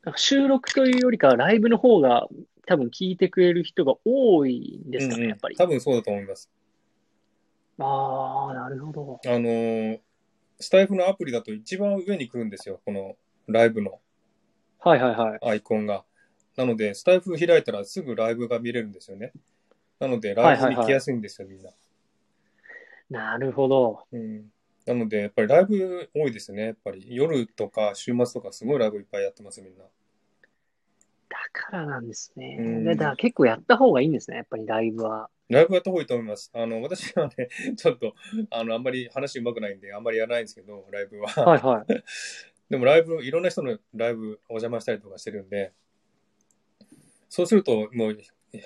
B: なんか収録というよりかはライブの方が多分聞いてくれる人が多いんですか
A: うんう
B: ね、
A: ん
B: やっぱり。
A: 多分そうだと思います。
B: ああ、なるほど。
A: あのースタイフのアプリだと一番上に来るんですよ、このライブの
B: はいはいはい。
A: アイコンが。なので、スタイフ開いたらすぐライブが見れるんですよね。なので、ライブに来やすいんですよ、みんな。
B: なるほど。
A: うん、なので、やっぱりライブ多いですね、やっぱり。夜とか週末とかすごいライブいっぱいやってます、みんな。
B: だからなんですね。
A: うん
B: でだから結構やった方がいいんですね、やっぱりライブは。
A: ライブやった方がいいと思います。あの、私はね、ちょっと、あの、あんまり話うまくないんで、あんまりやらないんですけど、ライブは。
B: はいはい。
A: <laughs> でもライブ、いろんな人のライブお邪魔したりとかしてるんで、そうすると、もう、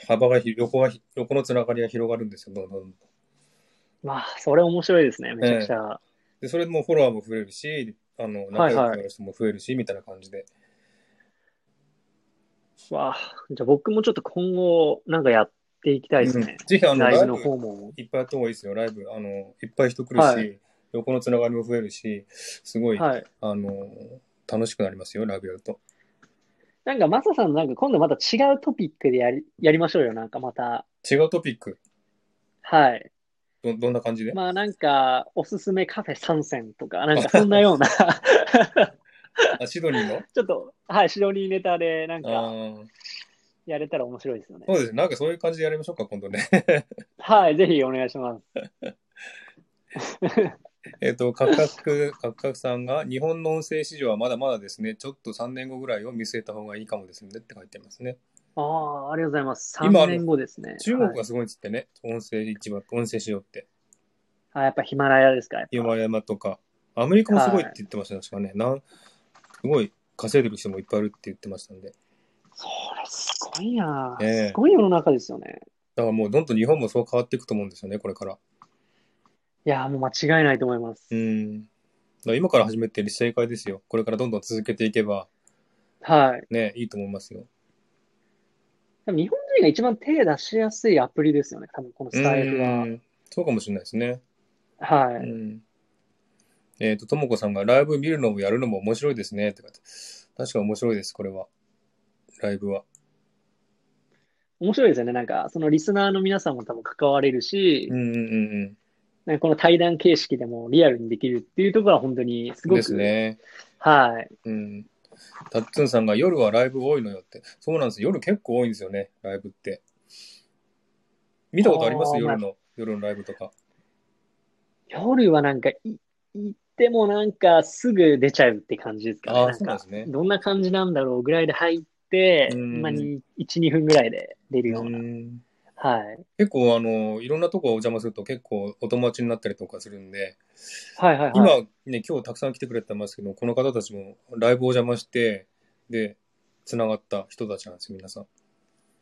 A: 幅がひ、横がひ、横のつながりが広がるんですよ、どんどんどんどん。
B: まあ、それ面白いですね、めちゃくちゃ。
A: で、それでもうフォロワーも増えるし、あの、仲
B: はい
A: 良
B: はい
A: くなる人も増えるし、みたいな感じで。
B: わあ、じゃあ僕もちょっと今後、なんかやっていきたいです
A: うん
B: ね。
A: ぜひ、あの、
B: ラ
A: ラ
B: イブ
A: イ
B: の
A: ブ
B: 方も。
A: いっぱいやった方がいいですよ、ライブ。あの、いっぱい人来るし、
B: はい
A: 横のつながりも増えるし、すごい、
B: はい。
A: あの、楽しくなりますよ、ライブやると。
B: なんか、マサさん、なんか今度また違うトピックでやり、やりましょうよ、なんかまた。
A: 違うトピック、
B: はい。
A: ど、どんな感じで、
B: まあ、なんか、おすすめカフェ参戦
A: <laughs>
B: とか、なんかそんなような、 <laughs> ち
A: あ、シドニーの
B: ょっと、はい、シドニーネタで、なんか、
A: あー
B: やれたら面白いですよね。
A: そうですね。なんかそういう感じでやりましょうか、今度ね。
B: はい、ぜひお願いします。
A: えっと、カクカ <laughs> ク、カクカクさんが、日本の音声市場はまだまだですね、ちょっと3年後ぐらいを見据えた方がいいかもですね、って書いてますね。
B: ああ、ありがとうございます。
A: 今あの
B: 3年後ですね。
A: 中国
B: はい
A: がすごいっつってね、音声市場、音声市場って。
B: あ、やっぱヒマラヤですか。やっぱ
A: 山々とか、アメリカもすごいって言ってましたね、確かね。なんすごい稼いでる人もいっぱいいるって言ってましたんで。
B: それすごいな、
A: ええ
B: すごい世の中ですよね。
A: だからもうどんどん日本もそう変わっていくと思うんですよね、これから。
B: いやー、もう間違いないと思います。
A: うん。だから今から始めて正解ですよ。これからどんどん続けていけば、
B: はい。
A: ね、いいと思いますよ。
B: 多分日本人が一番手出しやすいアプリですよね。多分このスタイルは。
A: うんそうかもしれないですね。
B: は
A: う
B: い。
A: ん。えっ、と、ともこさんがライブ見るのもやるのも面白いですね、って書いて。確か面白いです、これは。ライブは。
B: 面白いですよね。なんか、そのリスナーの皆さんも多分関われるし
A: う、んうんうん
B: なんかこの対談形式でもリアルにできるっていうところは本当にす
A: うん。
B: ご
A: です
B: く、
A: ね。
B: はい。
A: うん。タッツンさんが夜はライブ多いのよって。そうなんです。夜結構多いんですよね、ライブって。見たことあります
B: あー
A: 夜の、夜のライブとか。
B: 夜はなんか、い行ってもなんかすぐ出ちゃうって感じですかね。
A: あ
B: な
A: あ、
B: ん
A: そうなん
B: か
A: ですね。
B: どんな感じなんだろうぐらいで入って、
A: うん
B: まあ、に1、2分ぐらいで出るような。
A: うん
B: はい。
A: 結構あの、いろんなとこお邪魔すると結構お友達になったりとかするんで、
B: はいはいはい。
A: 今ね、今日たくさん来てくれてますけど、この方たちもライブお邪魔して、で、つながった人たちなんですよ、皆さん。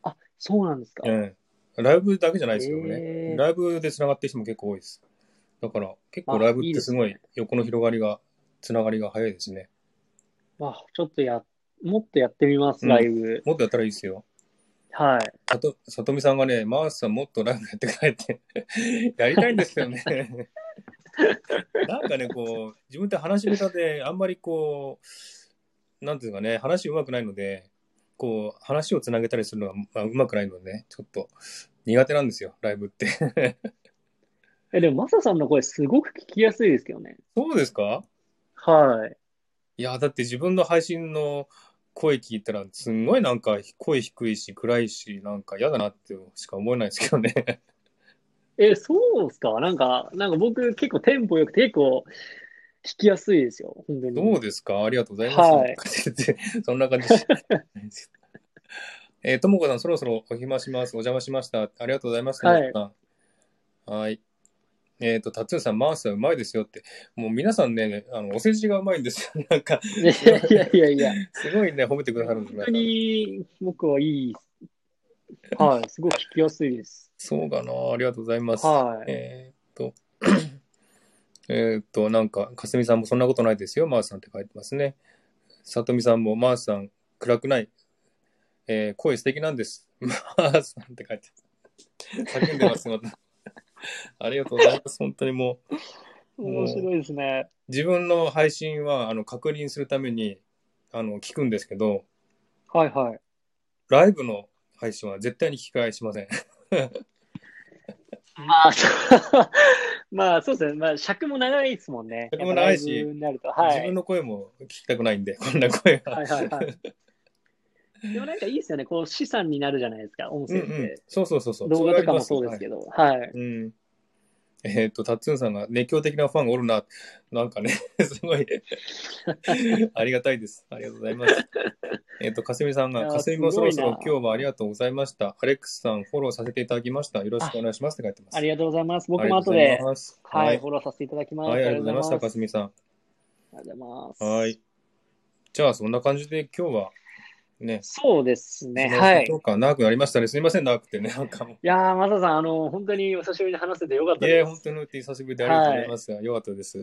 B: あ、そうなんですか。
A: うん。ライブだけじゃないですけどね。
B: へー
A: ライブでつながってる人も結構多いです。だから、結構
B: あ
A: ライブってすご
B: いい
A: い
B: で
A: 横の広がりが、つながりが早いですね。
B: わちょっとや、もっとやってみます、
A: うん
B: ライブ。
A: もっとやったらいいですよ。
B: はい。
A: さと、さとみさんがね、マースさんもっとライブやってくれって <laughs> やりたいんですよね。なんかね、こう、自分って話し下手で、あんまりこう、なんていうかね、話うまくないので、こう、話をつなげたりするのは、まあ、うまくないのでね、ちょっと苦手なんですよ、ライブって。 <laughs>
B: え、でも、マサさんの声すごく聞きやすいですけどね。
A: そうですか
B: は
A: い
B: い。
A: や、だって自分の配信の声聞いたら、すんごいなんか声低いし、暗いし、なんか嫌だなってしか思えないですけどね。
B: え、そうっすかなんか、なんか僕結構テンポよくて結構聞きやすいですよ。本当に。
A: どうですかありがとうございます。
B: はい
A: <laughs> そんな感じです。 <laughs> えーともこさん、そろそろお暇します。お邪魔しました。ありがとうございます。
B: はい
A: ともこさんはい。えっ、と、タツーさん、マウスはうまいですよって。もう皆さんね、あの、お世辞がうまいんですよ。 <laughs> なんか、
B: いや <laughs> いやいやいや。
A: すごいね、褒めてくださるん
B: 本
A: です
B: 当に僕はいい。はい。すごく聞きやすいです。
A: そうかな。ありがとうございます。
B: はい。
A: えーっと、えーっと、なんか、かすみさんもそんなことないですよ、マースさんって書いてますね。さとみさんも、マースさん、暗くない。えー声素敵なんです。マースさんって書いてます。叫んでます、また。 <laughs> ありがとうございます。本当にもう、
B: 面白いですね。
A: 自分の配信は、あの、確認するために、あの、聞くんですけど、
B: はいはい。
A: ライブの配信は絶対に聞き返しません。
B: まあ、そう <laughs> まあ、そうですね。まあ、尺も長いですもんね。
A: 尺も長いし
B: やっぱライブになると。はい。
A: 自分の声も聞きたくないんで、こんな声は。
B: はいはいはい。
A: <laughs>
B: でもなんかいいですよね。こう資産になるじゃないですか、音
A: うん
B: 声っ
A: う
B: て。
A: ん、そうそうそうそう。
B: 動画とかもそうですけ
A: ど。
B: ど。はい。
A: うん。えーっ、と、タッツンさんが熱狂的なファンがおるな、なんかね、 <laughs> すごい、
B: <laughs>
A: ありがたいです。ありがとうございます。えーっと、かすみさん
B: いや
A: が、
B: ー
A: かすみもそろそ
B: すごい
A: ろ
B: な
A: 今日はありがとうございました。アレックスさん、フォローさせていただきました。よろしくお願いしますって書いてます。
B: あり
A: が
B: がとうございます。僕も後で、
A: ます
B: は、
A: はいい
B: フ。ォローさせていただきます。
A: はい、ありがとうございました、
B: ありが
A: かすみさん。
B: とうございます。
A: はい。。じゃあ、そんな感じで今日は、ね、
B: そうですね。
A: 質問
B: はい。い
A: そうか、長くなりましたね。すみません、長くてね、なんかもう。
B: やー、マサさん、あの、本当にお久しぶりに話せてよかった
A: いえ、
B: で
A: 本
B: す。
A: 当に久しぶりでありがとうございます。よかったです。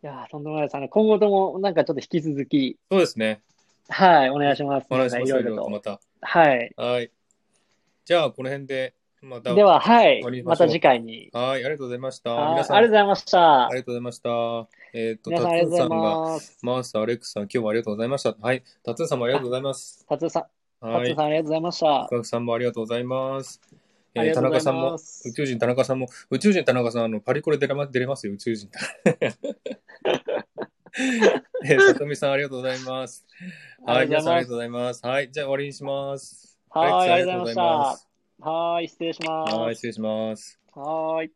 B: いやー、とんでもないです。あの、今後とも、なんかちょっと引き続き、
A: そうですね。
B: はい、お願いします。
A: お話ししますよ、
B: いろいろ
A: とま
B: と。
A: た。
B: はい。
A: はい。じゃあ、この辺で、また。
B: では、はい
A: 終わり、ま
B: ま
A: しょう
B: た次回に。
A: はい、ありがとうございました。
B: はいあ
A: 皆
B: り
A: さん、
B: がとうございました
A: あ。りがとうございました。えっ、と、
B: 皆
A: タ
B: さん、あり
A: ツ
B: がとう
A: ン
B: ござ
A: さ
B: い
A: んが、
B: ます。
A: マース、アレックスさん、今日はありがとうございました。はい、タツンさんもありがとうございます。
B: 達夫さん、
A: は
B: 達
A: い
B: 夫、さん、ありがとうございました。
A: 深くさんもありがとうございます。え
B: あり
A: ー、
B: が
A: 田
B: とうご
A: 中
B: ざ
A: さ
B: い
A: んも
B: ま、す
A: 宇。宙人田中さんも、宇宙人田中さん、あの、パリコレ出れま出れますよ、宇宙
B: <laughs>
A: 人。えー、さとみさん、ありがとうございます。はい、皆さんありがとうございます。はい、じゃあ終わりにします。
B: はい
A: アレックスさんありがとうございます。
B: はい、失礼します。
A: はい、失礼します。
B: はーい。